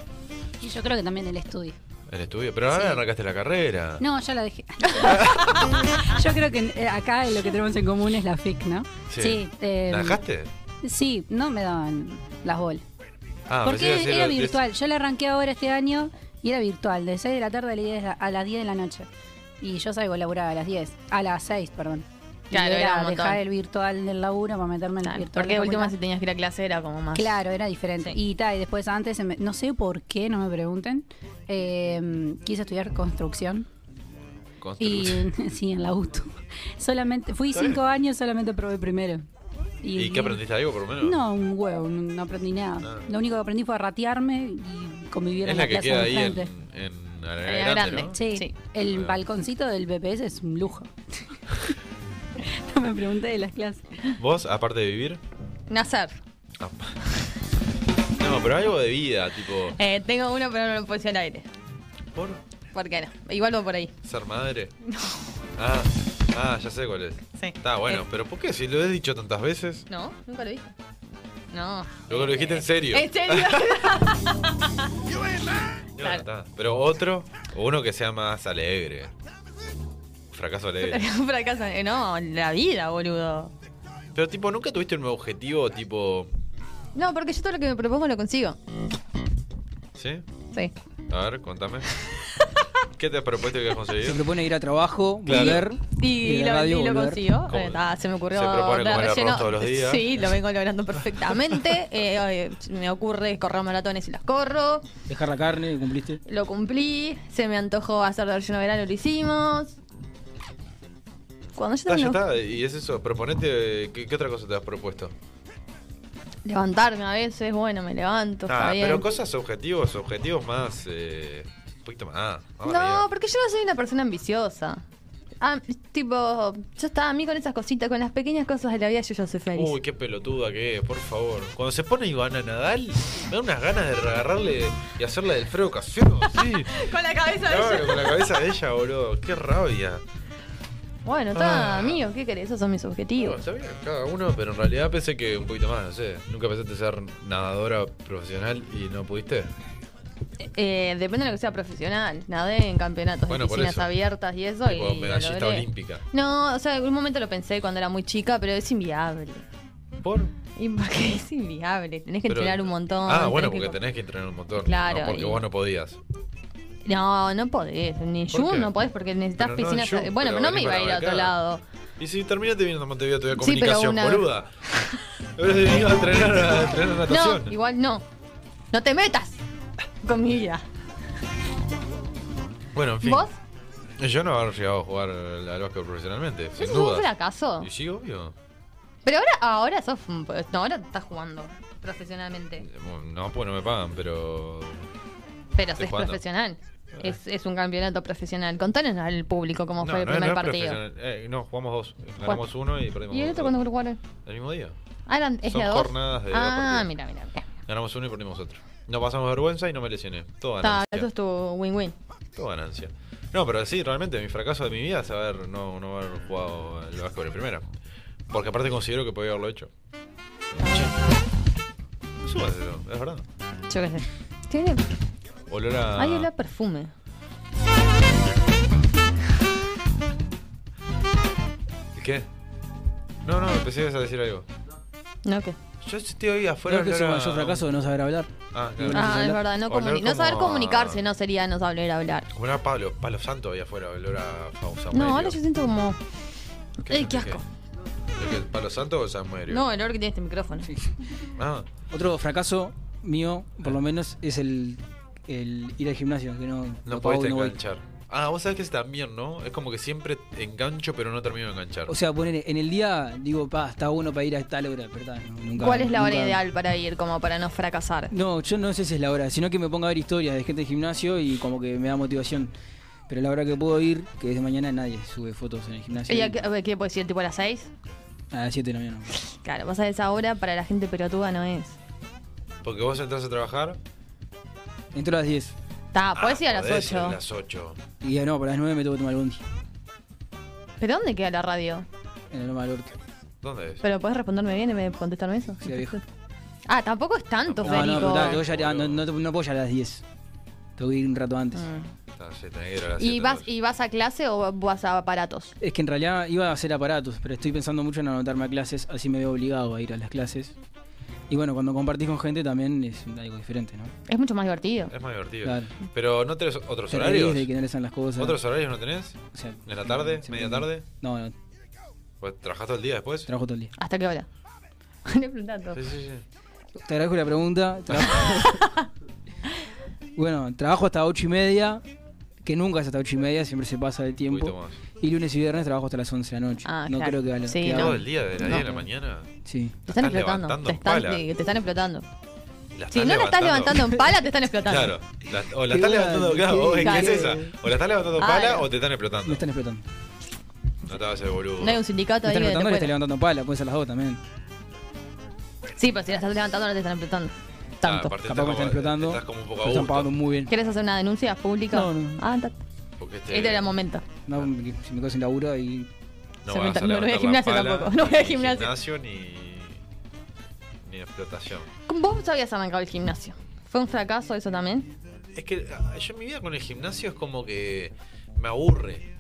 [SPEAKER 4] Y yo creo que también el estudio.
[SPEAKER 2] El estudio. Pero ahora arrancaste la carrera.
[SPEAKER 4] No, ya la dejé. yo creo que eh, acá lo que tenemos en común es la FIC, ¿no? eh,
[SPEAKER 3] Em,
[SPEAKER 2] ¿La dejaste?
[SPEAKER 4] Sí, no me daban las bolas.
[SPEAKER 2] Ah, pensé
[SPEAKER 4] Porque
[SPEAKER 2] que
[SPEAKER 4] era
[SPEAKER 2] era-
[SPEAKER 4] virtual. Yo la arranqué ahora este año y era virtual. De 6 de la tarde a las 10 de la- a las 10 de la noche. Y yo salgo a laburar a las 10. A las 6, perdón. Y
[SPEAKER 3] Claro, era un montón.
[SPEAKER 4] dejar el virtual del laburo para meterme en el virtual.
[SPEAKER 3] Porque
[SPEAKER 4] de
[SPEAKER 3] de
[SPEAKER 4] la
[SPEAKER 3] última,
[SPEAKER 4] facultad.
[SPEAKER 3] si tenías que ir a clase, era como más.
[SPEAKER 4] Claro, era diferente. Y ta, y después antes, se me- no sé por qué, no me pregunten, eh, quise estudiar construcción. Y sí, en la UTU. Solamente, fui
[SPEAKER 2] Está bien.
[SPEAKER 4] cinco años, solamente probé primero.
[SPEAKER 2] ¿Y, qué aprendiste algo por lo menos?
[SPEAKER 4] No, un huevo, no, no aprendí nada.
[SPEAKER 2] Nada.
[SPEAKER 4] Lo único que aprendí fue a ratearme y convivir
[SPEAKER 2] Es
[SPEAKER 4] en
[SPEAKER 2] la
[SPEAKER 4] la
[SPEAKER 2] que
[SPEAKER 4] plaza
[SPEAKER 2] queda
[SPEAKER 4] de
[SPEAKER 2] ahí en,
[SPEAKER 4] enfrente.
[SPEAKER 2] en Arenal Eh, Grande, ¿no?
[SPEAKER 4] Sí. el balconcito del BPS es un lujo. no me pregunté de las clases.
[SPEAKER 2] ¿Vos, aparte de vivir?
[SPEAKER 3] Nacer.
[SPEAKER 2] Ah. No, pero algo de vida, tipo
[SPEAKER 3] Eh, tengo uno, pero no lo puse al aire.
[SPEAKER 2] ¿Por?
[SPEAKER 3] ¿Por qué no? Igual va por ahí.
[SPEAKER 2] ser madre. Ah, ah, ya sé cuál es.
[SPEAKER 3] Sí.
[SPEAKER 2] Está bueno, pero ¿por qué? Si lo he dicho tantas veces.
[SPEAKER 3] No, nunca lo dije. No.
[SPEAKER 2] Luego lo dijiste en serio.
[SPEAKER 3] ¿En serio?
[SPEAKER 2] No, está. Pero otro, o uno que sea más alegre. Fracaso alegre.
[SPEAKER 3] Fracaso. eh, No, la vida, boludo.
[SPEAKER 2] Pero tipo, ¿nunca tuviste un objetivo tipo...
[SPEAKER 3] No, porque yo todo lo que me propongo lo consigo.
[SPEAKER 2] ¿Sí?
[SPEAKER 3] Sí.
[SPEAKER 2] A ver, contame. ¿Qué te has propuesto que has
[SPEAKER 7] Se
[SPEAKER 2] conseguido?
[SPEAKER 7] propone ir a trabajo,
[SPEAKER 2] Claro.
[SPEAKER 7] volver.
[SPEAKER 3] Y,
[SPEAKER 7] de la
[SPEAKER 3] lo,
[SPEAKER 7] radio
[SPEAKER 3] y lo
[SPEAKER 7] volver.
[SPEAKER 3] consigo. Eh, ah, se me ocurrió.
[SPEAKER 2] Se propone
[SPEAKER 3] de
[SPEAKER 2] comer arroz todos los días.
[SPEAKER 3] Sí, lo vengo logrando perfectamente. Eh, eh, me ocurre correr maratones y las corro.
[SPEAKER 7] Dejar la carne, cumpliste.
[SPEAKER 3] Lo cumplí. Se me antojó hacer relleno verano, lo hicimos. Cuando yo
[SPEAKER 2] Está, ya
[SPEAKER 3] tengo
[SPEAKER 2] está. Y es eso, proponete... eh, ¿Qué, qué otra cosa te has propuesto?
[SPEAKER 3] levantarme a veces, bueno, me levanto, está
[SPEAKER 2] Ah,
[SPEAKER 3] bien.
[SPEAKER 2] pero cosas objetivos, objetivos más... Eh, un poquito más. más arriba.
[SPEAKER 3] No, porque yo no soy una persona ambiciosa. Ah, tipo, yo estaba a mí con esas cositas, con las pequeñas cosas de la vida, yo ya soy feliz.
[SPEAKER 2] Uy, qué pelotuda que es, por favor. Cuando se pone Ivana Nadal, me da unas ganas de agarrarle y hacerle del freno casero, sí.
[SPEAKER 3] con la cabeza
[SPEAKER 2] Claro, con la cabeza de ella, boludo. Qué rabia.
[SPEAKER 3] Bueno, está,
[SPEAKER 2] Ah.
[SPEAKER 3] amigo, ¿qué querés? Esos son mis
[SPEAKER 2] No,
[SPEAKER 3] objetivos.
[SPEAKER 2] está bien, cada uno, pero en realidad pensé que un poquito más, no sé. Nunca pensaste ser nadadora profesional y no pudiste.
[SPEAKER 3] eh, depende de lo que sea profesional. Nadé en campeonatos
[SPEAKER 2] Bueno,
[SPEAKER 3] de
[SPEAKER 2] por
[SPEAKER 3] piscinas
[SPEAKER 2] eso.
[SPEAKER 3] abiertas y eso.
[SPEAKER 2] Tipo,
[SPEAKER 3] y lo
[SPEAKER 2] medallista
[SPEAKER 3] logré.
[SPEAKER 2] olímpica.
[SPEAKER 3] No, o sea, en algún momento lo pensé cuando era muy chica, pero es inviable.
[SPEAKER 2] ¿Por?
[SPEAKER 3] Y porque es inviable. Tenés que
[SPEAKER 2] Pero-
[SPEAKER 3] entrenar un montón.
[SPEAKER 2] Ah,
[SPEAKER 3] tenés
[SPEAKER 2] bueno,
[SPEAKER 3] que
[SPEAKER 2] porque tenés que entrenar un montón.
[SPEAKER 3] Claro,
[SPEAKER 2] no, porque
[SPEAKER 3] y-
[SPEAKER 2] vos no podías.
[SPEAKER 3] No, no podés. Ni
[SPEAKER 2] ¿Por
[SPEAKER 3] yo
[SPEAKER 2] qué?
[SPEAKER 3] no podés porque necesitas
[SPEAKER 2] Pero no,
[SPEAKER 3] piscinas.
[SPEAKER 2] yo-
[SPEAKER 3] ab- bueno,
[SPEAKER 2] pero
[SPEAKER 3] pero no me
[SPEAKER 2] venís
[SPEAKER 3] iba a
[SPEAKER 2] para
[SPEAKER 3] ir a otro
[SPEAKER 2] acá.
[SPEAKER 3] lado.
[SPEAKER 2] Y si terminaste viniendo a Montevideo, te voy a
[SPEAKER 3] Sí, pero
[SPEAKER 2] comunicación,
[SPEAKER 3] una-
[SPEAKER 2] boluda. Habrás venido a entrenar a, a entrenar natación.
[SPEAKER 3] No, igual no. No te metas con mi vida.
[SPEAKER 2] Bueno, en fin.
[SPEAKER 3] ¿Vos?
[SPEAKER 2] Yo no haber llegado a jugar al al básquet profesionalmente, sin
[SPEAKER 3] Eso fue un
[SPEAKER 2] duda.
[SPEAKER 3] fracaso.
[SPEAKER 2] Y sí, obvio.
[SPEAKER 3] Pero ahora, ahora sos. No, ahora estás jugando profesionalmente.
[SPEAKER 2] Bueno, No, pues no me pagan, pero.
[SPEAKER 3] Pero
[SPEAKER 2] Estoy
[SPEAKER 3] es
[SPEAKER 2] jugando.
[SPEAKER 3] profesional. Es, es un campeonato profesional. Contanos al público cómo
[SPEAKER 2] No,
[SPEAKER 3] fue el
[SPEAKER 2] no,
[SPEAKER 3] primer
[SPEAKER 2] no es
[SPEAKER 3] partido.
[SPEAKER 2] profesional. Eh, no, jugamos dos. Ganamos uno y perdimos
[SPEAKER 3] ¿Y el otro
[SPEAKER 2] otro.
[SPEAKER 3] cuándo jugaron?
[SPEAKER 2] El mismo día.
[SPEAKER 3] Ah, eran- es
[SPEAKER 2] Son
[SPEAKER 3] de a dos.
[SPEAKER 2] jornadas de dos
[SPEAKER 3] ah,
[SPEAKER 2] partidos.
[SPEAKER 3] mira, mira. mira.
[SPEAKER 2] Ganamos uno y perdimos otro. No pasamos vergüenza y no me lesioné.
[SPEAKER 3] Ta,
[SPEAKER 2] Todo ganancia.
[SPEAKER 3] Ah, eso es tu win-win.
[SPEAKER 2] Todo ganancia. No, pero sí, realmente mi fracaso de mi vida es haber no, no haber jugado el básquet de primera. Porque aparte considero que podía haberlo hecho. No subas eso, es verdad.
[SPEAKER 3] Yo qué sé. Tiene.
[SPEAKER 2] Olor a.
[SPEAKER 3] Ay, olor a perfume.
[SPEAKER 2] ¿Qué? No, no, empecé a decir algo.
[SPEAKER 3] No, ¿qué?
[SPEAKER 2] Yo estoy ahí afuera.
[SPEAKER 7] Creo que
[SPEAKER 2] olor
[SPEAKER 7] su
[SPEAKER 2] a-
[SPEAKER 7] mayor fracaso de no saber hablar.
[SPEAKER 2] Ah, claro.
[SPEAKER 3] Ah, es verdad, no,
[SPEAKER 2] Olor
[SPEAKER 3] comuni- no saber
[SPEAKER 2] como a-
[SPEAKER 3] comunicarse no sería no saber hablar.
[SPEAKER 2] Como era palo, palo santo ahí afuera, olor a Fausa.
[SPEAKER 3] No, ahora yo siento como. ¡Ey, qué asco!
[SPEAKER 2] ¿El palo santo o San Muerio?
[SPEAKER 3] No, el olor que tiene este micrófono.
[SPEAKER 2] Ah.
[SPEAKER 7] Otro fracaso mío, por lo menos, es el, el ir al gimnasio. Que no,
[SPEAKER 2] No
[SPEAKER 7] lo pago
[SPEAKER 2] podés
[SPEAKER 7] y no voy.
[SPEAKER 2] enganchar. Ah, vos sabés que es también, ¿no? Es como que siempre engancho, pero no termino de enganchar.
[SPEAKER 7] O sea, poner en el día, digo, pa, está bueno para ir a tal hora, pero ta, no, nunca.
[SPEAKER 3] ¿Cuál es la hora
[SPEAKER 7] nunca-
[SPEAKER 3] ideal para ir, como para no fracasar?
[SPEAKER 7] No, yo no sé si es la hora, sino que me ponga a ver historias de gente de gimnasio y como que me da motivación. Pero la hora que puedo ir, que es de mañana, nadie sube fotos en el gimnasio.
[SPEAKER 3] ¿Y a qué, a ver, qué puede decir? ¿Tipo a las 6?
[SPEAKER 7] A las 7 de la mañana.
[SPEAKER 3] Claro, pasa que esa hora para la gente pelotuda no es.
[SPEAKER 2] Porque vos entras a trabajar.
[SPEAKER 7] Entro a las 10.
[SPEAKER 3] Ta, podés ir Ah, a las
[SPEAKER 2] Ah, podés ir
[SPEAKER 3] 8.
[SPEAKER 2] A las 8.
[SPEAKER 7] Y ya no, para las 9 me tengo que tomar el bondi.
[SPEAKER 3] ¿Pero dónde queda la radio?
[SPEAKER 7] En el Loma del Orto.
[SPEAKER 2] ¿Dónde es?
[SPEAKER 3] ¿Pero podés responderme bien y me- contestarme eso?
[SPEAKER 7] Sí, viejo.
[SPEAKER 3] Ah, tampoco es tanto,
[SPEAKER 7] No, no,
[SPEAKER 3] Federico.
[SPEAKER 7] pero ta, que vos ya- ah, no, no, te- no puedo ya a las 10. Tengo que ir un rato antes.
[SPEAKER 2] Ah, sí, tenés que ir a las
[SPEAKER 3] Mm. ¿Y
[SPEAKER 2] 7,
[SPEAKER 3] vas, ¿Y vas a clase o vas a aparatos?
[SPEAKER 7] Es que en realidad iba a hacer aparatos, pero estoy pensando mucho en anotarme a clases, así me veo obligado a ir a las clases. Y bueno, cuando compartís con gente también es algo diferente, ¿no?
[SPEAKER 3] Es mucho más divertido.
[SPEAKER 2] Es más divertido.
[SPEAKER 7] Claro.
[SPEAKER 2] Pero no tenés otros
[SPEAKER 7] Te
[SPEAKER 2] horarios.
[SPEAKER 7] reís de que no les dan las cosas.
[SPEAKER 2] ¿Otros horarios no tenés?
[SPEAKER 7] O sea,
[SPEAKER 2] ¿En la tarde?
[SPEAKER 7] siempre-
[SPEAKER 2] ¿Media tarde?
[SPEAKER 7] No, no,
[SPEAKER 2] Pues trabajás todo el día después.
[SPEAKER 7] trabajo todo el día.
[SPEAKER 3] ¿Hasta qué hora? Le preguntando.
[SPEAKER 2] Sí, sí, sí.
[SPEAKER 7] Te agradezco la pregunta. Trabajo- bueno, trabajo hasta ocho y media, que nunca es hasta ocho y media, siempre se pasa el
[SPEAKER 2] poquito
[SPEAKER 7] tiempo.
[SPEAKER 2] más.
[SPEAKER 7] Y lunes y viernes trabajo hasta las 11 de la noche.
[SPEAKER 3] Ah,
[SPEAKER 7] no
[SPEAKER 3] claro.
[SPEAKER 7] creo que a la-
[SPEAKER 3] Sí,
[SPEAKER 7] que
[SPEAKER 3] no.
[SPEAKER 2] Todo
[SPEAKER 7] haga-
[SPEAKER 2] el día, de las
[SPEAKER 7] No.
[SPEAKER 2] 10 de la mañana.
[SPEAKER 7] Sí.
[SPEAKER 3] Te están
[SPEAKER 2] Estás
[SPEAKER 3] explotando.
[SPEAKER 2] levantando
[SPEAKER 3] Te
[SPEAKER 2] en
[SPEAKER 3] están,
[SPEAKER 2] pala.
[SPEAKER 3] sí, te están explotando.
[SPEAKER 2] La
[SPEAKER 3] Si no la estás levantando en pala, te están explotando.
[SPEAKER 2] Claro. La- o la
[SPEAKER 7] Qué
[SPEAKER 2] estás levantando,
[SPEAKER 7] bueno,
[SPEAKER 2] claro,
[SPEAKER 7] qué
[SPEAKER 2] ¿qué, es esa?
[SPEAKER 7] bueno.
[SPEAKER 2] O la estás levantando en
[SPEAKER 3] Ah,
[SPEAKER 2] pala
[SPEAKER 3] no.
[SPEAKER 2] o te están explotando.
[SPEAKER 7] Me están explotando. Me
[SPEAKER 2] No te vas a hacer boludo.
[SPEAKER 3] No hay un sindicato ahí
[SPEAKER 7] están
[SPEAKER 3] que te
[SPEAKER 7] explotando y le
[SPEAKER 3] pueda-
[SPEAKER 7] están levantando pala, puede ser las dos también.
[SPEAKER 3] Sí, pero si la estás levantando, no te están explotando. Tanto.
[SPEAKER 2] aparte
[SPEAKER 7] Capaz me
[SPEAKER 2] estás
[SPEAKER 7] están explotando.
[SPEAKER 2] estás como un poco
[SPEAKER 7] pero están
[SPEAKER 2] adulto.
[SPEAKER 7] pagando muy bien.
[SPEAKER 3] ¿Quieres hacer una denuncia pública?
[SPEAKER 7] No, no.
[SPEAKER 3] Ah, ta-
[SPEAKER 2] Porque este-
[SPEAKER 3] este era el momento.
[SPEAKER 7] No, porque si me quedo sin laburo y.
[SPEAKER 2] No
[SPEAKER 3] Se me- no
[SPEAKER 2] vas a
[SPEAKER 3] voy al
[SPEAKER 2] levantar la
[SPEAKER 3] gimnasio
[SPEAKER 2] pala,
[SPEAKER 3] tampoco, no voy al
[SPEAKER 2] ni
[SPEAKER 3] gimnasio.
[SPEAKER 2] ni, ni explotación.
[SPEAKER 3] ¿Vos sabías arrancado el gimnasio? ¿Fue un fracaso eso también?
[SPEAKER 2] Es que ah, yo en mi vida con el gimnasio es como que me aburre.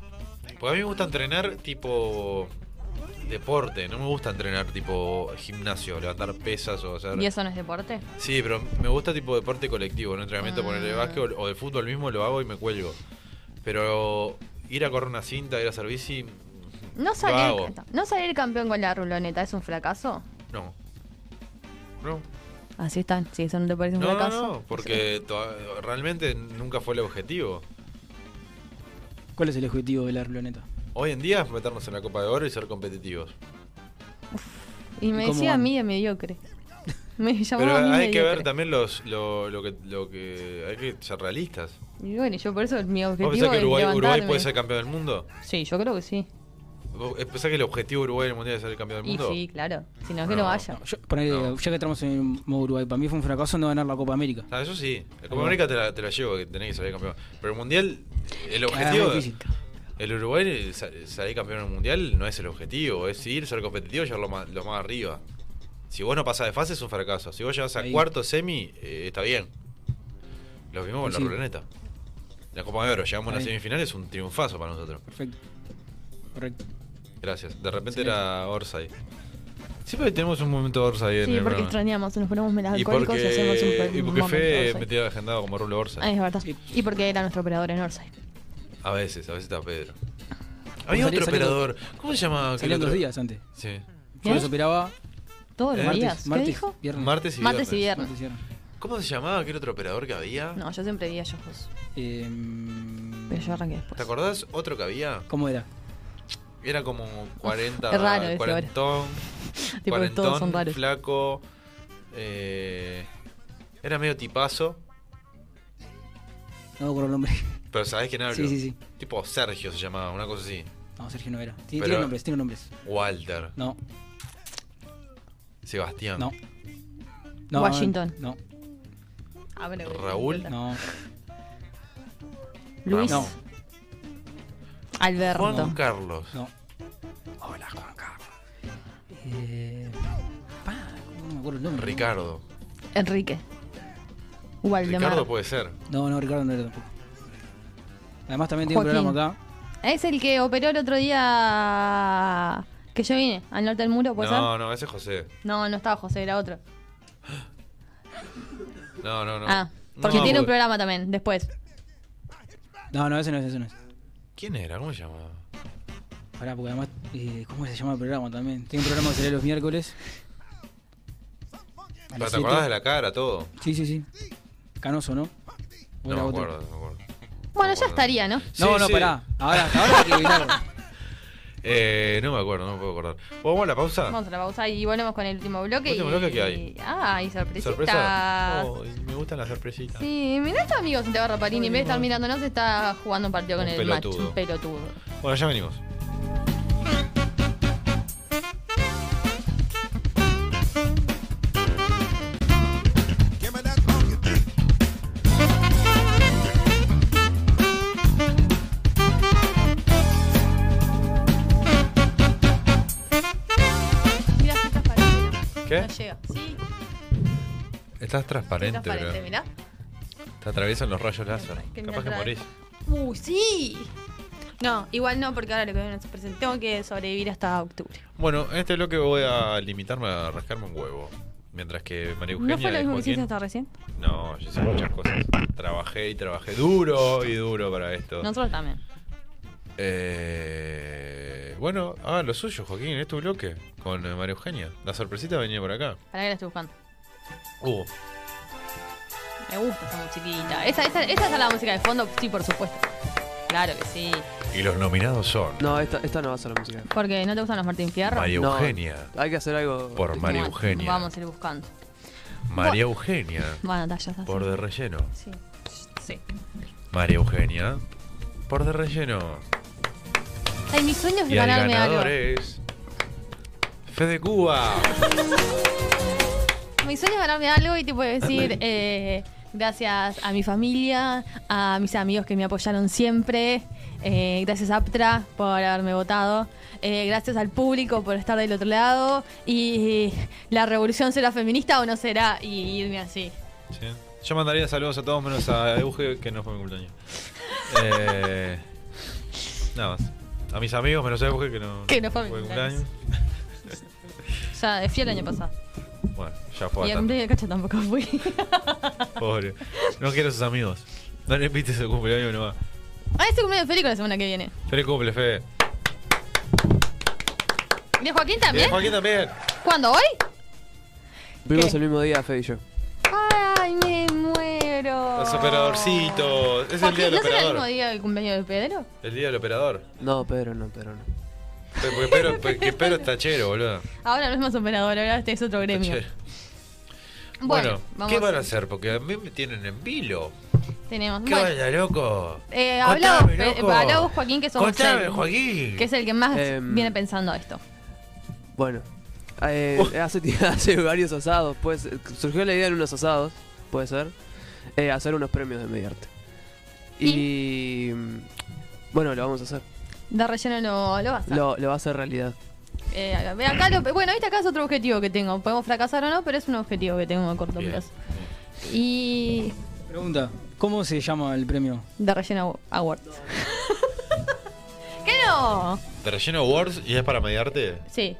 [SPEAKER 2] Porque a mí me gusta entrenar tipo deporte, no me gusta entrenar tipo gimnasio, levantar pesas o hacer...
[SPEAKER 3] ¿Y eso no es deporte?
[SPEAKER 2] Sí, pero me gusta tipo deporte colectivo, no entrenamiento
[SPEAKER 3] Ah.
[SPEAKER 2] poner de básquet o de fútbol mismo lo hago y me cuelgo. Pero ir a correr una cinta, ir a hacer bici,
[SPEAKER 3] No
[SPEAKER 2] hago.
[SPEAKER 3] salir, no salir campeón con la ruloneta es un fracaso.
[SPEAKER 2] no. No.
[SPEAKER 3] Así están, si eso no te parece un
[SPEAKER 2] No, no,
[SPEAKER 3] fracaso.
[SPEAKER 2] no, porque toda- realmente nunca fue el objetivo.
[SPEAKER 7] ¿Cuál es el objetivo de la ruloneta?
[SPEAKER 2] Hoy en día es meternos en la Copa de Oro y ser competitivos.
[SPEAKER 3] Y me
[SPEAKER 7] ¿Cómo
[SPEAKER 3] decía a
[SPEAKER 7] van?
[SPEAKER 3] mí de mediocre. Me llamaba
[SPEAKER 2] Pero
[SPEAKER 3] a mí
[SPEAKER 2] hay que
[SPEAKER 3] mediocre.
[SPEAKER 2] ver también los, lo, lo que, lo que hay que ser realistas.
[SPEAKER 3] Y bueno, yo por eso mi
[SPEAKER 2] ¿Vos
[SPEAKER 3] objetivo
[SPEAKER 2] pensás que
[SPEAKER 3] es
[SPEAKER 2] Uruguay,
[SPEAKER 3] levantarme.
[SPEAKER 2] Uruguay puede ser campeón del mundo?
[SPEAKER 3] Sí, yo creo que sí.
[SPEAKER 2] ¿Vos ¿Pensás que el objetivo de Uruguay en el mundial es ser el campeón del
[SPEAKER 3] Y
[SPEAKER 2] mundo?
[SPEAKER 3] sí, claro. Si no, que no,
[SPEAKER 2] No,
[SPEAKER 3] vaya.
[SPEAKER 7] Yo, ponele, Ya que entramos en modo Uruguay, para mí fue un fracaso no ganar la Copa América.
[SPEAKER 2] Ah, eso sí. La Copa América te la, te la llevo, que tenés que salir campeón. Pero el mundial, el objetivo.
[SPEAKER 7] muy difícil.
[SPEAKER 2] El Uruguay eh, sa- salir campeón del mundial no es el objetivo, es ir, ser competitivo y llegar lo más, lo más arriba. Si vos no pasás de fase es un fracaso. Si vos llegas a
[SPEAKER 7] Ahí.
[SPEAKER 2] cuarto semi, eh, está bien. Lo vimos con
[SPEAKER 7] Sí.
[SPEAKER 2] la ruleta. La Copa de Oro, llegamos a la
[SPEAKER 7] Ahí.
[SPEAKER 2] semifinal, es un triunfazo para nosotros.
[SPEAKER 7] Perfecto. Correcto.
[SPEAKER 2] Gracias. De repente
[SPEAKER 7] Sí.
[SPEAKER 2] era Orsay. Siempre tenemos un momento Orsay en
[SPEAKER 3] Sí,
[SPEAKER 2] el
[SPEAKER 3] porque
[SPEAKER 2] programa.
[SPEAKER 3] extrañamos, nos ponemos menos
[SPEAKER 2] Y
[SPEAKER 3] alcohólicos y, hacemos un
[SPEAKER 2] porque,
[SPEAKER 3] pe-
[SPEAKER 2] y
[SPEAKER 3] un
[SPEAKER 2] porque
[SPEAKER 3] momento
[SPEAKER 2] Fe
[SPEAKER 3] Orsay.
[SPEAKER 2] metía agendado como Rulo
[SPEAKER 3] Ah,
[SPEAKER 2] Orsay.
[SPEAKER 3] es verdad. Y porque era nuestro operador en Orsay.
[SPEAKER 2] A veces, a veces está Pedro. Había
[SPEAKER 7] Salía-
[SPEAKER 2] otro
[SPEAKER 7] salía-
[SPEAKER 2] operador. ¿Cómo se llamaba? aquel
[SPEAKER 7] Salían dos
[SPEAKER 2] otro?
[SPEAKER 7] días antes.
[SPEAKER 2] Sí.
[SPEAKER 7] Yo los operaba
[SPEAKER 3] Todos los
[SPEAKER 2] ¿Eh?
[SPEAKER 3] días. ¿Qué
[SPEAKER 7] martes,
[SPEAKER 3] dijo?
[SPEAKER 7] viernes.
[SPEAKER 2] Martes y
[SPEAKER 3] Martes y
[SPEAKER 2] viernes.
[SPEAKER 3] viernes.
[SPEAKER 2] ¿Cómo se llamaba aquel otro operador que había?
[SPEAKER 3] No, yo siempre di a Yojos.
[SPEAKER 7] Em,
[SPEAKER 3] Pero yo arranqué después.
[SPEAKER 2] ¿Te acordás otro que había?
[SPEAKER 7] ¿Cómo era?
[SPEAKER 2] Era como 40,
[SPEAKER 3] Es raro ese
[SPEAKER 2] cuarentón,
[SPEAKER 3] Tipo que
[SPEAKER 2] cuarentón,
[SPEAKER 3] todos son raros.
[SPEAKER 2] flaco, eh, era medio tipazo,
[SPEAKER 7] No me acuerdo el nombre.
[SPEAKER 2] pero sabés quién hablo.
[SPEAKER 7] Sí, sí, sí.
[SPEAKER 2] Tipo Sergio se llamaba, una cosa así.
[SPEAKER 7] No, Sergio no era. Tiene- Tiene,
[SPEAKER 2] Pero-
[SPEAKER 7] nombres, tiene nombres.
[SPEAKER 2] Walter,
[SPEAKER 7] No,
[SPEAKER 2] Sebastián,
[SPEAKER 7] no. No,
[SPEAKER 3] Washington.
[SPEAKER 7] No.
[SPEAKER 3] Ah, bueno,
[SPEAKER 2] Raúl,
[SPEAKER 7] No.
[SPEAKER 3] Luis.
[SPEAKER 7] No.
[SPEAKER 3] Alberto.
[SPEAKER 2] Juan Carlos.
[SPEAKER 7] No. Hola, Juan Carlos. Eh, pa, no me acuerdo el nombre.
[SPEAKER 2] Ricardo.
[SPEAKER 3] Enrique. Waldemar.
[SPEAKER 2] Ricardo puede ser.
[SPEAKER 7] No, no, Ricardo no era tampoco. Además también tiene
[SPEAKER 3] Joaquín.
[SPEAKER 7] un programa acá.
[SPEAKER 3] Es el que operó el otro día que yo vine, al norte del muro, ¿puede
[SPEAKER 2] No,
[SPEAKER 3] ser?
[SPEAKER 2] no, ese es José.
[SPEAKER 3] No, no estaba José, era otro.
[SPEAKER 2] No, no, no.
[SPEAKER 3] Ah, porque
[SPEAKER 2] No,
[SPEAKER 3] tiene un
[SPEAKER 2] porque-
[SPEAKER 3] programa también, después.
[SPEAKER 7] No, no, ese no es, ese no es.
[SPEAKER 2] ¿Quién era? ¿Cómo se llamaba?
[SPEAKER 7] Pará, porque además, eh, ¿cómo se llama el programa también? Tiene un programa que sale los miércoles. A
[SPEAKER 2] Pero
[SPEAKER 7] las
[SPEAKER 2] Ah, ¿Te
[SPEAKER 7] siete.
[SPEAKER 2] acordás de la cara, todo?
[SPEAKER 7] Sí, sí, sí. Canoso, ¿no? ¿O
[SPEAKER 2] No
[SPEAKER 7] era
[SPEAKER 2] me
[SPEAKER 7] otro?
[SPEAKER 2] acuerdo, no me acuerdo.
[SPEAKER 3] Bueno, ya estaría, ¿no?
[SPEAKER 7] No,
[SPEAKER 2] Sí,
[SPEAKER 7] no,
[SPEAKER 2] sí.
[SPEAKER 7] pará. Ahora, ahora hay que adivinarlo.
[SPEAKER 2] Eh, no me acuerdo, no me puedo acordar. ¿Vamos a la pausa?
[SPEAKER 3] Vamos a la pausa y volvemos con el último bloque.
[SPEAKER 2] Último
[SPEAKER 3] y...
[SPEAKER 2] bloque que hay.
[SPEAKER 3] Ah, y sorpresitas.
[SPEAKER 2] ¿Sorpresa? Oh, me gustan las sorpresitas.
[SPEAKER 3] Sí, mirá estos amigos de Barra Parini. En vez de estar mirándonos, está jugando un partido con
[SPEAKER 2] Un
[SPEAKER 3] el macho.
[SPEAKER 2] pelotudo.
[SPEAKER 3] Un pelotudo.
[SPEAKER 2] Bueno, ya venimos.
[SPEAKER 3] Mirá, sí, estás parado.
[SPEAKER 2] ¿Qué?
[SPEAKER 3] No llega. Sí,
[SPEAKER 2] Estás transparente,
[SPEAKER 3] estás parente,
[SPEAKER 2] bro.
[SPEAKER 3] mirá.
[SPEAKER 2] Te atraviesan los rayos láser.
[SPEAKER 3] que me
[SPEAKER 2] Capaz que
[SPEAKER 3] atrae.
[SPEAKER 2] morís.
[SPEAKER 3] ¡Uy, sí! No, igual no, porque ahora lo que viene es presente. Tengo que sobrevivir hasta octubre.
[SPEAKER 2] Bueno, en este bloque voy a limitarme a rascarme un huevo. Mientras que María Eugenia
[SPEAKER 3] ¿No fue lo
[SPEAKER 2] y
[SPEAKER 3] mismo que
[SPEAKER 2] Joaquín-
[SPEAKER 3] hiciste hasta recién?
[SPEAKER 2] No, yo hice muchas cosas. Trabajé y trabajé duro y duro para esto.
[SPEAKER 3] Nosotros también.
[SPEAKER 2] Eh, bueno, ah, lo suyo, Joaquín, es tu bloque con eh, María Eugenia. La sorpresita venía por acá.
[SPEAKER 3] ¿Para qué la estoy buscando?
[SPEAKER 2] Uh,
[SPEAKER 3] Me gusta esta musiquita. Esa, esa, esa es la música de fondo, sí, por supuesto. Claro que sí.
[SPEAKER 2] y los nominados son
[SPEAKER 5] No, esta, esta no va a ser la música.
[SPEAKER 3] Porque no te gustan los Martín Fierro.
[SPEAKER 2] María
[SPEAKER 5] No,
[SPEAKER 2] Eugenia.
[SPEAKER 5] Hay que hacer algo.
[SPEAKER 2] Por María
[SPEAKER 3] Bueno,
[SPEAKER 2] Eugenia.
[SPEAKER 3] Vamos a ir buscando.
[SPEAKER 2] María Eugenia.
[SPEAKER 3] Bueno, ta, ya está.
[SPEAKER 2] Por de relleno.
[SPEAKER 3] Sí. Sí.
[SPEAKER 2] María Eugenia. Por de relleno.
[SPEAKER 3] Ay, mi sueño es
[SPEAKER 2] Y el
[SPEAKER 3] ganarme algo.
[SPEAKER 2] ganador es. Fede Cuba.
[SPEAKER 3] Mi sueño es ganarme algo y te puedo decir eh, gracias a mi familia, a mis amigos que me apoyaron siempre, eh, gracias a Aptra por haberme votado, eh, gracias al público por estar del otro lado y la revolución será feminista o no será y irme así.
[SPEAKER 2] Sí. Yo mandaría saludos a todos menos a Euge, que no fue mi cumpleaños. Eh, nada más. A mis amigos menos a Euge, que no,
[SPEAKER 3] Que no fue mi cumpleaños. Ya, fui el año pasado.
[SPEAKER 2] Bueno, ya fue
[SPEAKER 3] y el
[SPEAKER 2] bastante.
[SPEAKER 3] cumpleaños de Cacho tampoco fui.
[SPEAKER 2] Pobre. No quiero a sus amigos. No le invites su cumpleaños nomás.
[SPEAKER 3] ah, ese cumpleaños feliz con la semana que viene.
[SPEAKER 2] Feliz cumple, Fede.
[SPEAKER 3] ¿Y de Joaquín
[SPEAKER 2] Y a
[SPEAKER 3] también?
[SPEAKER 2] Joaquín también.
[SPEAKER 3] ¿Cuándo? ¿Hoy?
[SPEAKER 5] Vimos el mismo día, Fede y yo.
[SPEAKER 3] ¡Ay, me muero!
[SPEAKER 2] Los operadorcitos. Es el día
[SPEAKER 3] Joaquín,
[SPEAKER 2] del
[SPEAKER 3] ¿No será el mismo
[SPEAKER 2] operador.
[SPEAKER 3] día del cumpleaños de Pedro?
[SPEAKER 2] El día del operador.
[SPEAKER 5] No, Pedro no, Pedro no.
[SPEAKER 2] Pe- Porque Pedro, pe- que Pedro es tachero, boludo.
[SPEAKER 3] Ahora no es más operador, ahora este es otro gremio.
[SPEAKER 2] Tachero.
[SPEAKER 3] Bueno,
[SPEAKER 2] Bueno,
[SPEAKER 3] vamos
[SPEAKER 2] ¿qué van a hacer? Porque a mí me tienen en vilo.
[SPEAKER 3] Tenemos.
[SPEAKER 2] ¿Qué
[SPEAKER 3] bueno,
[SPEAKER 2] vaya, loco?
[SPEAKER 3] eh,
[SPEAKER 2] Contame,
[SPEAKER 3] hablá vos, Pe-
[SPEAKER 2] loco.
[SPEAKER 3] hablá vos, Joaquín, que somos
[SPEAKER 2] Oh. Contame,
[SPEAKER 3] el-
[SPEAKER 2] Joaquín.
[SPEAKER 3] Que es el que más
[SPEAKER 5] Em,
[SPEAKER 3] viene pensando esto.
[SPEAKER 5] Bueno, eh, hace, ti- hace varios asados, pues eh, surgió la idea en unos asados, puede ser, eh, hacer unos premios de mediarte. Y, mm, bueno, lo vamos a hacer.
[SPEAKER 3] De relleno lo, lo vas a.
[SPEAKER 5] Lo, lo va a hacer realidad.
[SPEAKER 3] Eh, acá lo- bueno, viste, acá es otro objetivo que tengo. Podemos fracasar o no, pero es un objetivo que tengo a corto plazo. Y
[SPEAKER 7] Pregunta, ¿cómo se llama el premio?
[SPEAKER 3] De Rellena Awards. ¿Qué no?
[SPEAKER 2] ¿Te relleno Awards y es para mediarte?
[SPEAKER 3] Sí.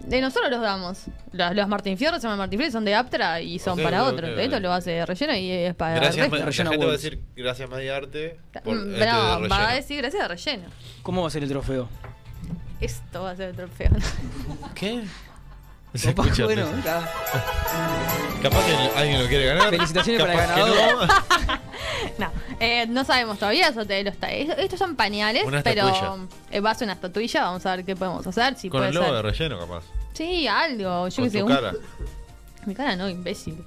[SPEAKER 3] De nosotros los damos. Los, los Martín Fierro se llaman Martín Fierro, son de Aptra y son
[SPEAKER 2] Ok,
[SPEAKER 3] para
[SPEAKER 2] ok,
[SPEAKER 3] otros.
[SPEAKER 2] ok,
[SPEAKER 3] Esto
[SPEAKER 2] ok.
[SPEAKER 3] lo hace Relleno y es para.
[SPEAKER 2] Gracias,
[SPEAKER 3] el
[SPEAKER 2] Ma-
[SPEAKER 3] resto.
[SPEAKER 2] la gente va a decir gracias mediarte. Por
[SPEAKER 3] Mm,
[SPEAKER 2] este de
[SPEAKER 3] bravo, va a
[SPEAKER 2] relleno.
[SPEAKER 3] decir gracias de Relleno.
[SPEAKER 7] ¿Cómo va a ser el trofeo?
[SPEAKER 3] Esto va a ser el trofeo.
[SPEAKER 2] ¿Qué? Se
[SPEAKER 7] Opa,
[SPEAKER 2] escucha,
[SPEAKER 7] bueno,
[SPEAKER 2] ¿no?
[SPEAKER 7] está.
[SPEAKER 2] Capaz que alguien lo quiere ganar.
[SPEAKER 7] Felicitaciones para el
[SPEAKER 2] capaz que
[SPEAKER 7] ganador.
[SPEAKER 2] no.
[SPEAKER 3] No, eh, no sabemos todavía, eso te lo está. es- Estos son pañales,
[SPEAKER 2] Una
[SPEAKER 3] pero
[SPEAKER 2] estatuilla.
[SPEAKER 3] eh, va a ser una estatuilla, vamos a ver qué podemos hacer, si
[SPEAKER 2] Con
[SPEAKER 3] puede
[SPEAKER 2] el logo
[SPEAKER 3] ser.
[SPEAKER 2] de relleno, capaz.
[SPEAKER 3] Sí, algo, yo
[SPEAKER 2] Con
[SPEAKER 3] qué sé.
[SPEAKER 2] tu
[SPEAKER 3] un-
[SPEAKER 2] cara.
[SPEAKER 3] Mi cara no, imbécil.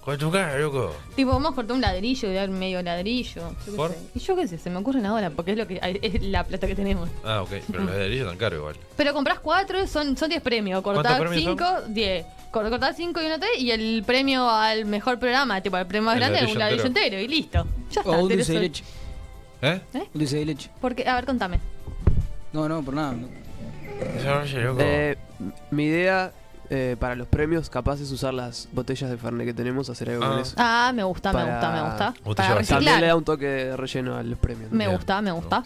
[SPEAKER 2] Con tu cara, loco.
[SPEAKER 3] Tipo, vamos a cortar un ladrillo y dar medio ladrillo. Yo qué
[SPEAKER 2] ¿Por?
[SPEAKER 3] sé. Y yo qué sé, se me ocurren ahora, porque es lo que es la plata que tenemos.
[SPEAKER 2] Ah, ok. Pero los ladrillos tan caros igual.
[SPEAKER 3] Pero compras cuatro, son, son 10 premios. Cortás
[SPEAKER 2] ¿Cuántos premios
[SPEAKER 3] cinco, 10. Cor- Cortás cinco y uno te, y el premio al mejor programa, tipo el premio más
[SPEAKER 2] El
[SPEAKER 3] grande, es un
[SPEAKER 2] ladrillo
[SPEAKER 3] ladrillo entero. y listo. Ya está.
[SPEAKER 7] O un
[SPEAKER 3] tenés
[SPEAKER 7] dulce de
[SPEAKER 3] el-
[SPEAKER 7] leche.
[SPEAKER 2] ¿Eh?
[SPEAKER 7] Un dulce de leche.
[SPEAKER 3] Porque, a ver, contame.
[SPEAKER 7] No, no, por nada.
[SPEAKER 5] Eh, mi idea eh, para los premios capaz es usar las botellas de Fernet que tenemos, hacer algo
[SPEAKER 3] Ah.
[SPEAKER 5] con eso.
[SPEAKER 3] Ah, me gusta, me gusta, me gusta. Botella Para vacía. reciclar.
[SPEAKER 5] También le da un toque de relleno a los premios. ¿no?
[SPEAKER 3] Me gusta, me gusta.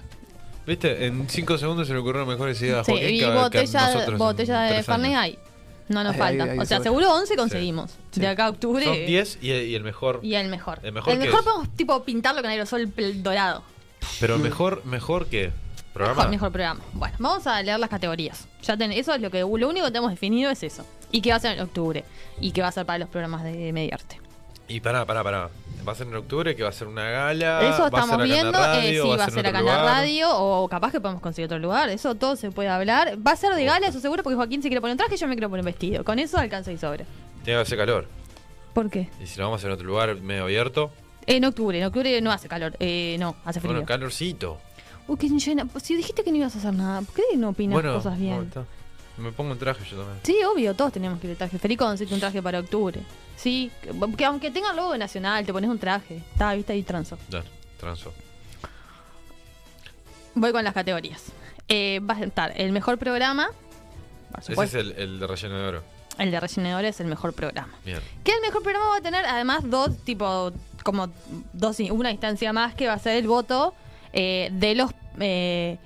[SPEAKER 2] ¿Viste? En 5 segundos se le ocurrieron mejores ideas a
[SPEAKER 3] Sí,
[SPEAKER 2] Joaquín
[SPEAKER 3] y
[SPEAKER 2] que a- que a
[SPEAKER 3] botella,
[SPEAKER 2] nosotros en
[SPEAKER 3] botella de
[SPEAKER 2] tres
[SPEAKER 3] Fernet
[SPEAKER 2] años.
[SPEAKER 3] hay. No nos
[SPEAKER 2] Hay-
[SPEAKER 3] falta.
[SPEAKER 2] hay- hay
[SPEAKER 3] o sea,
[SPEAKER 2] sobra.
[SPEAKER 3] seguro 11
[SPEAKER 2] Sí.
[SPEAKER 3] conseguimos. De acá a octubre.
[SPEAKER 2] Son 10 y, y el mejor.
[SPEAKER 3] Y el mejor.
[SPEAKER 2] ¿El mejor qué es?
[SPEAKER 3] podemos tipo pintarlo con aerosol pel- dorado.
[SPEAKER 2] Pero mejor, mejor que.
[SPEAKER 3] Mejor,
[SPEAKER 2] ¿Programa?
[SPEAKER 3] mejor programa. Bueno, vamos a leer las categorías. Ya ten- eso es lo que lo único que tenemos definido es eso. Y que va a ser en octubre. Y que va a ser para los programas de Mediarte.
[SPEAKER 2] Y pará, pará, pará. Va a ser en octubre, que va a ser una
[SPEAKER 3] eso
[SPEAKER 2] gala. Ah, va a ser
[SPEAKER 3] estamos
[SPEAKER 2] acá en la
[SPEAKER 3] viendo. eh,
[SPEAKER 2] radio,
[SPEAKER 3] si va a ser
[SPEAKER 2] en
[SPEAKER 3] acá en
[SPEAKER 2] otro
[SPEAKER 3] la
[SPEAKER 2] lugar.
[SPEAKER 3] radio o capaz que podemos conseguir otro lugar. Eso todo se puede hablar. Va a ser de gala, eso seguro, porque Joaquín se quiere poner un traje y yo me quiero poner un vestido. Con eso alcanza y sobra.
[SPEAKER 2] Tiene que hacer calor.
[SPEAKER 3] ¿Por qué?
[SPEAKER 2] Y si lo vamos a hacer en otro lugar medio abierto.
[SPEAKER 3] En octubre, en octubre no hace calor. Eh, no, hace frío.
[SPEAKER 2] Bueno, calorcito.
[SPEAKER 3] Uy, qué llena. Si dijiste que no ibas a hacer nada, ¿por qué no opinas
[SPEAKER 2] bueno,
[SPEAKER 3] cosas bien?
[SPEAKER 2] bueno, está. me pongo un traje yo también.
[SPEAKER 3] Sí, obvio, todos tenemos que ir de traje. Federico necesita un traje para octubre. Sí, que, que aunque tenga el logo de nacional, te pones un traje. Está, viste ahí transo.
[SPEAKER 2] Dale, transo.
[SPEAKER 3] Voy con las categorías. Eh, va a estar el mejor programa. Por
[SPEAKER 2] Ese es
[SPEAKER 3] supuesto,
[SPEAKER 2] el, el de relleno de oro.
[SPEAKER 3] el... de rellenadores es el mejor programa.
[SPEAKER 2] Bien.
[SPEAKER 3] Que el mejor programa va a tener además dos, tipo, como dos, una instancia más que va a ser el voto eh, de los eh,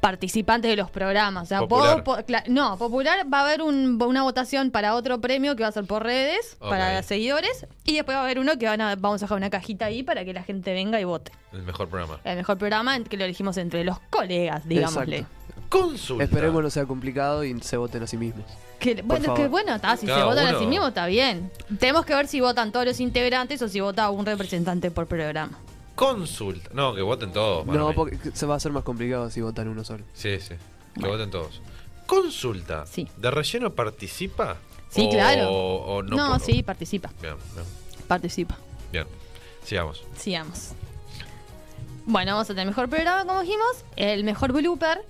[SPEAKER 3] participantes de los programas. O sea,
[SPEAKER 10] Popular.
[SPEAKER 3] puedo- po- cla- no, popular va a haber un- una votación para otro premio que va a ser por redes,
[SPEAKER 2] Ok.
[SPEAKER 3] para seguidores, y después va a haber uno que van a- vamos a dejar una cajita ahí para que la gente venga y vote.
[SPEAKER 2] El mejor programa.
[SPEAKER 3] El mejor programa en que lo elegimos entre los colegas, digámosle.
[SPEAKER 5] Exacto.
[SPEAKER 2] Consulta.
[SPEAKER 5] Esperemos no sea complicado y se voten a sí mismos.
[SPEAKER 3] Que, bueno,
[SPEAKER 5] favor.
[SPEAKER 3] que bueno, está, si
[SPEAKER 5] Cada
[SPEAKER 3] se votan
[SPEAKER 5] uno.
[SPEAKER 3] a sí mismo está bien. Tenemos que ver si votan todos los integrantes o si vota un representante por programa.
[SPEAKER 2] Consulta. No, que voten todos. para
[SPEAKER 5] No,
[SPEAKER 2] mí.
[SPEAKER 5] porque se va a hacer más complicado si votan uno solo.
[SPEAKER 2] Sí, sí. Que voten todos. Consulta. ¿De relleno participa?
[SPEAKER 3] Sí,
[SPEAKER 2] O-
[SPEAKER 3] claro.
[SPEAKER 2] O no.
[SPEAKER 3] No,
[SPEAKER 2] por-
[SPEAKER 3] sí, participa.
[SPEAKER 2] Bien, bien,
[SPEAKER 3] Participa.
[SPEAKER 2] bien. Sigamos.
[SPEAKER 3] Sigamos. Bueno, vamos a tener mejor programa, como dijimos. El mejor blooper.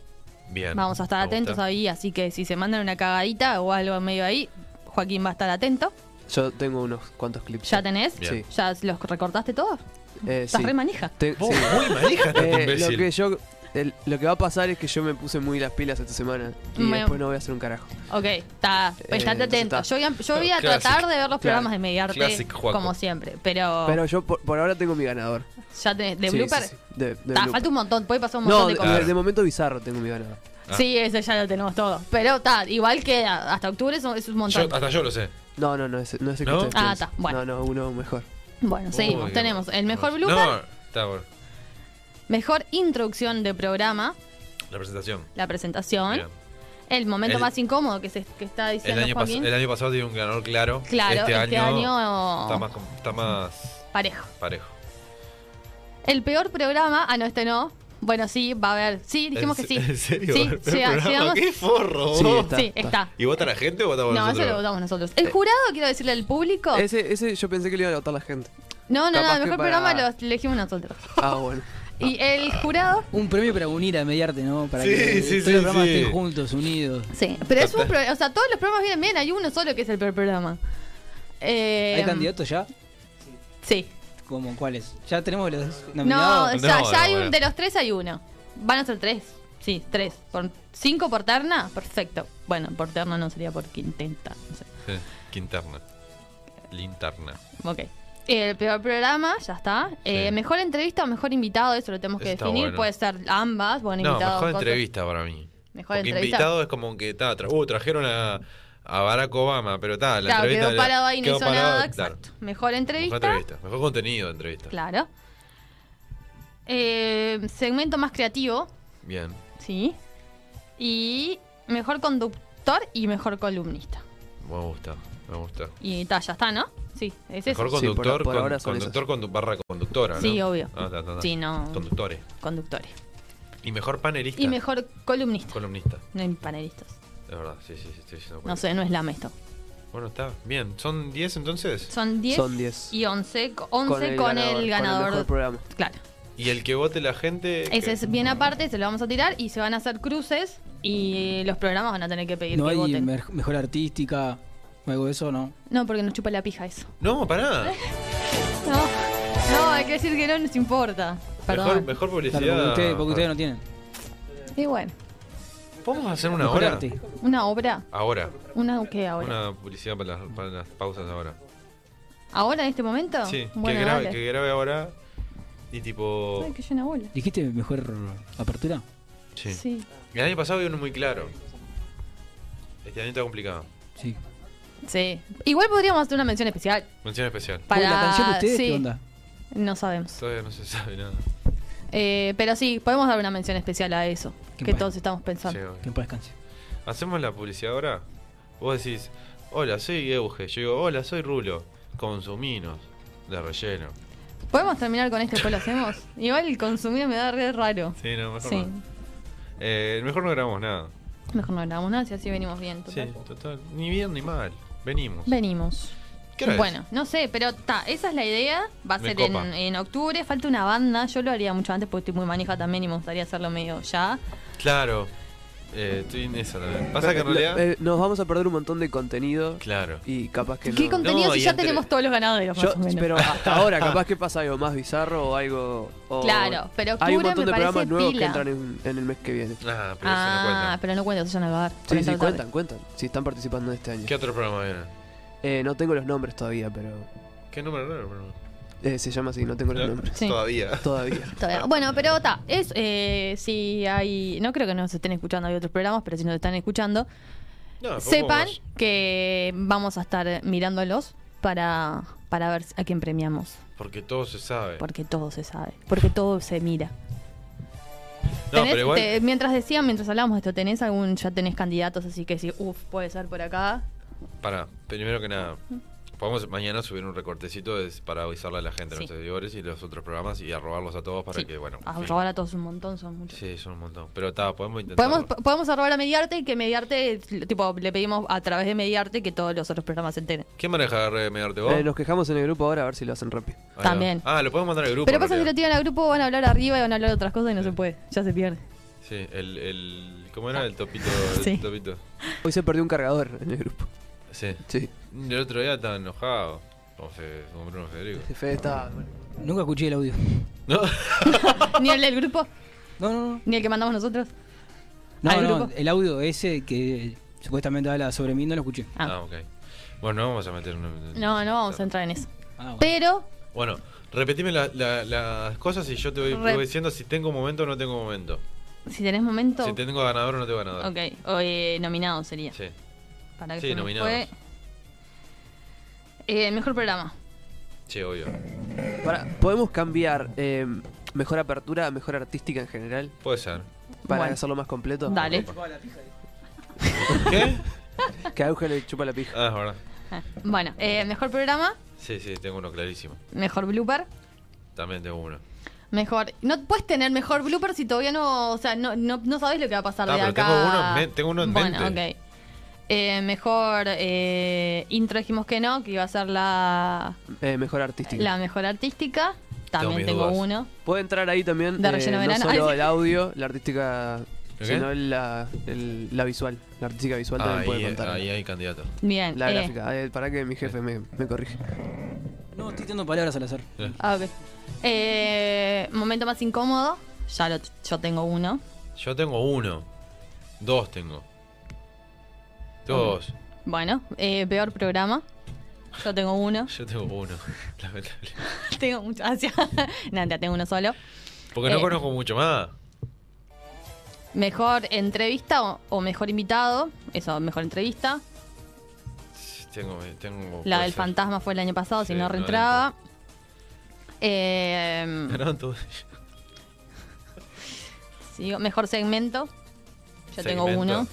[SPEAKER 2] Bien.
[SPEAKER 3] Vamos a estar
[SPEAKER 2] Me
[SPEAKER 3] atentos
[SPEAKER 2] gusta.
[SPEAKER 3] ahí, así que si se mandan una cagadita o algo en medio ahí, Joaquín va a estar atento.
[SPEAKER 5] Yo tengo unos cuantos clips.
[SPEAKER 3] ¿Ya tenés?
[SPEAKER 5] Sí.
[SPEAKER 3] ¿Ya los recortaste todos?
[SPEAKER 5] Eh,
[SPEAKER 3] Estás
[SPEAKER 5] sí.
[SPEAKER 3] re manija.
[SPEAKER 5] Te-
[SPEAKER 3] Vos
[SPEAKER 5] sí.
[SPEAKER 3] muy manija estás,
[SPEAKER 5] Eh,
[SPEAKER 2] imbécil.
[SPEAKER 5] Lo que yo... el- lo que va a pasar es que yo me puse muy las pilas esta semana y
[SPEAKER 3] Bueno.
[SPEAKER 5] después no voy a hacer un carajo.
[SPEAKER 3] Ok, está, estate
[SPEAKER 5] Eh,
[SPEAKER 3] atento.
[SPEAKER 5] está.
[SPEAKER 3] Yo voy a, yo voy a
[SPEAKER 5] Classic.
[SPEAKER 3] tratar de ver los
[SPEAKER 5] Claro.
[SPEAKER 3] programas de Mediarte
[SPEAKER 5] Classic, Juaco.
[SPEAKER 3] como siempre, pero,
[SPEAKER 5] Pero yo por, por ahora tengo mi ganador.
[SPEAKER 3] ya tenés, Oh. de
[SPEAKER 5] Sí,
[SPEAKER 3] blooper,
[SPEAKER 5] sí, sí. De, de
[SPEAKER 3] ta,
[SPEAKER 5] blooper.
[SPEAKER 3] falta un montón, puede pasar un montón
[SPEAKER 5] No,
[SPEAKER 3] de
[SPEAKER 5] de,
[SPEAKER 3] cosas.
[SPEAKER 5] de- de momento bizarro tengo mi ganador.
[SPEAKER 2] Ah.
[SPEAKER 3] Sí, ese ya lo tenemos todo. Pero está, igual queda, hasta octubre es un, es un montón.
[SPEAKER 2] yo lo sé.
[SPEAKER 5] No, no, no, ese, no es el
[SPEAKER 2] ¿No?
[SPEAKER 5] que ustedes
[SPEAKER 3] Ah,
[SPEAKER 5] piensan.
[SPEAKER 3] está, bueno.
[SPEAKER 5] No, no, uno mejor.
[SPEAKER 3] Bueno, seguimos.
[SPEAKER 5] Uy.
[SPEAKER 3] Tenemos el mejor blooper,
[SPEAKER 2] No, está bueno.
[SPEAKER 3] mejor introducción de programa,
[SPEAKER 2] La presentación.
[SPEAKER 3] la presentación,
[SPEAKER 2] Bien.
[SPEAKER 3] el momento
[SPEAKER 2] El-
[SPEAKER 3] más incómodo que, se, que está
[SPEAKER 2] El
[SPEAKER 3] diciendo
[SPEAKER 2] año, pas-
[SPEAKER 3] Joaquín.
[SPEAKER 2] el año pasado tiene un ganador claro.
[SPEAKER 3] Claro,
[SPEAKER 2] este,
[SPEAKER 3] este
[SPEAKER 2] año,
[SPEAKER 3] año-
[SPEAKER 2] Está más, com- está más
[SPEAKER 3] Parejo.
[SPEAKER 2] parejo.
[SPEAKER 3] El peor programa, ah, no, este no. Bueno, sí, va a haber. Sí, dijimos
[SPEAKER 2] ¿En
[SPEAKER 3] que sí.
[SPEAKER 2] se- en serio?
[SPEAKER 3] Sí,
[SPEAKER 2] ¿El peor
[SPEAKER 3] llega-
[SPEAKER 2] programa?
[SPEAKER 3] llegamos-
[SPEAKER 2] ¡Qué forro, vos!
[SPEAKER 3] Sí, está, Sí, está. está.
[SPEAKER 2] ¿Y vota la gente o votamos
[SPEAKER 3] No, eso
[SPEAKER 2] nosotros?
[SPEAKER 3] lo votamos nosotros. El jurado, quiero decirle al público.
[SPEAKER 5] Ese, ese yo pensé que le iba a votar la gente.
[SPEAKER 3] No, no, no,
[SPEAKER 5] Capaz
[SPEAKER 3] el
[SPEAKER 5] que
[SPEAKER 3] mejor
[SPEAKER 5] para-
[SPEAKER 3] programa lo elegimos nosotros.
[SPEAKER 5] Ah, bueno.
[SPEAKER 3] Y el jurado.
[SPEAKER 7] Un premio para unir a Mediarte, ¿no? Para
[SPEAKER 5] Sí,
[SPEAKER 7] que
[SPEAKER 5] sí,
[SPEAKER 7] todos
[SPEAKER 5] sí,
[SPEAKER 7] los programas
[SPEAKER 5] sí.
[SPEAKER 7] estén juntos, unidos.
[SPEAKER 3] Sí, Pero es un programa. O sea, todos los programas vienen bien, hay uno solo que es el peor programa. Eh,
[SPEAKER 7] ¿Hay candidatos ya?
[SPEAKER 3] Sí.
[SPEAKER 7] ¿Cómo? ¿Cuáles? ¿Ya tenemos los
[SPEAKER 3] No,
[SPEAKER 7] nominados?
[SPEAKER 3] ya, ya hay un, de los tres hay uno. Van a ser tres. Sí, tres. Por, ¿Cinco por terna? Perfecto. Bueno, por terna no sería por quintenta. No sé.
[SPEAKER 2] Sí, Quinterna. Linterna.
[SPEAKER 3] Ok. El peor programa, ya está. Eh, Mejor entrevista o mejor invitado, eso lo tenemos que
[SPEAKER 2] Eso está
[SPEAKER 3] definir.
[SPEAKER 2] bueno.
[SPEAKER 3] Puede ser ambas, bueno,
[SPEAKER 2] No,
[SPEAKER 3] invitado.
[SPEAKER 2] mejor
[SPEAKER 3] cosas.
[SPEAKER 2] entrevista para mí.
[SPEAKER 3] Mejor
[SPEAKER 2] Porque
[SPEAKER 3] entrevista.
[SPEAKER 2] invitado es como que ta, tra- uh, trajeron a, a Barack Obama, pero tal, la
[SPEAKER 3] Claro,
[SPEAKER 2] entrevista.
[SPEAKER 3] quedó parado ahí, no
[SPEAKER 2] quedó
[SPEAKER 3] hizo
[SPEAKER 2] parado,
[SPEAKER 3] nada,
[SPEAKER 2] claro.
[SPEAKER 3] Mejor entrevista.
[SPEAKER 2] Mejor entrevista, mejor contenido de entrevista.
[SPEAKER 3] Claro. Eh, segmento más creativo,
[SPEAKER 2] Bien.
[SPEAKER 3] sí. Y mejor conductor y mejor columnista.
[SPEAKER 2] Me gusta, me gusta.
[SPEAKER 3] Y ta, ya está, ¿no? Sí, es eso.
[SPEAKER 2] Mejor conductor, con- conductor condu- barra conductora, ¿no?
[SPEAKER 3] Sí, obvio.
[SPEAKER 2] Ah, ta, ta, ta.
[SPEAKER 3] Sí, no.
[SPEAKER 2] Conductores.
[SPEAKER 3] Conductores.
[SPEAKER 2] Y mejor panelista.
[SPEAKER 3] Y mejor columnista.
[SPEAKER 2] Columnista,
[SPEAKER 3] No hay panelistas.
[SPEAKER 2] es verdad, sí, sí, sí, estoy diciendo
[SPEAKER 3] No
[SPEAKER 2] cualquier-
[SPEAKER 3] sé, no es lame esto.
[SPEAKER 2] Bueno, está, bien. ¿Son 10 entonces?
[SPEAKER 3] Son 10 y 11, 11 con el, ganador. Claro.
[SPEAKER 2] Y el que vote la gente.
[SPEAKER 3] Ese
[SPEAKER 2] que-
[SPEAKER 3] es bien aparte, se lo vamos a tirar y se van a hacer cruces y los programas van a tener que pedir
[SPEAKER 7] No
[SPEAKER 3] que
[SPEAKER 7] hay
[SPEAKER 3] voten.
[SPEAKER 7] mer- mejor artística o algo de eso, ¿no?
[SPEAKER 3] No, porque nos chupa la pija eso.
[SPEAKER 2] No, pará.
[SPEAKER 3] No, no, hay que decir que no nos importa. Perdón.
[SPEAKER 2] Mejor, mejor publicidad.
[SPEAKER 7] Claro, porque ustedes- porque ustedes no
[SPEAKER 2] tienen.
[SPEAKER 3] Y bueno,
[SPEAKER 2] ¿Podemos hacer una
[SPEAKER 7] Mejor
[SPEAKER 2] hora?
[SPEAKER 7] arte.
[SPEAKER 3] una obra.
[SPEAKER 2] Ahora.
[SPEAKER 3] ¿Una qué ahora?
[SPEAKER 2] Una publicidad para las, para las pausas ahora.
[SPEAKER 3] ¿Ahora en este momento?
[SPEAKER 2] Sí,
[SPEAKER 3] bueno,
[SPEAKER 2] que, grabe,
[SPEAKER 3] dale.
[SPEAKER 2] que grabe ahora. Y tipo.
[SPEAKER 3] Ay, que yo una bola.
[SPEAKER 7] ¿Dijiste mejor apertura?
[SPEAKER 2] Sí.
[SPEAKER 3] Sí.
[SPEAKER 2] El año pasado había uno muy claro. Este año está complicado.
[SPEAKER 7] Sí.
[SPEAKER 3] Sí. Igual podríamos hacer una mención especial.
[SPEAKER 2] Mención especial.
[SPEAKER 3] Para-
[SPEAKER 7] ¿La canción de ustedes
[SPEAKER 3] sí.
[SPEAKER 7] qué onda?
[SPEAKER 3] No sabemos.
[SPEAKER 2] Todavía no se sabe nada.
[SPEAKER 3] Eh, pero sí, podemos dar una mención especial a eso. Que
[SPEAKER 2] bueno.
[SPEAKER 3] todos estamos pensando.
[SPEAKER 2] Sí, obvio.
[SPEAKER 7] Que en paz descanse.
[SPEAKER 2] ¿Hacemos la publicidad ahora? Vos decís, hola, soy Euge. Yo digo, hola, soy Rulo. Consuminos. De relleno.
[SPEAKER 3] ¿Podemos terminar con esto después lo hacemos? Igual el consumido me da re raro.
[SPEAKER 2] Sí, no, mejor
[SPEAKER 3] Sí.
[SPEAKER 2] no. Eh, mejor no grabamos nada.
[SPEAKER 3] Mejor no grabamos nada si así venimos bien. total.
[SPEAKER 2] Sí, total. Ni bien ni mal. Venimos.
[SPEAKER 3] Venimos.
[SPEAKER 2] ¿Qué hora es?
[SPEAKER 3] Bueno, no sé, pero ta, esa es la idea. Va a
[SPEAKER 2] Me
[SPEAKER 3] ser en,
[SPEAKER 2] copa.
[SPEAKER 3] en octubre. Falta una banda. Yo lo haría mucho antes porque estoy muy manija también y me gustaría hacerlo medio ya.
[SPEAKER 2] Claro. Eh, estoy en esa también. Pasa que en
[SPEAKER 5] Eh,
[SPEAKER 2] realidad.
[SPEAKER 5] eh, nos vamos a perder un montón de contenido.
[SPEAKER 2] Claro.
[SPEAKER 5] Y capaz que
[SPEAKER 3] ¿Qué
[SPEAKER 5] no-
[SPEAKER 3] contenido si ya tenemos todos los ganaderos?
[SPEAKER 5] Yo-
[SPEAKER 3] más o menos?
[SPEAKER 5] pero hasta ahora, capaz que pasa algo más bizarro o algo. o-
[SPEAKER 3] Claro, pero
[SPEAKER 5] Hay un
[SPEAKER 3] octubre
[SPEAKER 5] montón
[SPEAKER 3] me
[SPEAKER 5] de programas
[SPEAKER 3] parece
[SPEAKER 5] nuevos que
[SPEAKER 3] pila.
[SPEAKER 5] entran en, en el mes que viene.
[SPEAKER 2] Ah, pero
[SPEAKER 3] Ah, pero no cuento, se van a acabar.
[SPEAKER 5] Sí,
[SPEAKER 3] Por
[SPEAKER 5] sí,
[SPEAKER 3] esta tarde.
[SPEAKER 5] cuentan, cuentan. Si están participando en este año.
[SPEAKER 2] ¿Qué otro programa viene?
[SPEAKER 5] Eh, no tengo los nombres todavía, pero.
[SPEAKER 2] ¿Qué número era el programa?
[SPEAKER 5] eh, se llama así, no tengo los
[SPEAKER 2] No,
[SPEAKER 5] nombres.
[SPEAKER 2] Sí. todavía.
[SPEAKER 5] Todavía.
[SPEAKER 3] Todavía. Bueno, pero está, es eh, si hay, no creo que nos estén escuchando, hay otros programas, pero si nos están escuchando,
[SPEAKER 2] No, pero
[SPEAKER 3] sepan
[SPEAKER 2] vos-
[SPEAKER 3] que vamos a estar mirándolos para, para ver a quién premiamos,
[SPEAKER 2] Porque todo se sabe.
[SPEAKER 3] porque todo se sabe, porque todo se mira.
[SPEAKER 2] No,
[SPEAKER 3] Tenés- este-
[SPEAKER 2] pero igual.
[SPEAKER 3] te- mientras decían, mientras hablábamos de esto, tenés algún, ya tenés candidatos, así que sí, uff, puede ser por acá.
[SPEAKER 2] Pará, primero que nada. Podemos mañana subir un recortecito de- para avisarle a la gente, a
[SPEAKER 3] Sí.
[SPEAKER 2] nuestros seguidores y los otros programas y arrobarlos a todos para que, bueno.
[SPEAKER 3] A
[SPEAKER 2] en fin.
[SPEAKER 3] robar a todos un montón, son muchos.
[SPEAKER 2] Sí, son un montón. Pero está, podemos intentar.
[SPEAKER 3] Podemos, po- podemos arrobar a Mediarte, que Mediarte, tipo, le pedimos a través de Mediarte que todos los otros programas se enteren.
[SPEAKER 2] ¿Quién maneja eh, mediarte vos?
[SPEAKER 5] Eh, nos quejamos en el grupo ahora a ver si lo hacen rápido.
[SPEAKER 2] Ahí va.
[SPEAKER 3] También.
[SPEAKER 2] Ah, lo podemos mandar al grupo.
[SPEAKER 3] Pero
[SPEAKER 2] en
[SPEAKER 3] pasa que si lo
[SPEAKER 2] realidad.
[SPEAKER 3] tiran al grupo, van a hablar arriba y van a hablar otras cosas y no se puede. Ya se pierde.
[SPEAKER 2] Sí, el, el. ¿Cómo era? El topito.
[SPEAKER 3] Ah. Sí.
[SPEAKER 2] El topito.
[SPEAKER 5] Hoy se perdió un cargador en el grupo.
[SPEAKER 2] Sí.
[SPEAKER 5] Sí.
[SPEAKER 2] El otro día estaba enojado eh, con, Fe- con Bruno Federico.
[SPEAKER 5] El Fede está.
[SPEAKER 7] Nunca escuché el audio.
[SPEAKER 2] No.
[SPEAKER 3] Ni el del grupo.
[SPEAKER 7] No, no, no.
[SPEAKER 3] Ni el que mandamos nosotros.
[SPEAKER 7] No,
[SPEAKER 3] ¿Al
[SPEAKER 7] no,
[SPEAKER 3] grupo?
[SPEAKER 7] el audio ese que supuestamente habla sobre mí no lo escuché.
[SPEAKER 2] Ah, ok. Bueno, no vamos a meter.
[SPEAKER 3] No, no vamos a entrar en eso.
[SPEAKER 7] Ah,
[SPEAKER 3] Pero,
[SPEAKER 2] Bueno, repetime la- la- las cosas y yo te voy, te voy
[SPEAKER 3] Re-
[SPEAKER 2] diciendo si tengo momento o no tengo momento.
[SPEAKER 3] si tenés momento.
[SPEAKER 2] Si tengo ganador o no tengo ganador.
[SPEAKER 3] Ok, o, eh, nominado sería.
[SPEAKER 2] Sí.
[SPEAKER 3] Para que
[SPEAKER 2] Sí,
[SPEAKER 3] se me
[SPEAKER 2] nominados.
[SPEAKER 3] fue. Eh, mejor programa.
[SPEAKER 2] Sí, obvio.
[SPEAKER 5] Pará, ¿Podemos cambiar eh, mejor apertura a mejor artística en general?
[SPEAKER 2] Puede ser.
[SPEAKER 5] Para
[SPEAKER 3] Bueno.
[SPEAKER 5] hacerlo más completo.
[SPEAKER 3] Dale.
[SPEAKER 2] ¿Qué?
[SPEAKER 5] Que a Euge le chupa la pija.
[SPEAKER 2] Ah, es verdad.
[SPEAKER 3] Bueno, eh, mejor programa,
[SPEAKER 2] Sí, sí, tengo uno clarísimo.
[SPEAKER 3] mejor blooper.
[SPEAKER 2] También tengo uno.
[SPEAKER 3] Mejor. No puedes tener mejor blooper si todavía no. O sea, no, no, no sabes lo que va a pasar
[SPEAKER 2] Ah,
[SPEAKER 3] de
[SPEAKER 2] pero
[SPEAKER 3] acá.
[SPEAKER 2] tengo uno en men- tengo uno en
[SPEAKER 3] bueno,
[SPEAKER 2] mente.
[SPEAKER 3] ok. Eh, mejor eh, intro dijimos que no, que iba a ser la,
[SPEAKER 5] Eh, mejor artística.
[SPEAKER 3] la mejor artística. También
[SPEAKER 5] mis
[SPEAKER 3] tengo
[SPEAKER 5] dudas.
[SPEAKER 3] uno.
[SPEAKER 5] Puede entrar ahí también.
[SPEAKER 3] De
[SPEAKER 5] eh,
[SPEAKER 3] relleno
[SPEAKER 5] no
[SPEAKER 3] verano.
[SPEAKER 5] solo
[SPEAKER 3] Ay,
[SPEAKER 5] el audio, la artística.
[SPEAKER 2] ¿El
[SPEAKER 5] Sino la, el- la visual. La artística visual también puede
[SPEAKER 2] Ahí,
[SPEAKER 5] contar.
[SPEAKER 2] ahí hay candidato.
[SPEAKER 3] Bien,
[SPEAKER 5] La
[SPEAKER 3] eh.
[SPEAKER 5] gráfica. Eh, para que mi jefe me, me corrige.
[SPEAKER 7] No, estoy tirando palabras al azar.
[SPEAKER 3] Ah, ok. Eh, momento más incómodo. Ya lo, yo tengo uno.
[SPEAKER 2] Yo tengo uno. Dos tengo. Dos.
[SPEAKER 3] Bueno, eh, peor programa. Yo tengo uno.
[SPEAKER 2] Yo tengo uno, lamentable.
[SPEAKER 3] tengo mucho. Hacia... Nada, tengo uno solo.
[SPEAKER 2] Porque no
[SPEAKER 3] Eh.
[SPEAKER 2] conozco mucho más.
[SPEAKER 3] Mejor entrevista o, o mejor invitado. Eso, mejor entrevista.
[SPEAKER 2] Tengo, tengo
[SPEAKER 3] La
[SPEAKER 2] Oh, puede
[SPEAKER 3] del
[SPEAKER 2] ser.
[SPEAKER 3] fantasma fue el año pasado, si
[SPEAKER 2] Sí,
[SPEAKER 3] no
[SPEAKER 2] no
[SPEAKER 3] reentraba. Eh,
[SPEAKER 2] Ganaron todos.
[SPEAKER 3] sigo- mejor segmento. Yo tengo
[SPEAKER 2] Segmento.
[SPEAKER 3] uno.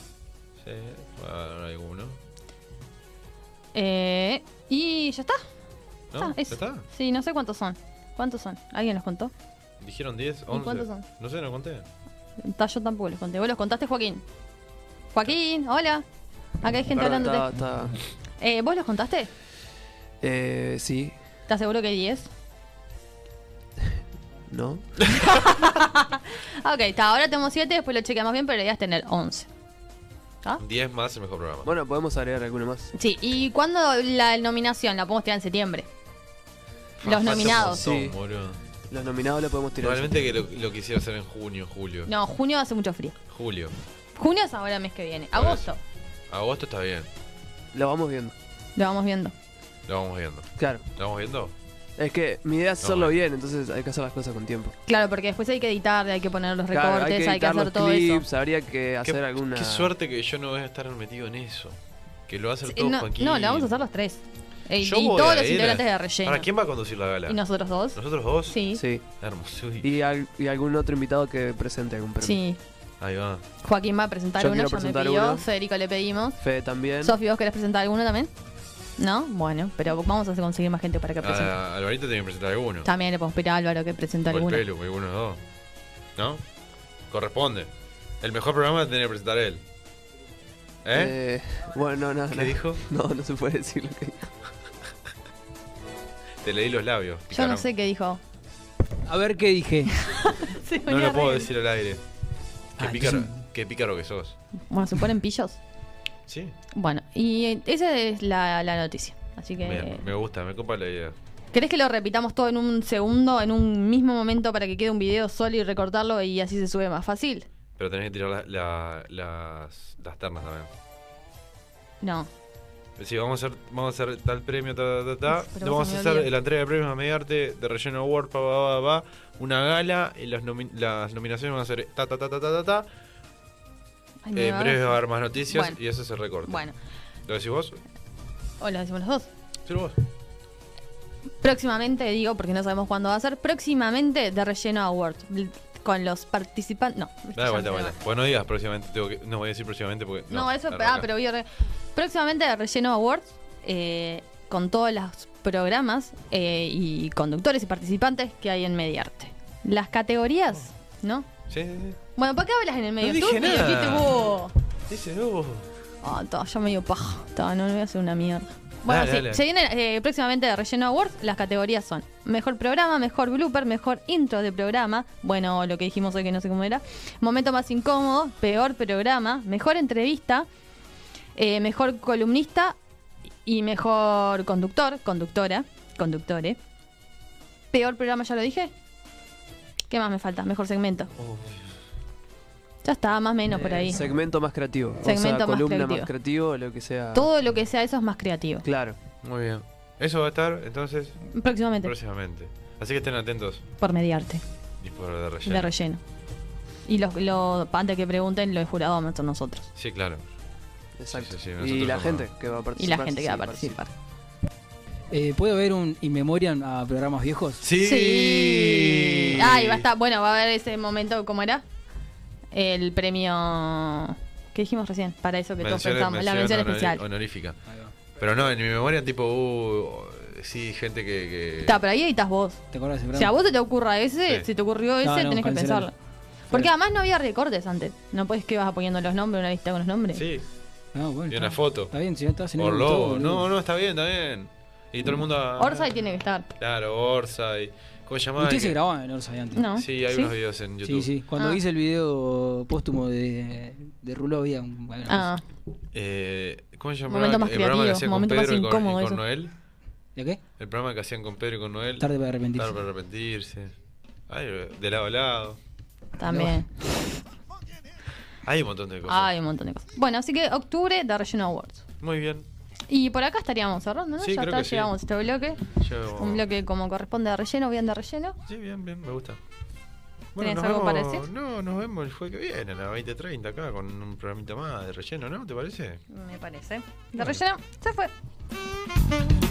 [SPEAKER 2] Sí, bueno, no hay uno.
[SPEAKER 3] Eh, y ya está.
[SPEAKER 2] ¿No?
[SPEAKER 3] Ah,
[SPEAKER 2] ¿Ya
[SPEAKER 3] eso.
[SPEAKER 2] está?
[SPEAKER 3] Sí, no sé cuántos son. ¿Cuántos son? ¿Alguien los contó?
[SPEAKER 2] Dijeron 10, 11.
[SPEAKER 3] cuántos son?
[SPEAKER 2] No sé, no conté.
[SPEAKER 3] Ta, Yo tampoco los conté. ¿Vos los contaste, Joaquín? Joaquín, hola. Acá hay gente
[SPEAKER 5] Perdón,
[SPEAKER 3] hablándote.
[SPEAKER 5] estaba- estaba-
[SPEAKER 3] Eh, ¿Vos los contaste?
[SPEAKER 5] eh, sí,
[SPEAKER 3] ¿Estás seguro que 10?
[SPEAKER 5] no.
[SPEAKER 3] Ah, Ok, está, ahora tenemos 7, después lo chequeamos bien, pero deberías tener 11. ¿Ah?
[SPEAKER 2] 10 más el mejor programa.
[SPEAKER 5] Bueno, podemos agregar alguno más.
[SPEAKER 3] Sí, ¿y cuándo la nominación? La podemos tirar en septiembre.
[SPEAKER 2] Ah,
[SPEAKER 3] Los
[SPEAKER 2] falta un
[SPEAKER 3] nominados.
[SPEAKER 2] montón,
[SPEAKER 5] Sí.
[SPEAKER 2] boludo.
[SPEAKER 5] Los nominados lo podemos tirar.
[SPEAKER 2] Realmente que lo, lo quisiera hacer en junio, julio.
[SPEAKER 3] No, junio hace mucho frío.
[SPEAKER 2] Julio.
[SPEAKER 3] Junio es ahora el mes que viene.
[SPEAKER 2] Por eso.
[SPEAKER 3] Agosto.
[SPEAKER 2] Agosto está bien.
[SPEAKER 5] Lo vamos viendo.
[SPEAKER 3] Lo vamos viendo.
[SPEAKER 2] Lo vamos viendo.
[SPEAKER 5] Claro.
[SPEAKER 2] ¿Lo vamos viendo?
[SPEAKER 5] Es que mi idea es
[SPEAKER 2] No,
[SPEAKER 5] hacerlo bien, entonces hay que hacer las cosas con tiempo.
[SPEAKER 3] Claro, porque después hay que editar, hay que poner los recortes,
[SPEAKER 5] Claro,
[SPEAKER 3] hay, que
[SPEAKER 5] editar
[SPEAKER 3] hacer
[SPEAKER 5] los
[SPEAKER 3] todo eso.
[SPEAKER 5] clips, habría que hacer
[SPEAKER 2] qué,
[SPEAKER 5] alguna.
[SPEAKER 2] qué suerte que yo no voy a estar metido en eso. Que lo va a hacer
[SPEAKER 3] Eh,
[SPEAKER 2] todo
[SPEAKER 3] No,
[SPEAKER 2] Joaquín.
[SPEAKER 3] no, la vamos a hacer los tres. Eh, y
[SPEAKER 2] Yo voy
[SPEAKER 3] todos
[SPEAKER 2] a
[SPEAKER 3] los
[SPEAKER 2] ir a-
[SPEAKER 3] integrantes de relleno.
[SPEAKER 2] ¿Para quién va a conducir la gala?
[SPEAKER 3] ¿Y nosotros dos?
[SPEAKER 2] ¿Nosotros dos?
[SPEAKER 3] Sí.
[SPEAKER 5] Sí.
[SPEAKER 2] Hermoso. uy.
[SPEAKER 5] Y, al- y algún otro invitado que presente algún premio.
[SPEAKER 3] Sí.
[SPEAKER 2] Ahí va.
[SPEAKER 3] Joaquín va a presentar
[SPEAKER 5] Yo
[SPEAKER 3] uno,
[SPEAKER 5] quiero
[SPEAKER 3] ya me
[SPEAKER 5] presentar
[SPEAKER 3] pidió.
[SPEAKER 5] uno.
[SPEAKER 3] Federico le pedimos.
[SPEAKER 5] Fede también.
[SPEAKER 3] Sofi, ¿vos querés presentar alguno también? ¿No? Bueno, pero vamos a conseguir más gente para
[SPEAKER 2] Ah,
[SPEAKER 3] que presente.
[SPEAKER 2] A Alvarito tiene que presentar alguno.
[SPEAKER 3] También le podemos pedir a Álvaro que presente
[SPEAKER 2] O el
[SPEAKER 3] alguno.
[SPEAKER 2] pelo, alguno de los dos. ¿No? Corresponde. El mejor programa tiene que presentar él. ¿Eh?
[SPEAKER 5] Eh, bueno, no, no.
[SPEAKER 2] ¿Qué dijo?
[SPEAKER 5] No, no se puede decir lo que dijo.
[SPEAKER 2] Te leí los labios.
[SPEAKER 3] Yo no
[SPEAKER 2] picarón.
[SPEAKER 3] sé qué dijo.
[SPEAKER 7] A ver qué dije.
[SPEAKER 3] Se
[SPEAKER 2] No
[SPEAKER 3] ponía
[SPEAKER 2] lo puedo
[SPEAKER 3] re-
[SPEAKER 2] decir al aire. Qué
[SPEAKER 7] Ah,
[SPEAKER 2] pícaro,
[SPEAKER 7] entonces-
[SPEAKER 2] qué pícaro que sos.
[SPEAKER 3] Bueno, se ponen pillos.
[SPEAKER 2] Sí.
[SPEAKER 3] Bueno, y eh, esa es la, la noticia. Así que.
[SPEAKER 2] Me, me gusta, me copa la idea.
[SPEAKER 3] ¿Querés que lo repitamos todo en un segundo, en un mismo momento, para que quede un video solo y recortarlo y así se sube más fácil?
[SPEAKER 2] Pero tenés que tirar la- la- las, las ternas también.
[SPEAKER 3] No.
[SPEAKER 2] Sí, vamos a hacer, vamos a hacer tal premio, ta, ta, ta, ta.
[SPEAKER 3] Pero vos
[SPEAKER 2] Vamos
[SPEAKER 3] se
[SPEAKER 2] a
[SPEAKER 3] me
[SPEAKER 2] hacer
[SPEAKER 3] olvida.
[SPEAKER 2] la entrega de premios a Mediarte de Relleno Award, pa, pa, pa, pa, una gala, y las, nomi- las nominaciones van a ser ta, ta, ta, ta, ta, ta, ta.
[SPEAKER 3] Ay, me
[SPEAKER 2] Eh, en
[SPEAKER 3] va a-
[SPEAKER 2] breve va a haber más noticias
[SPEAKER 3] Bueno.
[SPEAKER 2] y eso se recorta.
[SPEAKER 3] Bueno,
[SPEAKER 2] ¿Lo decís vos?
[SPEAKER 3] o lo decimos los dos.
[SPEAKER 2] Sí, vos.
[SPEAKER 3] Próximamente, digo, porque no sabemos cuándo va a ser, próximamente de Relleno Award. bl- Con los participantes. No, viste,
[SPEAKER 2] Dale,
[SPEAKER 3] ya
[SPEAKER 2] vuelta,
[SPEAKER 3] me
[SPEAKER 2] vuelta.
[SPEAKER 3] va.
[SPEAKER 2] Bueno, no digas próximamente, tengo que- no voy a decir próximamente porque.
[SPEAKER 3] No, eso.
[SPEAKER 2] la
[SPEAKER 3] Ah,
[SPEAKER 2] roca.
[SPEAKER 3] pero voy a. re- Próximamente de Relleno Awards, eh, con todos los programas eh, y conductores y participantes que hay en Mediarte. Las categorías, ¿no?
[SPEAKER 2] Sí, sí, sí.
[SPEAKER 3] Bueno, ¿para qué hablas en el medio?
[SPEAKER 2] Oh. No dije
[SPEAKER 3] Tú me
[SPEAKER 2] nada.
[SPEAKER 3] dijiste vos.
[SPEAKER 2] Dice no.
[SPEAKER 3] Ah, ta, ya medio paja. Ta, no, no voy a hacer una mierda. Bueno,
[SPEAKER 2] Dale,
[SPEAKER 3] sí,
[SPEAKER 2] dale.
[SPEAKER 3] se viene eh, próximamente de Relleno Awards. Las categorías son mejor programa, mejor blooper, mejor intro de programa. Bueno, lo que dijimos hoy que no sé cómo era. Momento más incómodo, peor programa, mejor entrevista, eh, mejor columnista y mejor conductor, conductora, conductore. Peor programa, ya lo dije. ¿Qué más me falta? Mejor segmento. Ya está, más o menos por
[SPEAKER 5] Eh,
[SPEAKER 3] ahí.
[SPEAKER 5] Segmento más creativo. o
[SPEAKER 3] Segmento
[SPEAKER 5] sea,
[SPEAKER 3] más
[SPEAKER 5] columna
[SPEAKER 3] creativo.
[SPEAKER 5] más creativo, lo que sea.
[SPEAKER 3] Todo lo que sea eso es más creativo.
[SPEAKER 5] Claro.
[SPEAKER 2] Muy bien. Eso va a estar entonces
[SPEAKER 3] Próximamente.
[SPEAKER 2] próximamente. Así que estén atentos
[SPEAKER 3] Por mediarte.
[SPEAKER 2] y por de relleno.
[SPEAKER 3] De relleno. Y los, lo, antes que pregunten, los jurados vamos a ser nosotros.
[SPEAKER 2] Sí, claro.
[SPEAKER 5] Exacto.
[SPEAKER 2] Sí, sí, sí,
[SPEAKER 5] y
[SPEAKER 2] nosotros
[SPEAKER 5] la
[SPEAKER 2] somos-
[SPEAKER 5] gente que va a
[SPEAKER 3] Y
[SPEAKER 5] participar.
[SPEAKER 3] la gente que va a participar.
[SPEAKER 7] Eh, ¿Puede haber un in memoriam a programas viejos?
[SPEAKER 2] Sí.
[SPEAKER 3] Sí. Ay, Ah, va a estar. Bueno, va a haber ese momento, ¿cómo era? El premio. ¿Qué dijimos recién? Para eso que todos
[SPEAKER 2] Menciones-
[SPEAKER 3] pensamos. la mención
[SPEAKER 2] honor-
[SPEAKER 3] especial.
[SPEAKER 2] Honorífica. Pero no, en mi memoria, tipo, uh, sí, gente que. que-
[SPEAKER 3] Está, pero ahí editas vos.
[SPEAKER 7] ¿Te acordás de
[SPEAKER 3] Si a vos se te ocurra ese,
[SPEAKER 2] Sí.
[SPEAKER 3] si te ocurrió ese,
[SPEAKER 7] No, no,
[SPEAKER 3] tenés que
[SPEAKER 7] cancelalo.
[SPEAKER 3] pensarlo. Porque además no había recortes antes. No puedes que vas poniendo los nombres, una lista con los nombres.
[SPEAKER 2] Sí,
[SPEAKER 7] No, Ah, bueno.
[SPEAKER 2] y una
[SPEAKER 7] está-
[SPEAKER 2] foto.
[SPEAKER 7] Está bien, si no estás en
[SPEAKER 2] Por
[SPEAKER 7] el
[SPEAKER 2] lobo. No, no, está bien, está bien. Y todo el mundo. ah,
[SPEAKER 3] Orsay tiene que estar.
[SPEAKER 2] Claro, Orsay. ¿Cómo se llamaba?
[SPEAKER 7] Usted se
[SPEAKER 2] Que-
[SPEAKER 7] grababa en Orsay antes.
[SPEAKER 3] No.
[SPEAKER 2] Sí, hay
[SPEAKER 3] ¿Sí?
[SPEAKER 2] unos videos en YouTube.
[SPEAKER 7] Sí, sí. Cuando
[SPEAKER 3] Ah.
[SPEAKER 7] hice el video póstumo de, de Rulo había un... bueno,
[SPEAKER 3] Ah,
[SPEAKER 2] Eh, ¿Cómo se llamaba?
[SPEAKER 3] Momento más
[SPEAKER 2] el programa que
[SPEAKER 3] creativo,
[SPEAKER 2] hacían
[SPEAKER 3] momento
[SPEAKER 2] con
[SPEAKER 3] más
[SPEAKER 2] Pedro y con-
[SPEAKER 3] incómodo
[SPEAKER 2] y con
[SPEAKER 3] eso.
[SPEAKER 2] Noel?
[SPEAKER 7] ¿De qué?
[SPEAKER 2] El programa que hacían con Pedro y con Noel.
[SPEAKER 7] Tarde para arrepentirse.
[SPEAKER 2] Tarde para arrepentirse. Ay, de lado a lado.
[SPEAKER 3] también.
[SPEAKER 2] Hay un montón de cosas.
[SPEAKER 3] Hay un montón de cosas. Bueno, así que octubre de Relleno Awards.
[SPEAKER 2] Muy bien.
[SPEAKER 3] Y por acá estaríamos cerrando, ¿no?
[SPEAKER 2] Sí,
[SPEAKER 3] ya
[SPEAKER 2] creo
[SPEAKER 3] está,
[SPEAKER 2] que sí.
[SPEAKER 3] llegamos a este bloque.
[SPEAKER 2] Yo-
[SPEAKER 3] Un bloque como corresponde de relleno, bien de relleno.
[SPEAKER 2] Sí, bien, bien, me gusta.
[SPEAKER 3] ¿Tenés
[SPEAKER 2] nos
[SPEAKER 3] algo para
[SPEAKER 2] vemos-
[SPEAKER 3] decir?
[SPEAKER 2] No, nos vemos el jueves que viene, a las 20.30 acá, con un programita más de relleno, ¿no? ¿Te parece?
[SPEAKER 3] Me parece. De relleno, se fue.